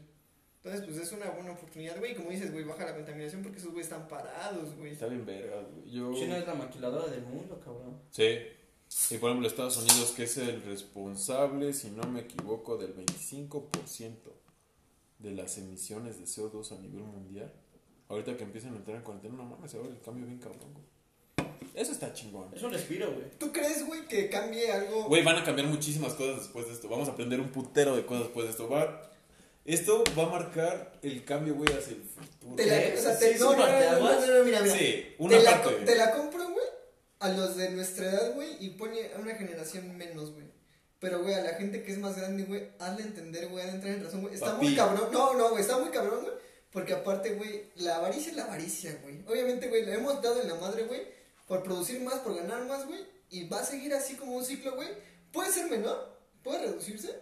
B: Entonces, pues es una buena oportunidad, güey. Y Como dices, güey, baja la contaminación porque esos, güey, están parados, güey.
A: Está bien verga, güey. Yo...
C: China es la maquiladora del mundo, cabrón.
A: Sí. Y por ejemplo, Estados Unidos, que es el responsable, si no me equivoco, del 25% de las emisiones de CO2 a nivel mundial. Ahorita que empiezan a entrar en cuarentena, no mames, ahora el cambio bien cabrón, güey. Eso está chingón.
C: Es un respiro, güey.
B: ¿Tú crees, güey, que cambie algo?
A: Güey, van a cambiar muchísimas cosas después de esto. Vamos a aprender un putero de cosas después de esto. Va- Esto va a marcar el cambio, güey, hacia el futuro.
B: Te la, o sea, te,
C: Sí,
B: no, no,
C: es un
B: no, no, no,
C: parteaguas.
B: no, no, mira, mira.
A: Sí, una
B: te, la,
A: parte.
B: co- te la compro, güey, a los de nuestra edad, güey, y pone a una generación menos, güey. Pero, güey, a la gente que es más grande, güey, hazle entender, güey, hazle entrar en razón, güey. Está
A: Papi.
B: muy cabrón. No, no, güey, está muy cabrón, güey. Porque aparte, güey, la avaricia es la avaricia, güey. Obviamente, güey, le hemos dado en la madre, güey, por producir más, por ganar más, güey. Y va a seguir así como un ciclo, güey. Puede ser menor, puede reducirse,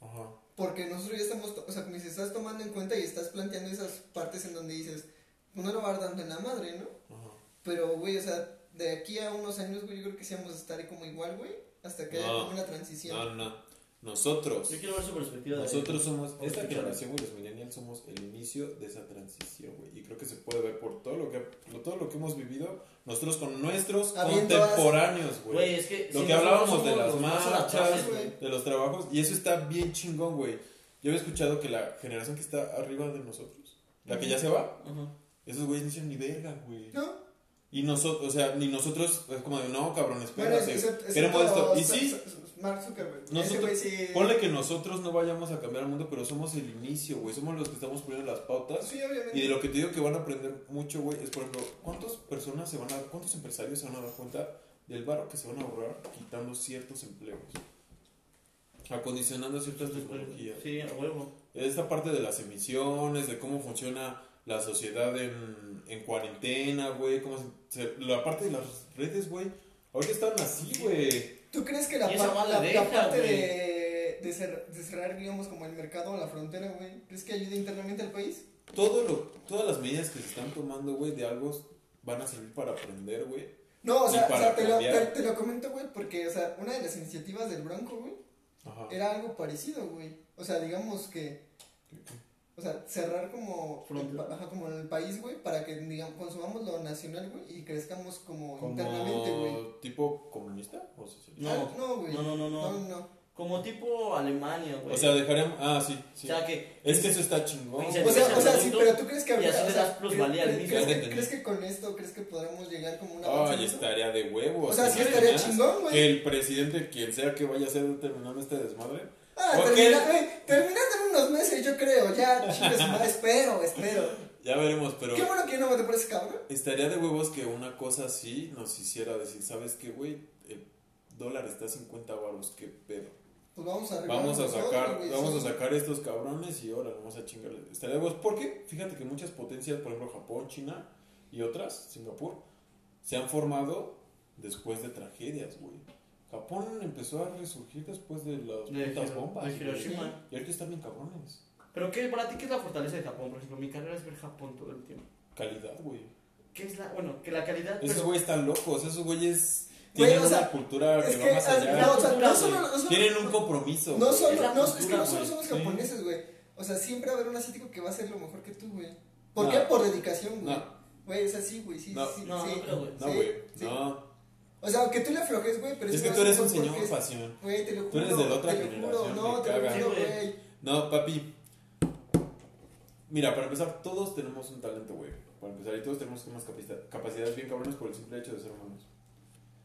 A: Ajá.
B: porque nosotros ya estamos, to- o sea, como dices, estás tomando en cuenta y estás planteando esas partes en donde dices, "Pues no lo va a dar tanto en la madre, ¿no?
A: Ajá.
B: Pero, güey, o sea, de aquí a unos años, güey, yo creo que sí vamos a estar ahí como igual, güey, hasta que haya
A: No.
B: como una transición.
A: No, no, no. Nosotros.
C: Yo quiero ver su perspectiva. de-
A: Nosotros somos,
C: Vamos a
A: esta
C: escuchar.
A: generación, güey, los millennials somos el inicio de esa transición, güey. Y creo que se puede ver por todo lo que, por todo lo que hemos vivido nosotros con nuestros
B: Habiendo
A: contemporáneos,
C: Güey,
A: güey.
C: es que.
A: Lo
C: si
A: que
C: nosotros
A: hablábamos
C: somos
A: de las
C: los más
A: marchas,
C: adaptables,
B: güey.
A: de los trabajos, y eso está bien chingón, güey. Yo había escuchado que la generación que está arriba de nosotros, la que ya se va,
C: Ajá.
A: esos güeyes no hicieron ni verga, güey.
B: ¿No?
A: Y nosotros, o sea, ni nosotros, es como de, no, cabrón,
B: Bueno,
A: espérate,
B: excepto,
A: queremos esto.
B: excepto
A: pues, Y sí,
B: Mark Zuckerberg. Ese
A: Nosotros-
B: güey sí.
A: ponle que nosotros no vayamos a cambiar el mundo, pero somos el inicio, güey. Somos los que estamos poniendo las pautas.
B: Sí, obviamente.
A: Y de lo que te digo que van a aprender mucho, güey, es por ejemplo, ¿cuántas personas se van a, cuántos empresarios se van a dar cuenta del barro que se van a ahorrar quitando ciertos empleos? Acondicionando ciertas tecnologías.
C: Sí, a huevo.
A: Esta parte de las emisiones, de cómo funciona la sociedad en, en cuarentena, güey, cómo se- se- la parte de las redes, güey. Ahorita están así, güey.
B: ¿Tú crees que la,
C: Y esa
B: par-
C: madre
B: la- la
C: deja,
B: parte
C: güey.
B: de, de, cer- de cerrar, digamos, como el mercado o la frontera, güey, crees que ayuda internamente al país?
A: Todo lo, todas las medidas que se están tomando, güey, de algo van a servir para aprender, güey.
B: No, o
A: Y
B: sea, o
A: para
B: sea, te, lo, te,
A: cambiar.
B: te lo comento, güey, porque, o sea, una de las iniciativas del Bronco, güey,
A: Ajá.
B: era algo parecido, güey. O sea, digamos que, o sea, cerrar como, el,
C: Frontera.
B: pa- ajá, como el país, güey, para que, digamos, consumamos lo nacional, güey, y crezcamos como, internamente, güey.
A: Como tipo comunista o socialista.
C: No.
B: Ah, no, güey.
C: No, no, no, no.
B: No, no.
C: Como tipo Alemania, güey.
A: O sea, dejaríamos. Ah, sí, sí.
C: O sea, que.
A: es que eso está chingón.
C: O
A: güey.
B: O sea, o sea, sí,
C: Tú-
B: pero tú crees que
C: y así
B: ahorita,
C: le
B: o sea,
C: das plusvalía al
B: ¿crees-
C: mismo.
B: ¿crees,
A: Ya
B: que,
A: entendí.
B: crees que con esto crees que podremos llegar como una
A: Ay, estaría de huevos.
B: O sea,
A: ¿te
B: sí estaría
A: imaginas?
B: chingón, güey.
A: Que el presidente, quien sea que vaya a ser terminando este desmadre.
B: Ah,
A: ¿Por
B: termina-
A: qué?
B: güey, terminando en unos meses, yo creo, ya, chicos, espero, espero.
A: Ya veremos, pero
B: Qué bueno que yo no voté por ese cabrón.
A: estaría de huevos que una cosa así nos hiciera decir, ¿sabes qué, güey? El dólar está a 50 baros, qué pedo.
B: Pues vamos a arreglar
A: Vamos a
B: nosotros,
A: sacar,
B: güey,
A: vamos a
B: sí.
A: sacar estos cabrones y ahora vamos a chingarle. Estaría de huevos, porque fíjate que muchas potencias, por ejemplo Japón, China y otras, Singapur, se han formado después de tragedias, güey. Japón empezó a resurgir después de las
C: De
A: putas
C: Hiro-
A: bombas.
C: de
A: güey.
C: Hiroshima.
A: Y ahorita están bien cabrones.
C: Pero qué, para ti, ¿qué es la fortaleza de Japón? Por ejemplo, mi carrera es ver Japón todo el tiempo.
A: Calidad, güey.
C: ¿Qué es la.? Bueno, que la calidad.
A: Esos
C: pero-
A: güeyes están locos, esos güeyes
B: Güey,
A: tienen
B: o sea,
A: una cultura que
B: Es
A: va
B: que,
A: más
B: ah,
A: allá.
B: no, o sea,
C: Cultura,
B: no solo,
C: güey.
B: no solo-
A: Tienen un compromiso.
B: no
A: güey.
B: solo,
C: Es la
B: no, es que
C: cultura,
B: no solo
C: güey.
B: somos
A: Sí.
B: japoneses, güey. O sea, siempre va a haber un asiático que va a ser lo mejor que tú, güey. ¿Por
A: No.
B: qué? Por dedicación, güey.
A: No,
B: Güey, es así, güey, sí,
A: No.
B: sí,
C: No,
B: sí.
C: no creo, güey.
A: no,
B: Sí,
A: güey.
B: sí.
A: No.
B: O sea, aunque tú le aflojes, güey, pero
A: Es
B: eso
A: que
B: no
A: tú eres un
B: porque
A: señor
B: es-
A: pasión.
B: Güey, te lo juro.
A: Tú eres de la otra
B: te lo
A: generación,
B: juro, no,
A: me
B: te lo
A: caga.
B: juro,
C: Sí, güey.
B: güey.
A: No, papi. Mira, para empezar, todos tenemos un talento, güey. Para empezar, y todos tenemos unas capacita- capacidades bien cabrones por el simple hecho de ser humanos.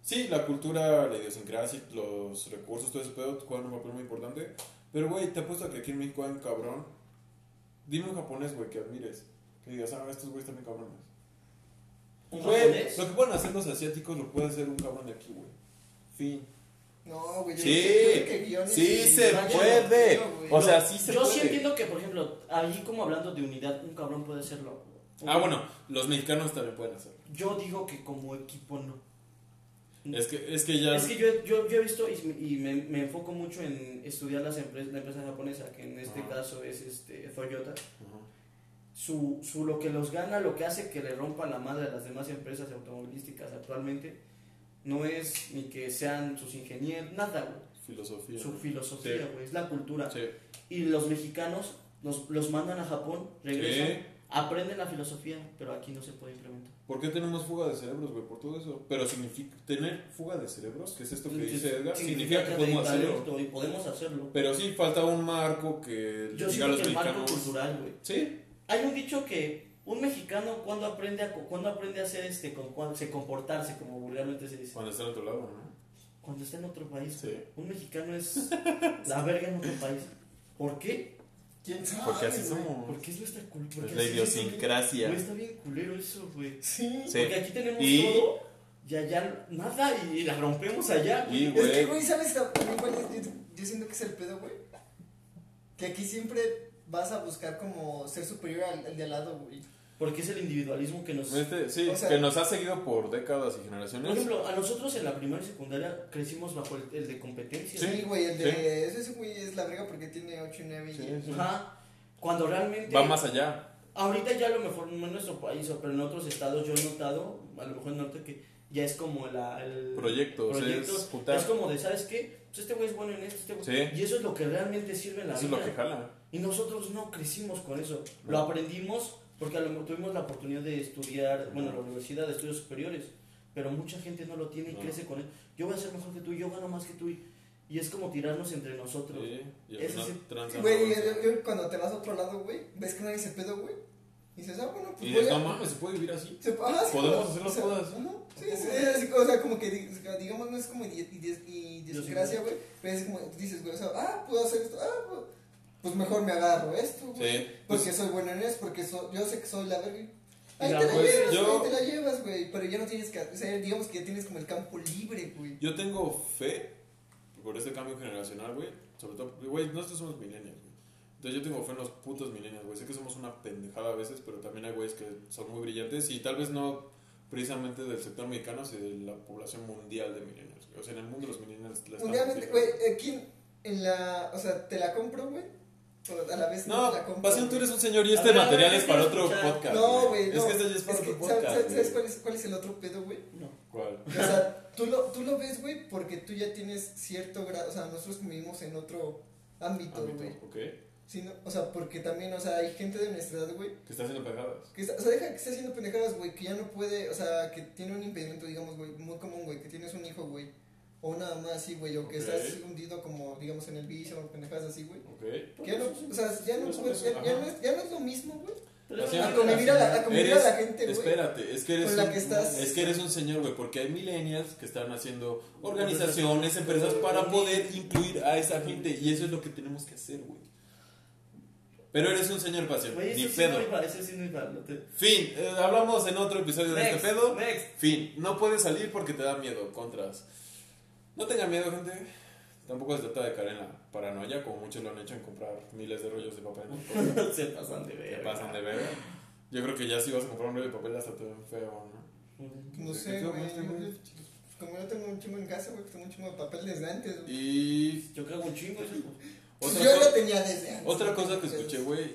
A: Sí, la cultura, la idiosincrasia, los recursos, todo ese pedo juegan un papel muy importante. Pero, güey, te apuesto a que aquí en México hay un cabrón. Dime un japonés, güey, que admires. Que digas, ah, estos güeyes también cabrones.
C: ¿Un
A: Güey,
C: japonés?
A: lo que pueden hacer los asiáticos lo puede hacer un cabrón de aquí, güey. Fin.
B: No, güey. yo
A: Sí,
B: creo que- creo que guiones
A: sí
B: y-
A: se
B: Vaya,
A: puede.
B: no, güey.
A: O sea, sí se
C: Yo sí
A: puede.
C: entiendo que, por ejemplo, allí como hablando de unidad, un cabrón puede hacerlo.
A: Ah, bueno, los mexicanos también pueden hacer.
C: Yo digo que como equipo no.
A: Es que, es que ya.
C: Es que yo, yo, yo he visto y, y me, me enfoco mucho en estudiar las empresas, la empresa japonesa, que en este
A: Ajá.
C: caso es este, Toyota.
A: Ajá.
C: Su, su lo que los gana, lo que hace que le rompan la madre a las demás empresas automovilísticas actualmente, no es ni que sean sus ingenieros, nada, güey.
A: Filosofía.
C: Su filosofía,
A: Sí.
C: güey, es la cultura.
A: Sí.
C: Y los mexicanos nos, los mandan a Japón, regresan,
A: Sí.
C: aprenden la filosofía, pero aquí no se puede implementar.
A: ¿Por qué tenemos fuga de cerebros, güey? Por todo eso. Pero significa tener fuga de cerebros, que es esto que
C: Entonces,
A: dice Edgar, significa que podemos
C: hay
A: hacerlo.
C: talento Y podemos hacerlo.
A: Pero sí falta un marco que diga
C: Yo
A: a
C: siento
A: los
C: que el marco
A: mexicanos.
C: cultural, güey.
A: Sí,
C: Hay un dicho que un mexicano cuando aprende a, cuando aprende a hacer este, con, cuando se comportarse, como vulgarmente se dice,
A: cuando está en otro lado, ¿no?
C: cuando está en otro país,
A: Sí.
C: güey. un mexicano es
A: (laughs)
C: la verga en otro país. ¿Por qué?
B: ¿Quién sabe?
A: Porque así
B: güey?
A: somos.
C: Porque es nuestra cultura.
A: Es la idiosincrasia.
C: Güey, está bien culero eso, güey.
B: Sí.
A: Sí.
C: Porque aquí tenemos
A: Y-
C: todo y allá nada y la rompemos allá, güey.
A: Y,
B: Es que,
A: güey.
B: güey, ¿sabes también cuál es? Yo, yo siento que es el pedo, güey. Que aquí siempre vas a buscar como ser superior al, al de al lado, güey.
C: Porque es el individualismo que nos...
A: Este, sí,
B: O sea-
A: que nos ha seguido por décadas y
C: Por
A: generaciones.
C: ejemplo, a nosotros en la primera y secundaria crecimos bajo el, el de competencia.
A: Sí,
B: Sí, güey, el de.
A: sí.
B: Ese ese güey es la brega porque tiene 8 y 9 y.
A: Sí, sí.
C: Ajá. Cuando realmente...
A: Va más allá.
C: Ahorita ya a lo mejor no en nuestro país, o- pero en otros estados yo he notado, a lo mejor en norte, que ya es como la, el
A: Proyectos,
C: proyecto.
A: es juntar.
C: Es como de, ¿sabes qué? Pues este güey es bueno en esto, este güey.
A: Sí.
C: Y eso es lo que realmente sirve en la
A: Eso es
C: vida.
A: lo que jala.
C: Y nosotros no crecimos con eso.
A: No.
C: Lo aprendimos porque a lo mejor tuvimos la oportunidad de estudiar, bueno,
A: No.
C: la universidad, de estudios superiores. Pero mucha gente no lo tiene y
A: No.
C: crece con él. Yo voy a ser mejor que tú, yo gano más que tú. Y, y es como tirarnos entre nosotros.
A: Sí, y al
C: Eso
A: final
C: sí.
A: transan
B: Güey,
A: avanza.
B: yo- yo cuando te vas a otro lado, güey, ves que no hay ese pedo, güey. Y dices, ah, bueno,
A: Y
B: pues.
A: dices,
B: voy
A: no
B: a-
A: mames, se puede vivir así.
B: se- ajá, sí,
A: Podemos
B: o-
A: hacer
B: o
A: las
B: sea,
A: cosas.
B: ajá, Sí, sí, es así, o sea, como que dig- digamos, no es como idi- idi- y
C: Yo sí,
B: desgracia, güey. Pero es como, dices, güey, o sea, ah, puedo hacer esto, ah, pues, pues mejor me agarro esto, güey.
A: Sí. pues,
B: Porque soy bueno en eso, porque so- yo sé que soy la verga. Ahí
C: Mira,
B: te la
A: pues,
B: llevas,
A: yo-
B: güey, te la llevas, güey. Pero ya no tienes que, o sea, digamos que ya tienes como el campo libre, güey.
A: Yo tengo fe por este cambio generacional, güey. Sobre todo, güey, nosotros somos millennials, güey. Entonces yo tengo fe en los putos millennials, güey. Sé que somos una pendejada a veces, pero también hay güeyes que son muy brillantes y tal vez no precisamente del sector mexicano, sino de la población mundial de millennials, güey. O sea, en el mundo los millennials la están
B: Mundialmente,
A: rompiendo.
B: güey, aquí en la, o sea, te la compro, güey. pero A la vez no,
A: No,
B: te la compro.
A: pasión, tú
B: güey.
A: eres un señor y
C: A
A: este
C: ver, a ver,
A: material es
C: ¿qué
A: para
C: quieres
A: otro
C: escuchar?
A: podcast.
B: No, güey, no.
A: Es que este ya es para
B: que,
A: otro
B: ¿sabes,
A: podcast.
B: sabes- sabes
A: güey.
B: cuál, es, cuál es el otro pedo, güey?
C: No.
A: ¿Cuál?
B: O sea, tú lo, tú lo ves, güey, porque tú ya tienes cierto grado. O sea, nosotros vivimos en otro ámbito,
A: Ámbito,
B: güey.
A: ok. Que
B: Sí, no, o sea, porque también, o sea, hay gente de nuestra edad, güey,
A: está haciendo pendejadas.
B: que está, o sea, deja que esté haciendo pendejadas, güey, que ya no puede, o sea, que tiene un impedimento, digamos, güey, muy común, güey, que tienes un hijo, güey, o nada más así, güey, o que
A: Ok.
B: estás hundido como, digamos, en el vicio o pendejadas así, güey.
A: Ok.
B: Que ya no, o sea, ya no,
A: Eso,
B: puede- ya,
A: eso,
B: ya
A: ajá.
B: no es, ya no es lo mismo, güey.
C: Pero es
A: Sí,
C: una
B: A convivir a la, a
C: relación.
B: convivir a la gente, güey.
A: Espérate, es que eres
B: Con la
A: un-
B: que estás-
A: es que eres un señor, güey, porque hay millennials que están haciendo organizaciones, empresas para poder incluir a esa gente y eso es lo que tenemos que hacer, güey. Pero eres un señor pasión,
C: Güey,
A: ni
C: eso sí
A: pedo.
C: no iba, eso sí no iba, no te-
A: Fin, eh, hablamos en otro episodio de
C: Next,
A: este pedo.
C: next. (laughs)
A: Fin, no puedes salir porque te da miedo, contras. No tengan miedo, gente. Tampoco se trata de caer en la paranoia, como muchos lo han hecho en comprar miles de rollos de papel. ¿no?
C: Se pasan de ver.
A: Te pasan de verga. Yo creo que ya si vas a comprar un rollo de papel hasta te ven feo, ¿no?
B: No sé, güey. yo- Como yo tengo un chingo en casa, güey, que tengo un chingo de papel desde antes, güey.
A: Y
C: Yo cago un chingo eso.
A: otra,
B: Yo
A: co-
B: lo tenía desde antes.
A: otra
B: güey,
A: cosa que
B: pero-
A: escuché, güey,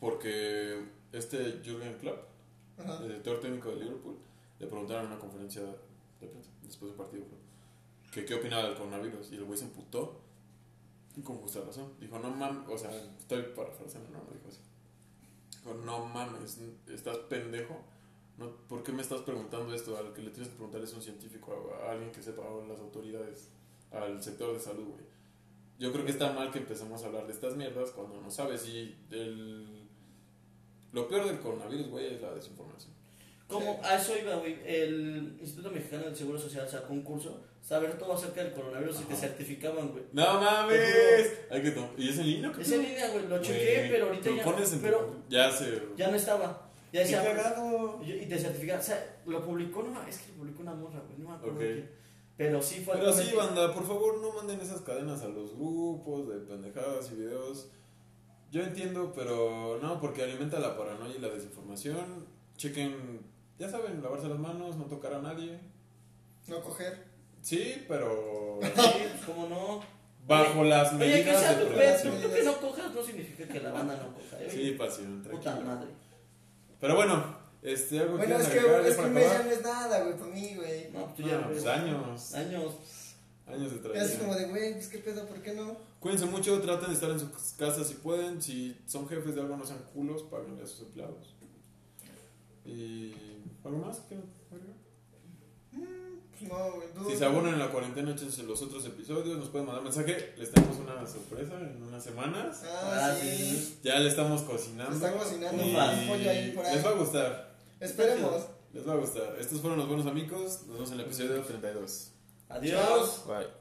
A: porque este Jürgen Klopp,
B: Ajá.
A: el director técnico de Liverpool, le preguntaron en una conferencia de prensa, después del partido, creo, que qué opinaba del coronavirus. Y el güey se emputó, y con justa razón. Dijo, no mames, o sea, estoy parafraseando, no, no dijo así. Dijo, no mames, estás pendejo. No, ¿Por qué me estás preguntando esto? Al que le tienes que preguntar es un científico, a, a alguien que sepa, o las autoridades, al sector de salud, güey. Yo creo que está mal que empecemos a hablar de estas mierdas cuando no sabes. Y el, lo peor del coronavirus, güey, es la desinformación.
C: Como a eso iba, güey. El Instituto Mexicano del Seguro Social sacó un curso, saber todo acerca del coronavirus y te
A: Ajá.
C: certificaban, güey.
A: ¡No mames! Hay que tom- ¿Y es en línea?
C: Es en línea, güey. Lo chequé, pero ahorita ya,
A: pones en-
C: pero
A: ya se...
C: ya no estaba. Ya
A: ¡Qué
C: decía. "Pues,
A: cagado!
C: Y y te certificaban. O sea, lo publicó, no, es que lo publicó una morra, güey. No me acuerdo
A: Ok.
C: quién. Pero sí fue
A: Pero
C: algo
A: sí,
C: metido.
A: banda, por favor no manden esas cadenas a los grupos de pendejadas y videos. Yo entiendo, pero no, porque alimenta la paranoia y la desinformación. Chequen, ya saben, lavarse las manos, no tocar a nadie.
B: No coger.
A: Sí, pero
C: (laughs) Sí, ¿Cómo
A: (laughs)
C: no?
A: bajo las
C: Oye, que
A: medidas
C: sea
A: de
C: tu pedo.
A: prevención.
C: Tú que no cojas no significa que la banda no coja, ¿eh?
A: Sí, pasión,
C: Puta
A: tranquilo.
C: madre.
A: Pero bueno, este, algo
B: Bueno, es
A: quieran
B: que,
A: agregar ya
B: es que
A: para
B: un mes ya
A: acabar?
B: no es nada, güey, para mí, güey.
C: No, tú ya.
A: Ah, pues
C: ves.
A: años,
C: Años.
A: años de
B: Ya es
A: tradición.
B: como de, güey, pues qué pedo, ¿por qué no?
A: Cuídense mucho, traten de estar en sus casas si pueden. Si son jefes de algo, no sean culos, páguenle a sus empleados. Y. ¿Algo más? que agregar?
B: Pues no, güey, dudo.
A: Si se abonan en la cuarentena, échense los otros episodios. Nos pueden mandar mensaje. Les tenemos una sorpresa en unas semanas.
B: Ah,
C: Ah,
B: sí.
C: sí.
A: Ya le estamos cocinando.
B: Está cocinando
A: Y
B: un pollo ahí por ahí.
A: Les va a gustar.
B: Esperemos.
A: Les va a gustar. Estos fueron los buenos amigos. Nos vemos en el episodio 32.
C: Adiós.
B: Chao.
A: Bye.